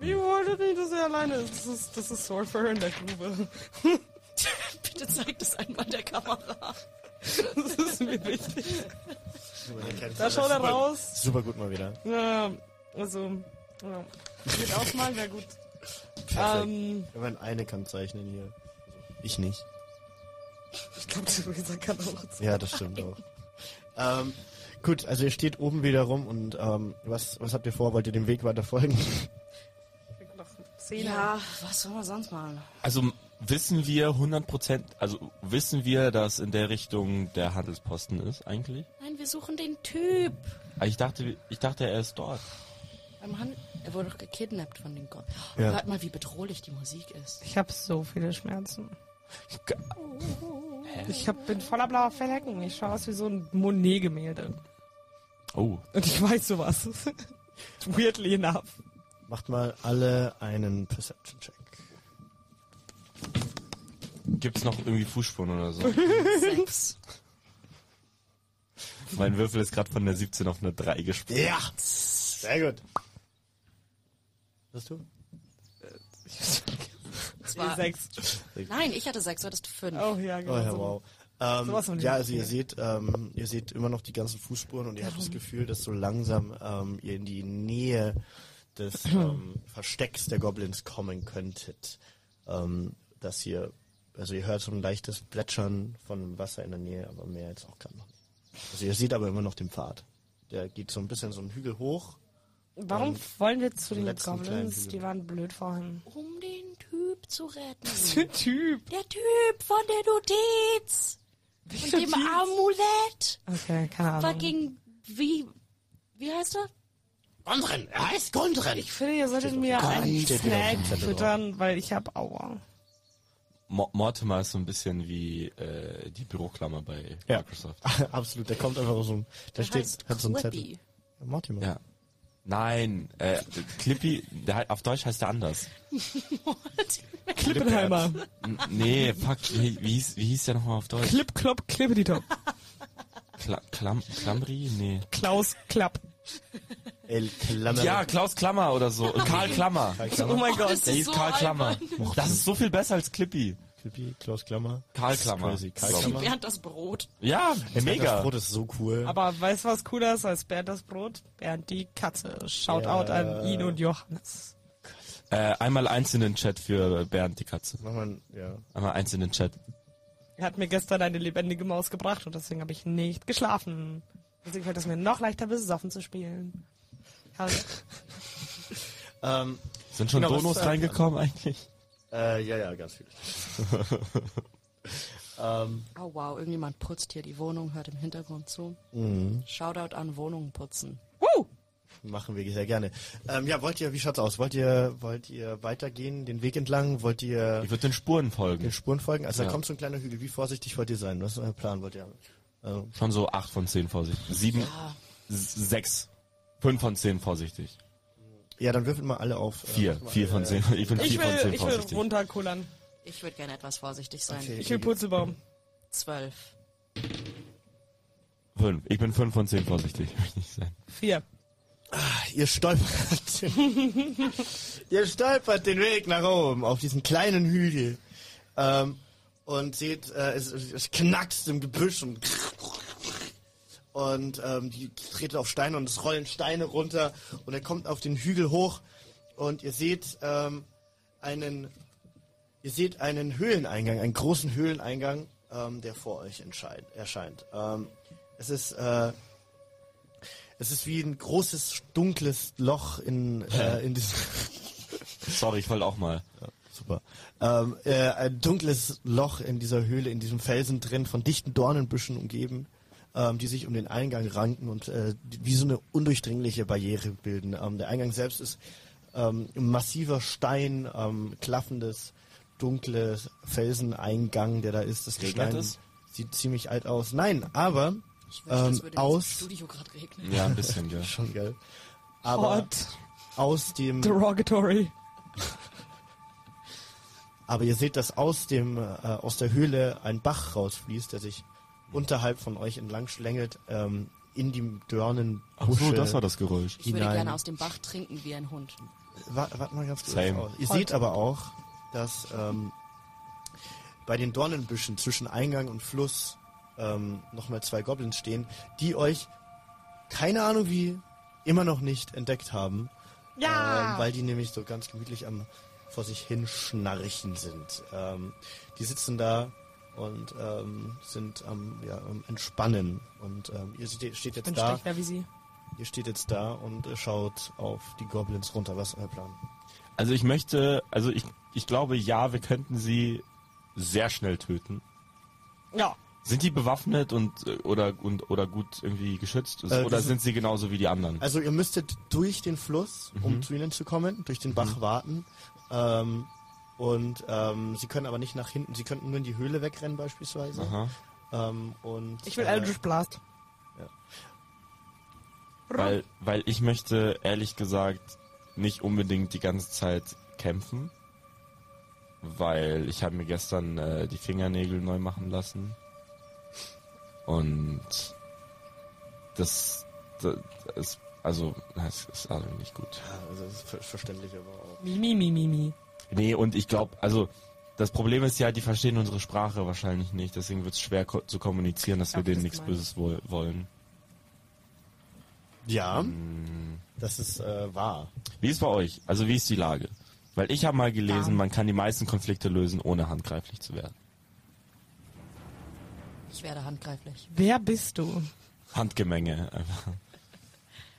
S4: Wie wollte nicht, dass er alleine ist? Das ist, das ist Sorcerer in der Grube. [laughs]
S2: Bitte zeig das einmal der Kamera.
S4: Das ist mir wichtig. Da
S5: Da
S4: schaut er raus.
S5: Super gut mal wieder.
S4: Ja, also, ja. Mit Ausmalen wäre gut.
S5: Perfekt.
S4: Ähm,
S5: Wenn man eine kann zeichnen hier. Ich nicht.
S4: ich glaube, Theresa kann auch.
S5: Ja, das stimmt auch. Ähm, gut, also ihr steht oben wieder rum und ähm, was, was habt ihr vor? Wollt ihr dem Weg weiter folgen?
S4: noch Szene.
S2: Ja, was soll man sonst machen?
S3: also, wissen wir 100%, also, wissen wir, dass in der Richtung der Handelsposten ist, eigentlich?
S2: Nein, wir suchen den Typ.
S3: Aber Ich dachte, ich dachte, er ist dort.
S2: Beim Han er wurde doch gekidnappt von den Gott.
S5: Ja.
S2: Hört mal, wie bedrohlich die Musik ist. [laughs]
S4: Ich habe so viele Schmerzen. Ich hab, bin voller blauer Flecken. Ich schaue aus wie so ein Monet-Gemälde.
S3: Oh.
S4: Und ich weiß sowas. [laughs] Weirdly enough.
S5: Macht mal alle einen Perception-Check.
S3: Gibt's noch irgendwie Fußspuren oder
S5: [laughs]
S3: so?
S2: Sechs.
S3: mein Würfel ist gerade von der 17 auf eine 3 gesprungen.
S5: Ja! Sehr gut. Was du?
S2: Es
S4: Die
S2: war-
S4: Sechs.
S2: Nein, ich hatte sechs, du hattest fünf.
S4: Oh ja, genau.
S5: Oh ja,
S4: so.
S5: wow. Ähm,
S4: sowas von
S5: ja,
S4: dem
S5: also ihr
S4: Spiel.
S5: seht, ähm, ihr seht immer noch die ganzen Fußspuren und ihr habt das Gefühl, dass so langsam ähm, ihr in die Nähe [clears throat] des ähm, Verstecks der Goblins kommen könntet. Ähm, dass ihr, also ihr hört so ein leichtes Plätschern von Wasser in der Nähe, aber mehr jetzt auch gar noch nicht. Also ihr seht aber immer noch den Pfad. Der geht so ein bisschen so einen Hügel hoch.
S4: Warum wollen wir zu
S5: den
S4: den
S5: letzten kleinen Oh.
S4: Goblins?
S5: Hügel.
S4: Die waren blöd vorhin. [laughs]
S2: Um den Typ zu retten.
S4: Was für ein Typ.
S2: Der Typ von der Notiz. Mit dem Amulett.
S4: Oh. Okay, keine Ahnung.
S2: Fucking, wie, wie heißt er?
S5: Gundren, er heißt Gundren.
S4: Ich finde, ihr solltet mir einen
S5: Steht wieder auf
S4: Snack
S5: dem Zettel drauf.
S4: füttern, weil ich habe Aua.
S3: Mo Mortimer ist so ein bisschen wie äh, die Büroklammer bei
S5: Ja.
S3: Microsoft.
S5: Absolut, der kommt einfach aus so einem, der steht,
S2: heißt
S5: hat so einen
S2: Clippy.
S5: Zettel. Mortimer.
S3: Ja. Nein, äh, Clippy, der, he- auf Deutsch heißt der anders.
S4: Klippenheimer.
S3: N nee, fuck, wie, wie, hieß, wie hieß der nochmal auf Deutsch?
S4: Klipp, klopp, klippeditop.
S3: Kla Klam Klamri? Nee.
S4: [laughs] Klaus, klapp.
S5: El Klammer.
S3: Ja, Klaus Klammer oder so. Und Karl Klammer.
S4: Oh mein Gott.
S3: Der hieß
S2: so
S3: Karl Klammer. Das ist so viel besser als Clippy.
S5: Clippy, Klaus Klammer.
S3: Karl
S5: Das ist
S3: Klammer.
S5: Crazy. Karl
S3: So.
S5: Klammer.
S2: Während das Brot.
S3: Ja,
S5: Das
S3: mega.
S5: Brot ist so cool.
S4: Aber weißt du, was cooler ist als Bernd das Brot? Bernd die Katze. Shoutout
S5: Ja.
S4: an ihn und Johannes.
S3: Äh, einmal eins in den Chat für Bernd die Katze.
S5: Mach mal, ja.
S3: Einmal eins in den Chat.
S4: Er hat mir gestern eine lebendige Maus gebracht und deswegen habe ich nicht geschlafen. Deswegen fällt es mir noch leichter, besoffen zu spielen. Ja,
S5: [laughs] Ähm,
S3: Sind schon
S5: Genau, was-
S3: Donos reingekommen eigentlich?
S5: äh, ja, ja, ganz viel. ähm,
S2: Oh wow, irgendjemand putzt hier die Wohnung, hört im Hintergrund zu. Shoutout an Wohnungen putzen.
S5: machen wir sehr gerne. Ähm, ja, wollt ihr, wie schaut's aus? Wollt ihr, wollt ihr weitergehen, den Weg entlang? Wollt ihr
S3: Ich würde den Spuren
S5: den
S3: folgen.
S5: Spuren folgen? Also da
S3: Ja.
S5: kommt so ein kleiner Hügel. Wie vorsichtig wollt ihr sein? Was ist euer Plan? Wollt ihr also,
S3: Schon so 8 von 10 vorsichtig. 7,
S2: Ah,
S3: 6, 5 von 10 vorsichtig.
S5: Ja, dann würfelt mal alle auf. äh,
S3: 4,
S5: macht mal
S3: 4
S5: alle-
S3: von 10. Ich bin
S4: Ich
S3: 4 von
S4: will,
S3: 10
S4: ich will
S3: vorsichtig.
S4: runterkullern.
S2: ich würde gerne etwas vorsichtig sein.
S5: Okay.
S4: Ich will Purzelbaum.
S2: Zwölf.
S3: 5. Ich bin 5 von 10 vorsichtig. [laughs] Möchte ich nicht sein.
S4: Vier.
S5: Ihr stolpert. [laughs] ihr stolpert den Weg nach oben auf diesen kleinen Hügel. Ähm, und seht, äh, es, es knackst im Gebüsch und, und ähm, die treten auf Steine und es rollen Steine runter und er kommt auf den Hügel hoch und ihr seht ähm, einen Ihr seht einen Höhleneingang, einen großen Höhleneingang, ähm, der vor euch entscheid- erscheint. Ähm, es ist äh, es ist wie ein großes dunkles Loch in äh, in diesem [laughs]
S3: Sorry, ich wollte auch mal.
S5: super ähm, äh, ein dunkles Loch in dieser Höhle, in diesem Felsen drin, von dichten Dornenbüschen umgeben, ähm, die sich um den Eingang ranken und äh, wie so eine undurchdringliche Barriere bilden. Ähm, der Eingang selbst ist ähm, ein massiver Stein, ähm, klaffendes dunkles Felseneingang, der da ist. Das
S3: Regnet
S5: Gestein
S3: es?
S5: sieht ziemlich alt aus. Nein, aber
S2: Ich wünschte,
S5: ähm,
S2: es würde aus.
S5: aus
S2: im Studio gerade regnen.
S3: Ja, ein bisschen, gell.
S5: [laughs] schon geil. Aber
S4: Hot.
S5: aus dem
S4: Derogatory.
S5: Aber ihr seht, dass aus dem äh, aus der Höhle ein Bach rausfließt, der sich unterhalb von euch entlang schlängelt ähm, in die
S6: Ach
S5: Dörnenbusche.
S6: so, das war das Geräusch.
S2: Ich würde
S5: Hinein.
S2: gerne aus dem Bach trinken wie ein Hund.
S5: Wa- Warte mal ganz kurz.
S3: Same.
S5: aus. Ihr seht aber auch, dass ähm, bei den Dornenbüschen zwischen Eingang und Fluss ähm, nochmal zwei Goblins stehen, die euch keine Ahnung wie immer noch nicht entdeckt haben.
S4: Ja.
S5: Ähm, weil die nämlich so ganz gemütlich am vor sich hin schnarchen sind. Ähm, die sitzen da und ähm, sind am, ja, am Entspannen. Und ähm, ihr ste- steht
S4: Bin
S5: jetzt da,
S4: schlechter wie sie.
S5: ihr steht jetzt da und äh, schaut auf die Goblins runter. Was ist euer Plan?
S3: Also ich möchte, also ich, ich glaube, ja, wir könnten sie sehr schnell töten.
S4: Ja.
S3: Sind die bewaffnet und äh, oder und oder gut irgendwie geschützt?
S5: Äh,
S3: oder
S5: die sind-
S3: sind sie genauso wie die anderen?
S5: Also ihr müsstet durch den Fluss, um zu ihnen zu kommen, durch den Bach warten. Ähm, und ähm, sie können aber nicht nach hinten, sie könnten nur in die Höhle wegrennen beispielsweise.
S3: Aha.
S5: Ähm, und,
S4: Ich will
S5: äh,
S4: Eldritch Blast.
S3: Weil, weil ich möchte ehrlich gesagt nicht unbedingt die ganze Zeit kämpfen, weil ich habe mir gestern äh, die Fingernägel neu machen lassen und das, das, das also das ist also nicht gut.
S5: Ja, also das ist ver verständlich aber auch.
S4: Mi, mi, mi, mi, mi.
S3: Nee, und ich glaube, also das Problem ist ja, die verstehen unsere Sprache wahrscheinlich nicht, deswegen wird es schwer ko zu kommunizieren, dass wir
S4: Ach,
S3: denen
S4: das
S3: nichts
S4: meine ich.
S3: Böses wo wollen.
S5: Ja,
S3: Ähm,
S5: das ist äh, wahr.
S3: Wie ist bei euch? Also wie ist die Lage? Weil ich habe mal gelesen, man kann die meisten Konflikte lösen, ohne handgreiflich zu werden.
S2: Ich werde handgreiflich.
S4: Wer bist du?
S3: Handgemenge [laughs] einfach.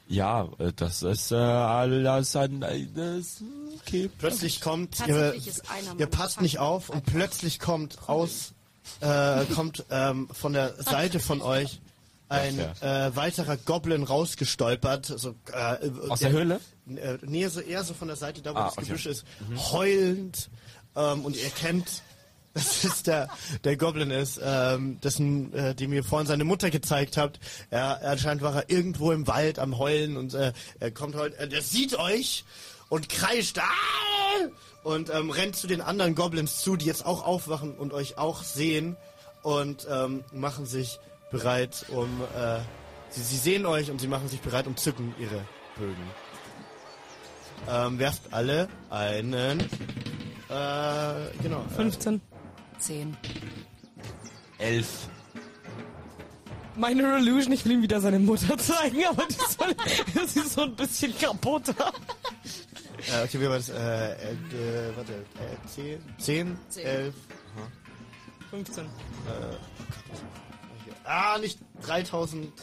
S3: Ja, äh, das ist äh, alles ein äh, das, okay.
S5: Plötzlich kommt, ihr,
S2: Tatsächlich ist einer
S5: ihr
S2: meiner
S5: passt nicht
S2: Tanten
S5: auf und
S2: einfach
S5: plötzlich kommt aus, äh, kommt ähm, von der Seite von euch ein
S3: Ja,
S5: äh, weiterer Goblin rausgestolpert. So, äh,
S3: Aus der Höhle?
S5: Äh, nee, so eher so von der Seite, da wo
S3: Ah,
S5: das
S3: okay. Mhm.
S5: Gebüsch ist. Heulend. Ähm, und ihr [laughs] erkennt, dass es der, der Goblin ist, ähm, dessen, äh, dem ihr vorhin seine Mutter gezeigt habt. Er, anscheinend war er irgendwo im Wald am Heulen und äh, er kommt heute, äh, der sieht euch und kreischt. "Ah!" Und ähm, rennt zu den anderen Goblins zu, die jetzt auch aufwachen und euch auch sehen und ähm, machen sich bereit, um. Äh, sie, sie sehen euch und sie machen sich bereit und zücken ihre Bögen. Ähm, werft alle einen. Äh, genau. Äh,
S4: 15.
S2: Zehn.
S3: Elf.
S4: Minor Illusion, ich will ihm wieder seine Mutter [laughs] zeigen, aber die soll, [laughs] das ist so ein bisschen kaputt. [laughs]
S5: äh, okay, wie war das? Äh, äh, äh, warte, äh, 10, 10,
S2: Zehn.
S5: 11.
S4: 15.
S5: Ah, nicht 3111.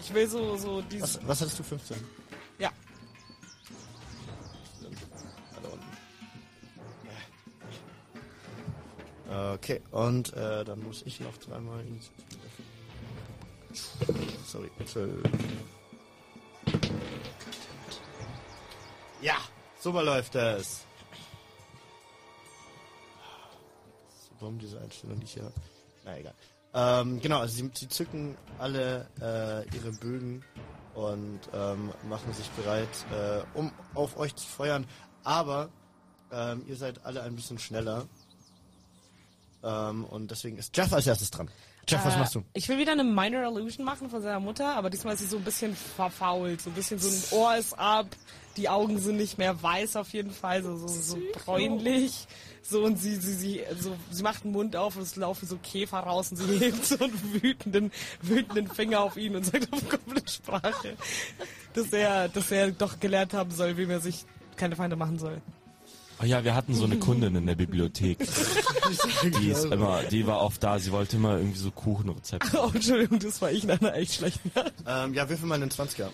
S4: Ich will so, so dieses.
S5: Was, was hattest du? 15?
S4: Ja.
S5: Alle unten. Äh. Okay, und äh, dann muss ich noch dreimal Initiative öffnen. Sorry, zwölf. Ja, super läuft das. So dumm, diese Einstellung, die ich hier habe. Na egal. Ähm, genau, also sie, sie zücken alle äh, ihre Bögen und ähm, machen sich bereit, äh, um auf euch zu feuern. Aber ähm, ihr seid alle ein bisschen schneller. Ähm, und deswegen ist Jeff als erstes dran. Jeff, was
S4: Äh,
S5: machst du?
S4: Ich will wieder eine Minor Illusion machen von seiner Mutter, aber diesmal ist sie so ein bisschen verfault. So ein bisschen so ein Ohr ist ab, die Augen sind nicht mehr weiß auf jeden Fall, so, so, so bräunlich. So und sie, sie, sie, so, sie macht den Mund auf und es laufen so Käfer raus und sie [laughs] hebt so einen wütenden, wütenden Finger auf ihn und sagt auf komplette Sprache, dass er, dass er doch gelernt haben soll, wie man sich keine Feinde machen soll. [laughs]
S3: Oh ja, wir hatten so eine Kundin in der Bibliothek. [laughs] Die
S5: [laughs]
S3: ist immer, die war oft da. Sie wollte immer irgendwie so Kuchenrezepte.
S4: Oh, Entschuldigung, das war ich in einer echt schlechten Nacht.
S5: Ähm, ja, würfel mal einen 20er.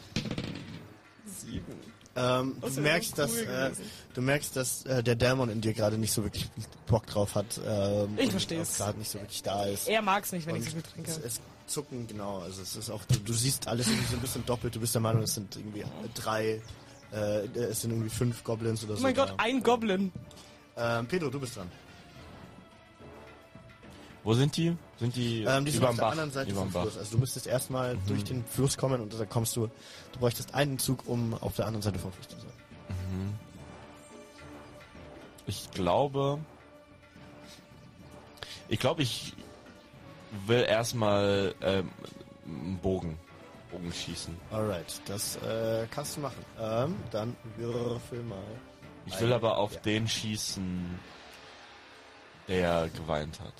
S5: Ähm,
S4: Das
S5: du,
S4: wär
S5: merkst,
S4: so cool
S5: dass, äh,
S4: gewesen.
S5: du merkst, dass äh, der Dämon in dir gerade nicht so wirklich Bock drauf hat. Ähm,
S4: Ich
S5: und
S4: versteh's.
S5: auch Gerade nicht so wirklich da ist.
S4: Er mag es nicht, wenn
S5: Und
S4: ich es mittrinke.
S5: es, es zucken, genau. Also es ist auch, du, du siehst alles irgendwie so ein bisschen doppelt. Du bist der Meinung, es sind irgendwie drei, äh, es sind irgendwie fünf Goblins oder
S4: Oh
S5: so.
S4: mein Gott,
S5: da.
S4: ein Goblin.
S5: Ähm, Pedro, du bist dran.
S3: Wo sind die? Sind die,
S5: Ähm, die sind auf
S3: überm
S5: der
S3: Bach?
S5: anderen Seite
S3: Überm
S5: vom
S3: Bach. Mhm.
S5: Fluss. Also du müsstest erstmal durch den Fluss kommen und da kommst du, du bräuchtest einen Zug, um auf der anderen Seite vom Fluss zu sein.
S3: Ich glaube. Ich glaube, ich will erstmal ähm, einen Bogen. Bogen schießen.
S5: Alright, das äh, kannst du machen. Ähm, dann würfel mal.
S3: Ich will aber auf
S5: Ja.
S3: den schießen, der geweint hat.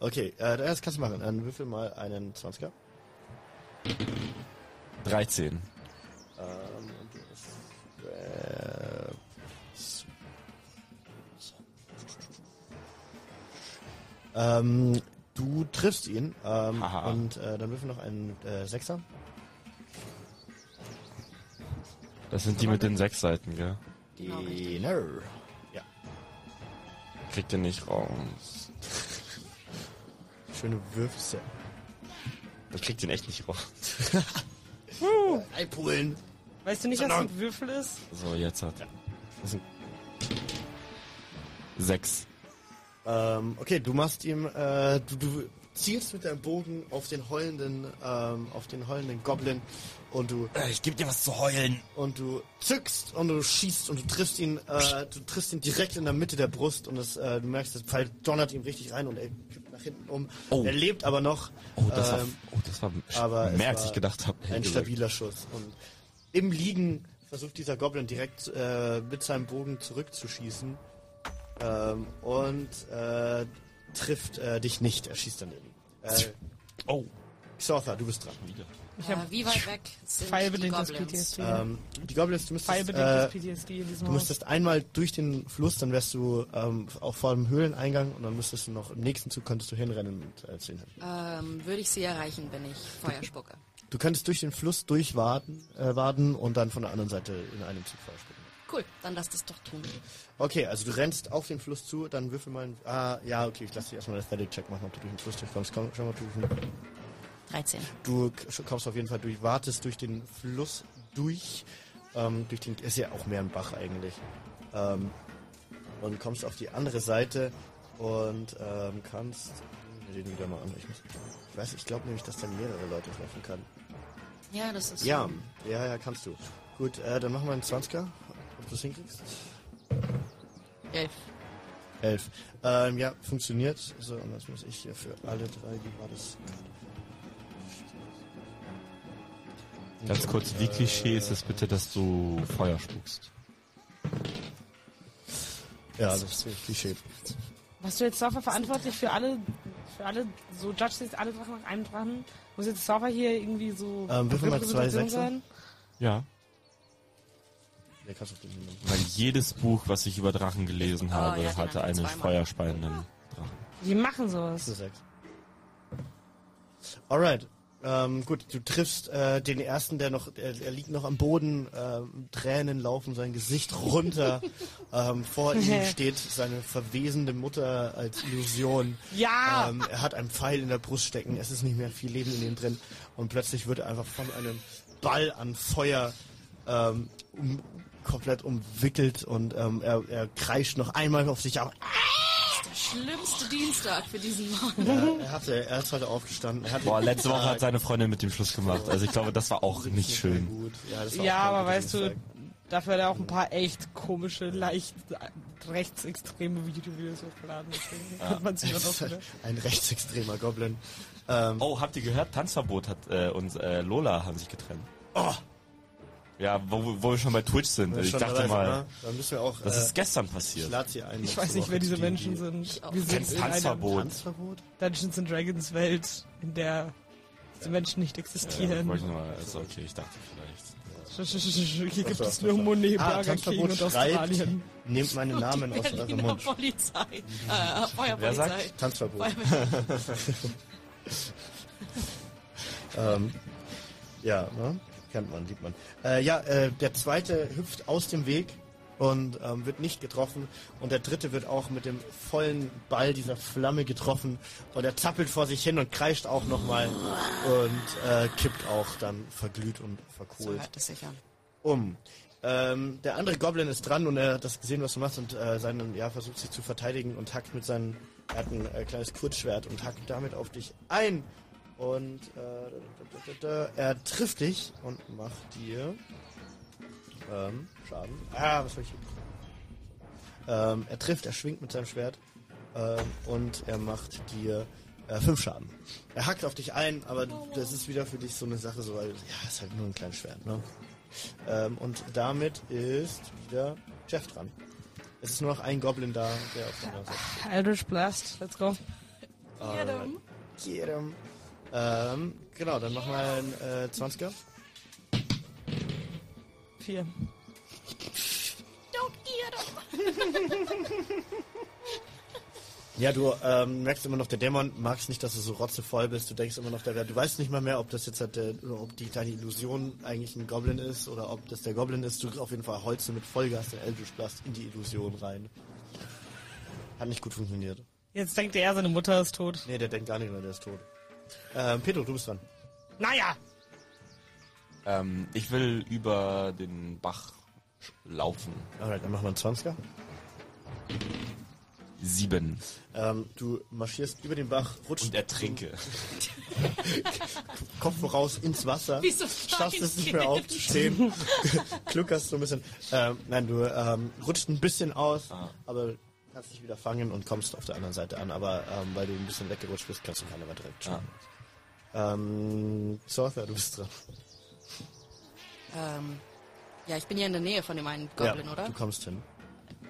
S5: Okay, äh, das kannst du machen. Dann würfel mal einen 20er.
S3: 13.
S5: Ähm, und du hast, äh, ähm, du triffst ihn ähm,
S3: Haha.
S5: und äh, dann würfel noch einen äh, Sechser.
S3: Das sind die mit den sechs Seiten, gell?
S2: Genau, richtig.
S5: Genau. Ja,
S3: Kriegt ihr nicht raus.
S5: schöne Würfel.
S3: Ich krieg den echt nicht raus.
S5: Einpulen.
S4: Weißt du nicht,
S5: Genau.
S4: was ein Würfel ist?
S3: So, jetzt hat.
S5: Das sind-
S3: Sechs.
S5: Ähm, okay, du machst ihm, äh, du, du zielst mit deinem Bogen auf den heulenden, ähm, auf den heulenden Goblin und du
S3: Äh, Ich geb dir was zu heulen.
S5: und du zückst und du schießt und du triffst ihn, äh, du triffst ihn direkt in der Mitte der Brust und das, äh, du merkst, das Pfeil donnert ihm richtig rein und er kippt nach hinten um.
S3: Oh.
S5: Er lebt aber noch.
S3: Oh, das war,
S5: ähm,
S3: oh, das war
S5: aber es
S3: mehr, als
S5: war
S3: ich gedacht habe.
S5: ein stabiler Schuss. Und im Liegen versucht dieser Goblin direkt äh, mit seinem Bogen zurückzuschießen ähm, und äh, trifft äh, dich nicht. Er schießt daneben. Äh,
S3: Oh,
S5: Xortha, du bist dran.
S3: wieder.
S2: Äh, wie weit weg sind die
S4: Pfeilbedingtes
S2: Goblins?
S4: PTSD.
S5: Ähm, die Goblins, du müsstest, äh,
S4: Pfeilbedingtes PTSD in diesem
S5: du
S4: Haus.
S5: müsstest einmal durch den Fluss, dann wärst du ähm, auch vor dem Höhleneingang und dann müsstest du noch im nächsten Zug könntest du hinrennen und äh, zu ihnen hin.
S2: Ähm, würde ich sie erreichen, wenn ich Feuer spucke?
S5: Du könntest durch den Fluss durchwaden äh, waden und dann von der anderen Seite in einem Zug vorspringen.
S2: Cool, dann lass das doch tun.
S5: Okay, also du rennst auf den Fluss zu, dann würfel mal ein. Ah, ja, okay, ich lass dich erstmal einen Athletic-Check machen, ob du durch den Fluss durchkommst. Komm, schau mal, ob du durch den
S1: 13.
S5: Du k- kommst auf jeden Fall durch, wartest durch den Fluss durch, ähm, durch den, ist ja auch mehr ein Bach eigentlich, ähm, und kommst auf die andere Seite und ähm, kannst wir den wieder mal an. Ich, muss, ich weiß, ich glaube nämlich, dass der mehrere Leute treffen kann.
S2: Ja, das ist.
S5: Ja, ja, ja, kannst du. Gut, äh, dann machen wir einen 20er, ob du es hinkriegst.
S2: Elf.
S5: Elf. Ähm, ja, funktioniert. So, und jetzt muss ich hier für alle drei, wie war das?
S3: Ganz kurz, wie Klischee ist es bitte, dass du Feuer spuckst?
S5: Ja, das ist ziemlich Klischee.
S4: Warst du jetzt Surfer verantwortlich für alle, für alle, so judgst jetzt alle Drachen nach einem Drachen? Muss jetzt Surfer hier irgendwie so
S5: Ähm, würfel mal zwei
S4: Repräsentation
S5: Sechser.
S4: sein?
S3: Ja.
S5: Der kannst du auf den nehmen.
S3: Weil jedes Buch, was ich über Drachen gelesen
S2: Ah,
S3: habe,
S2: ja, die
S3: hatte
S2: haben
S3: einen
S2: zweimal.
S3: feuerspeienden Drachen.
S4: Die machen
S5: Das
S4: sowas.
S5: ist sechs. Alright. Ähm, gut, du triffst äh, den ersten, der noch, er, er liegt noch am Boden, ähm, Tränen laufen sein Gesicht runter. ähm, vor ihm steht seine verwesende Mutter als Illusion.
S4: Ja!
S5: Ähm, er hat einen Pfeil in der Brust stecken, es ist nicht mehr viel Leben in ihm drin. Und plötzlich wird er einfach von einem Ball an Feuer ähm, um, komplett umwickelt und ähm, er, er kreischt noch einmal auf sich ab.
S2: Der schlimmste Dienstag für diesen Mann.
S5: Er, er, hatte, er ist heute aufgestanden. Er hat
S3: Boah,
S5: den
S3: letzte Woche
S5: Tag-
S3: hat seine Freundin mit dem Schluss gemacht. Also ich glaube, das war auch nicht schön.
S5: Gut. Ja, das war
S4: Ja,
S5: auch kein
S4: aber
S5: guter
S4: weißt du,
S5: Dienstag.
S4: dafür hat er auch ein paar echt komische, leicht rechtsextreme Videovideos hochgeladen. Deswegen hat man sich auch wieder.
S5: Ein rechtsextremer Goblin. Ähm,
S3: Oh, habt ihr gehört? Tanzverbot hat äh, und äh, Lola haben sich getrennt.
S5: Oh.
S3: Ja, wo, wo wir schon bei Twitch sind. Ich
S5: schon
S3: dachte
S5: live,
S3: mal,
S5: ne? Dann müssen wir auch.
S3: das
S5: äh,
S3: ist gestern
S5: ich
S3: passiert.
S5: lade sie ein.
S4: Ich
S5: nächste
S4: weiß nicht,
S5: Woche,
S4: wer diese
S5: die-
S4: menschen
S5: die-
S4: sind.
S2: Ich auch.
S4: Wir sind
S3: Kennst
S4: in einer
S3: Tanzverbot?
S5: Tanzverbot?
S4: Dungeons and Dragons Welt, in der diese Menschen nicht
S3: Ja,
S4: existieren.
S3: wollte ich nur mal, also okay, ich dachte vielleicht.
S4: Hier gibt
S5: Ach so,
S4: es nur Monet,
S5: Ah,
S4: Burger King
S5: Tanzverbot
S4: und
S5: schreibt,
S4: Australien. [laughs]
S5: nehmt meinen Namen aus eurem
S2: Berliner
S5: Mund.
S2: Polizei. Äh, Feuerpolizei.
S3: sagt?
S5: Tanzverbot.
S2: Feuerwehr-
S5: Ähm, ja, ne? kennt man, sieht man. Äh, ja, äh, der zweite hüpft aus dem Weg und ähm, wird nicht getroffen. Und der dritte wird auch mit dem vollen Ball dieser Flamme getroffen. Und er zappelt vor sich hin und kreischt auch nochmal und äh, kippt auch dann verglüht und
S2: So
S5: verkohlt
S2: hört es sich an.
S5: um. Ähm, der andere Goblin ist dran und er hat das gesehen, was du machst und äh, seinen, ja, versucht sich zu verteidigen und hackt mit seinem, er hat ein äh, kleines Kurzschwert und hackt damit auf dich ein. Und äh, da, da, da, da, er trifft dich und macht dir ähm, Schaden. Ah, was hab ich hier? Ähm, er trifft, er schwingt mit seinem Schwert ähm, und er macht dir äh, fünf Schaden. Er hackt auf dich ein, aber das ist wieder für dich so eine Sache, so weil ja, ist halt nur ein kleines Schwert, ne? Ähm, und damit ist wieder Jeff dran. Es ist nur noch ein Goblin da, der auf der anderen Seite.
S4: Eldritch Blast, let's go.
S2: Ja, dann.
S5: Get him. Ähm, genau, dann mach mal einen äh, 20er.
S4: Vier.
S1: Don't get him.
S5: Ja, du ähm, merkst immer noch, der Dämon magst nicht, dass du so rotzevoll bist. Du denkst immer noch, der wäre. Du weißt nicht mal mehr, ob das jetzt halt, der, oder ob die deine Illusion eigentlich ein Goblin ist oder ob das der Goblin ist. Du auf jeden Fall holst du mit Vollgas den Eldritch Blast in die Illusion rein. Hat nicht gut funktioniert.
S4: Jetzt denkt er, seine Mutter ist tot.
S5: Nee, der denkt gar nicht mehr, der ist tot. Ähm, Pedro, du bist dran.
S4: Naja!
S3: Ähm, ich will über den Bach sch- laufen.
S5: Alright, dann machen wir einen 20er.
S3: Sieben.
S5: Ähm, du marschierst über den Bach, rutscht
S3: Und ertrinke.
S5: Kopf voraus ins Wasser.
S2: Wie so ein
S5: schaffst es nicht
S2: Kind.
S5: mehr aufzustehen. [laughs] Kluckerst so ein bisschen. Ähm, nein, du ähm, rutscht ein bisschen aus, aber kannst dich wieder fangen und kommst auf der anderen Seite an. Aber ähm, weil du ein bisschen weggerutscht bist, kannst du keiner mehr direkt schaden. Ähm, Sortha, du bist dran.
S2: Ähm, ja, ich bin ja in der Nähe von dem einen Goblin,
S5: ja,
S2: oder?
S5: Du kommst hin.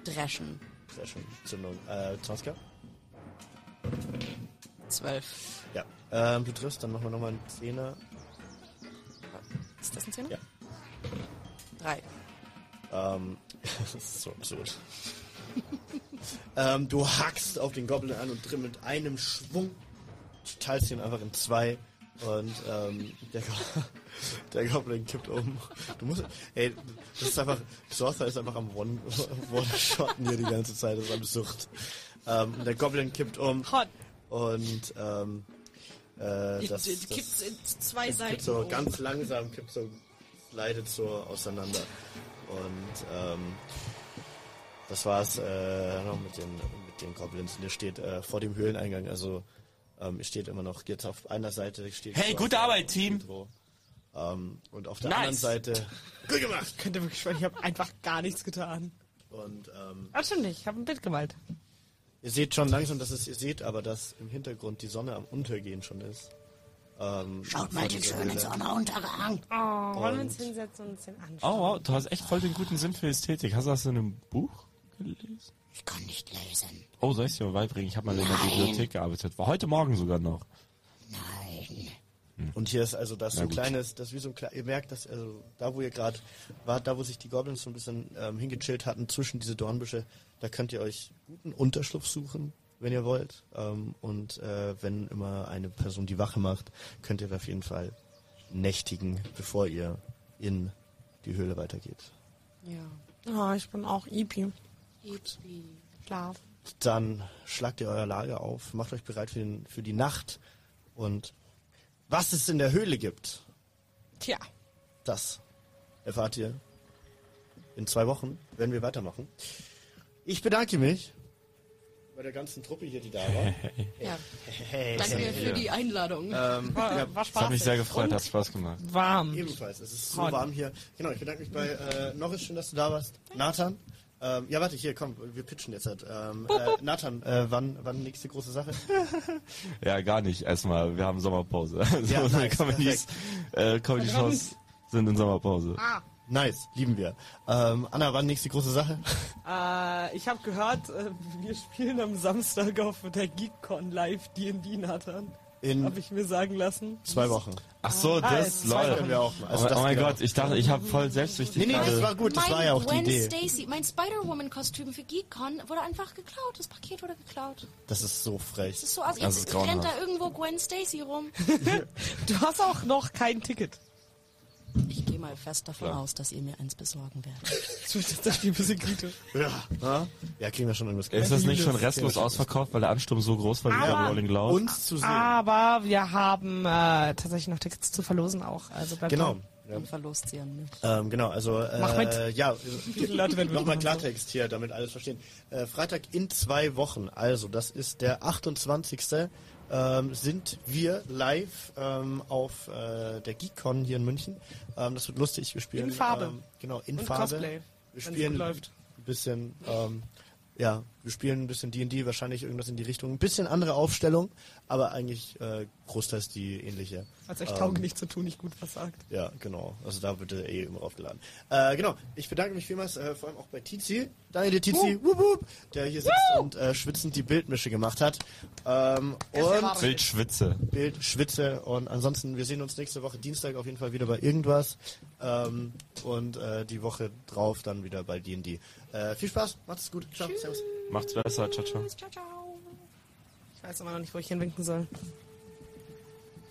S2: Dreschen.
S5: Sehr schön. Zündung. Äh, 20
S2: Zwölf.
S5: Ja. Ähm, du triffst, dann machen wir nochmal einen Zehner.
S2: Ist das ein Zehner?
S5: Ja.
S2: Drei.
S5: Ähm, das ist so absurd. [laughs] ähm, du hackst auf den Goblin an und drin mit einem Schwung teilst ihn einfach in zwei und ähm, der, Go [laughs] der Goblin kippt um. Du musst, ey, das ist einfach, Sorcerer ist einfach am One- [laughs] One-Shotten hier die ganze Zeit, das ist absurd. Ähm, der Goblin kippt um
S4: Hot.
S5: und ähm, Äh, das,
S2: Das,
S5: das
S2: kippt in zwei Seiten.
S5: kippt so
S2: um.
S5: ganz langsam, kippt so, leidet so auseinander. Und ähm, das war's äh, noch mit den, mit den Goblins. Und ihr steht äh, vor dem Höhleneingang, also ähm, ihr steht immer noch jetzt auf einer Seite. Steht
S7: Hey,
S5: so
S7: gute
S5: auf der-
S7: Arbeit, Team.
S5: Ähm, und auf der
S7: Nice.
S5: anderen Seite. [laughs] Gut gemacht!
S4: Könnte wirklich schwören, ich habe einfach gar nichts getan.
S5: Und ähm,
S4: Ach, stimmt nicht. Ich habe ein Bild gemalt.
S5: Ihr seht schon langsam, dass es, ihr seht aber, dass im Hintergrund die Sonne am Untergehen schon ist. Ähm,
S1: Schaut mal den schönen Sonnenuntergang.
S4: Oh, wollen wir
S5: uns
S4: uns hinsetzen und uns den anschauen?
S3: Oh, wow, du hast echt voll den guten Sinn für Ästhetik. Hast du das in einem Buch gelesen?
S1: Ich kann nicht lesen.
S3: Oh, soll ich dir mal beibringen? Ich habe mal in der
S1: Nein.
S3: Bibliothek gearbeitet. War heute Morgen sogar noch.
S1: Nein.
S5: Und hier ist also das so ein
S3: gut.
S5: kleines, das wie so ein kleines, ihr merkt, dass also da, wo ihr gerade wart, da, wo sich die Goblins so ein bisschen ähm, hingechillt hatten, zwischen diese Dornbüsche, da könnt ihr euch guten Unterschlupf suchen, wenn ihr wollt. Ähm, und äh, wenn immer eine Person die Wache macht, könnt ihr da auf jeden Fall nächtigen, bevor ihr in die Höhle weitergeht.
S2: Ja.
S4: Oh, ich bin auch Ipi.
S2: Gut.
S4: Schlaf.
S5: Dann schlagt ihr euer Lager auf, macht euch bereit für, den, für die Nacht. Und was es in der Höhle gibt,
S4: Tja.
S5: das erfahrt ihr in zwei Wochen, wenn wir weitermachen. Ich bedanke mich bei der ganzen Truppe hier, die da [laughs] war.
S2: Ja.
S5: Hey,
S2: Danke für die Einladung.
S5: ähm,
S4: War,
S5: ja,
S4: war
S3: Das hat
S4: Spaß.
S3: mich sehr gefreut, hat Spaß gemacht.
S4: warm.
S5: ebenfalls, es ist so
S4: Horn.
S5: warm hier. Genau, ich bedanke mich bei äh, Norris, schön, dass du da warst. Nathan. Ähm, ja, warte, hier, komm, wir pitchen jetzt. Halt. Ähm, äh, Nathan, äh, wann, wann nächste große Sache? [laughs]
S3: Ja, gar nicht. Erstmal, wir haben Sommerpause. [laughs] Also,
S5: Ja,
S3: unsere
S5: nice,
S3: Comedies, äh, Comedy-Shows sind in Sommerpause.
S5: Ah. Nice, lieben wir. Ähm, Anna, wann nächste große Sache?
S4: Äh, ich habe gehört, äh, wir spielen am Samstag auf der GeekCon live D&D, Nathan.
S5: In
S4: Habe ich mir sagen lassen.
S5: zwei Wochen.
S3: Ach
S5: Ah,
S3: so, das,
S4: jetzt zwei
S3: lol.
S5: können wir auch mal. Also
S3: oh,
S5: das
S3: oh mein
S5: geht Also
S3: Gott, ich dachte, ich habe voll selbstsüchtig
S5: Nee, nee, das
S3: gerade.
S5: war gut, das war ja auch die
S2: Gwen
S5: Idee.
S2: Stacy, mein Spider-Woman-Kostüm für GeekCon wurde einfach geklaut. Das Paket wurde geklaut.
S5: Das ist so frech.
S2: Das ist so aus.
S3: Das
S2: Jetzt
S3: ist
S2: rennt
S3: grauenhaft.
S2: da irgendwo Gwen Stacy rum.
S4: Du hast auch noch kein Ticket.
S2: Ich gehe mal fest davon
S3: Klar.
S2: aus, dass ihr mir eins besorgen werdet.
S4: Das wird tatsächlich ein bisschen kritisch.
S5: Ja, ha? ja kriegen wir schon irgendwas
S3: Ist das nicht schon restlos ausverkauft, weil der Ansturm so groß war wie
S5: Ah.
S3: bei Rolling Loud?
S5: Uns zu sehen.
S4: Ah, Aber wir haben äh, tatsächlich noch Tickets zu verlosen auch. Also bleibt
S5: Genau.
S4: dran.
S5: Ja.
S2: Dann verlost sie an mich.
S5: Ähm, genau, also äh,
S4: Mach mit.
S5: ja,
S4: viele Leute werden
S5: nochmal
S4: mitmachen?
S5: Klartext hier, damit alles verstehen. Äh, Freitag in zwei Wochen, also das ist der 28. Ähm, sind wir live ähm, auf äh, der GeekCon hier in München. Ähm, das wird lustig, wir spielen
S4: In Farbe.
S5: Ähm, genau, in
S4: Und
S5: Farbe.
S4: Cosplay,
S5: Wir
S4: wenn's gut
S5: spielen
S4: läuft.
S5: ein bisschen, ähm, ja, wir spielen ein bisschen D&D, wahrscheinlich irgendwas in die Richtung. Ein bisschen andere Aufstellung, aber eigentlich äh, großteils die ähnliche.
S4: Als euch
S5: Ähm.
S4: taugen nicht zu tun, nicht gut was sagt.
S5: Ja, genau. Also da wird er eh immer aufgeladen. Äh, genau. Ich bedanke mich vielmals, äh, vor allem auch bei Tizi. Danke dir, Tizi. Wup, wup, der hier sitzt und äh, schwitzend die Bildmische gemacht hat. Ähm, und
S3: Wildschwitze.
S5: Bild, Schwitze. Und ansonsten, wir sehen uns nächste Woche Dienstag auf jeden Fall wieder bei irgendwas. Ähm, und äh, die Woche drauf dann wieder bei D&D. Äh, viel Spaß. Macht's gut. Ciao. Servus.
S3: Macht's besser, ciao, ciao.
S4: Ich weiß immer noch nicht, wo ich hinwinken soll.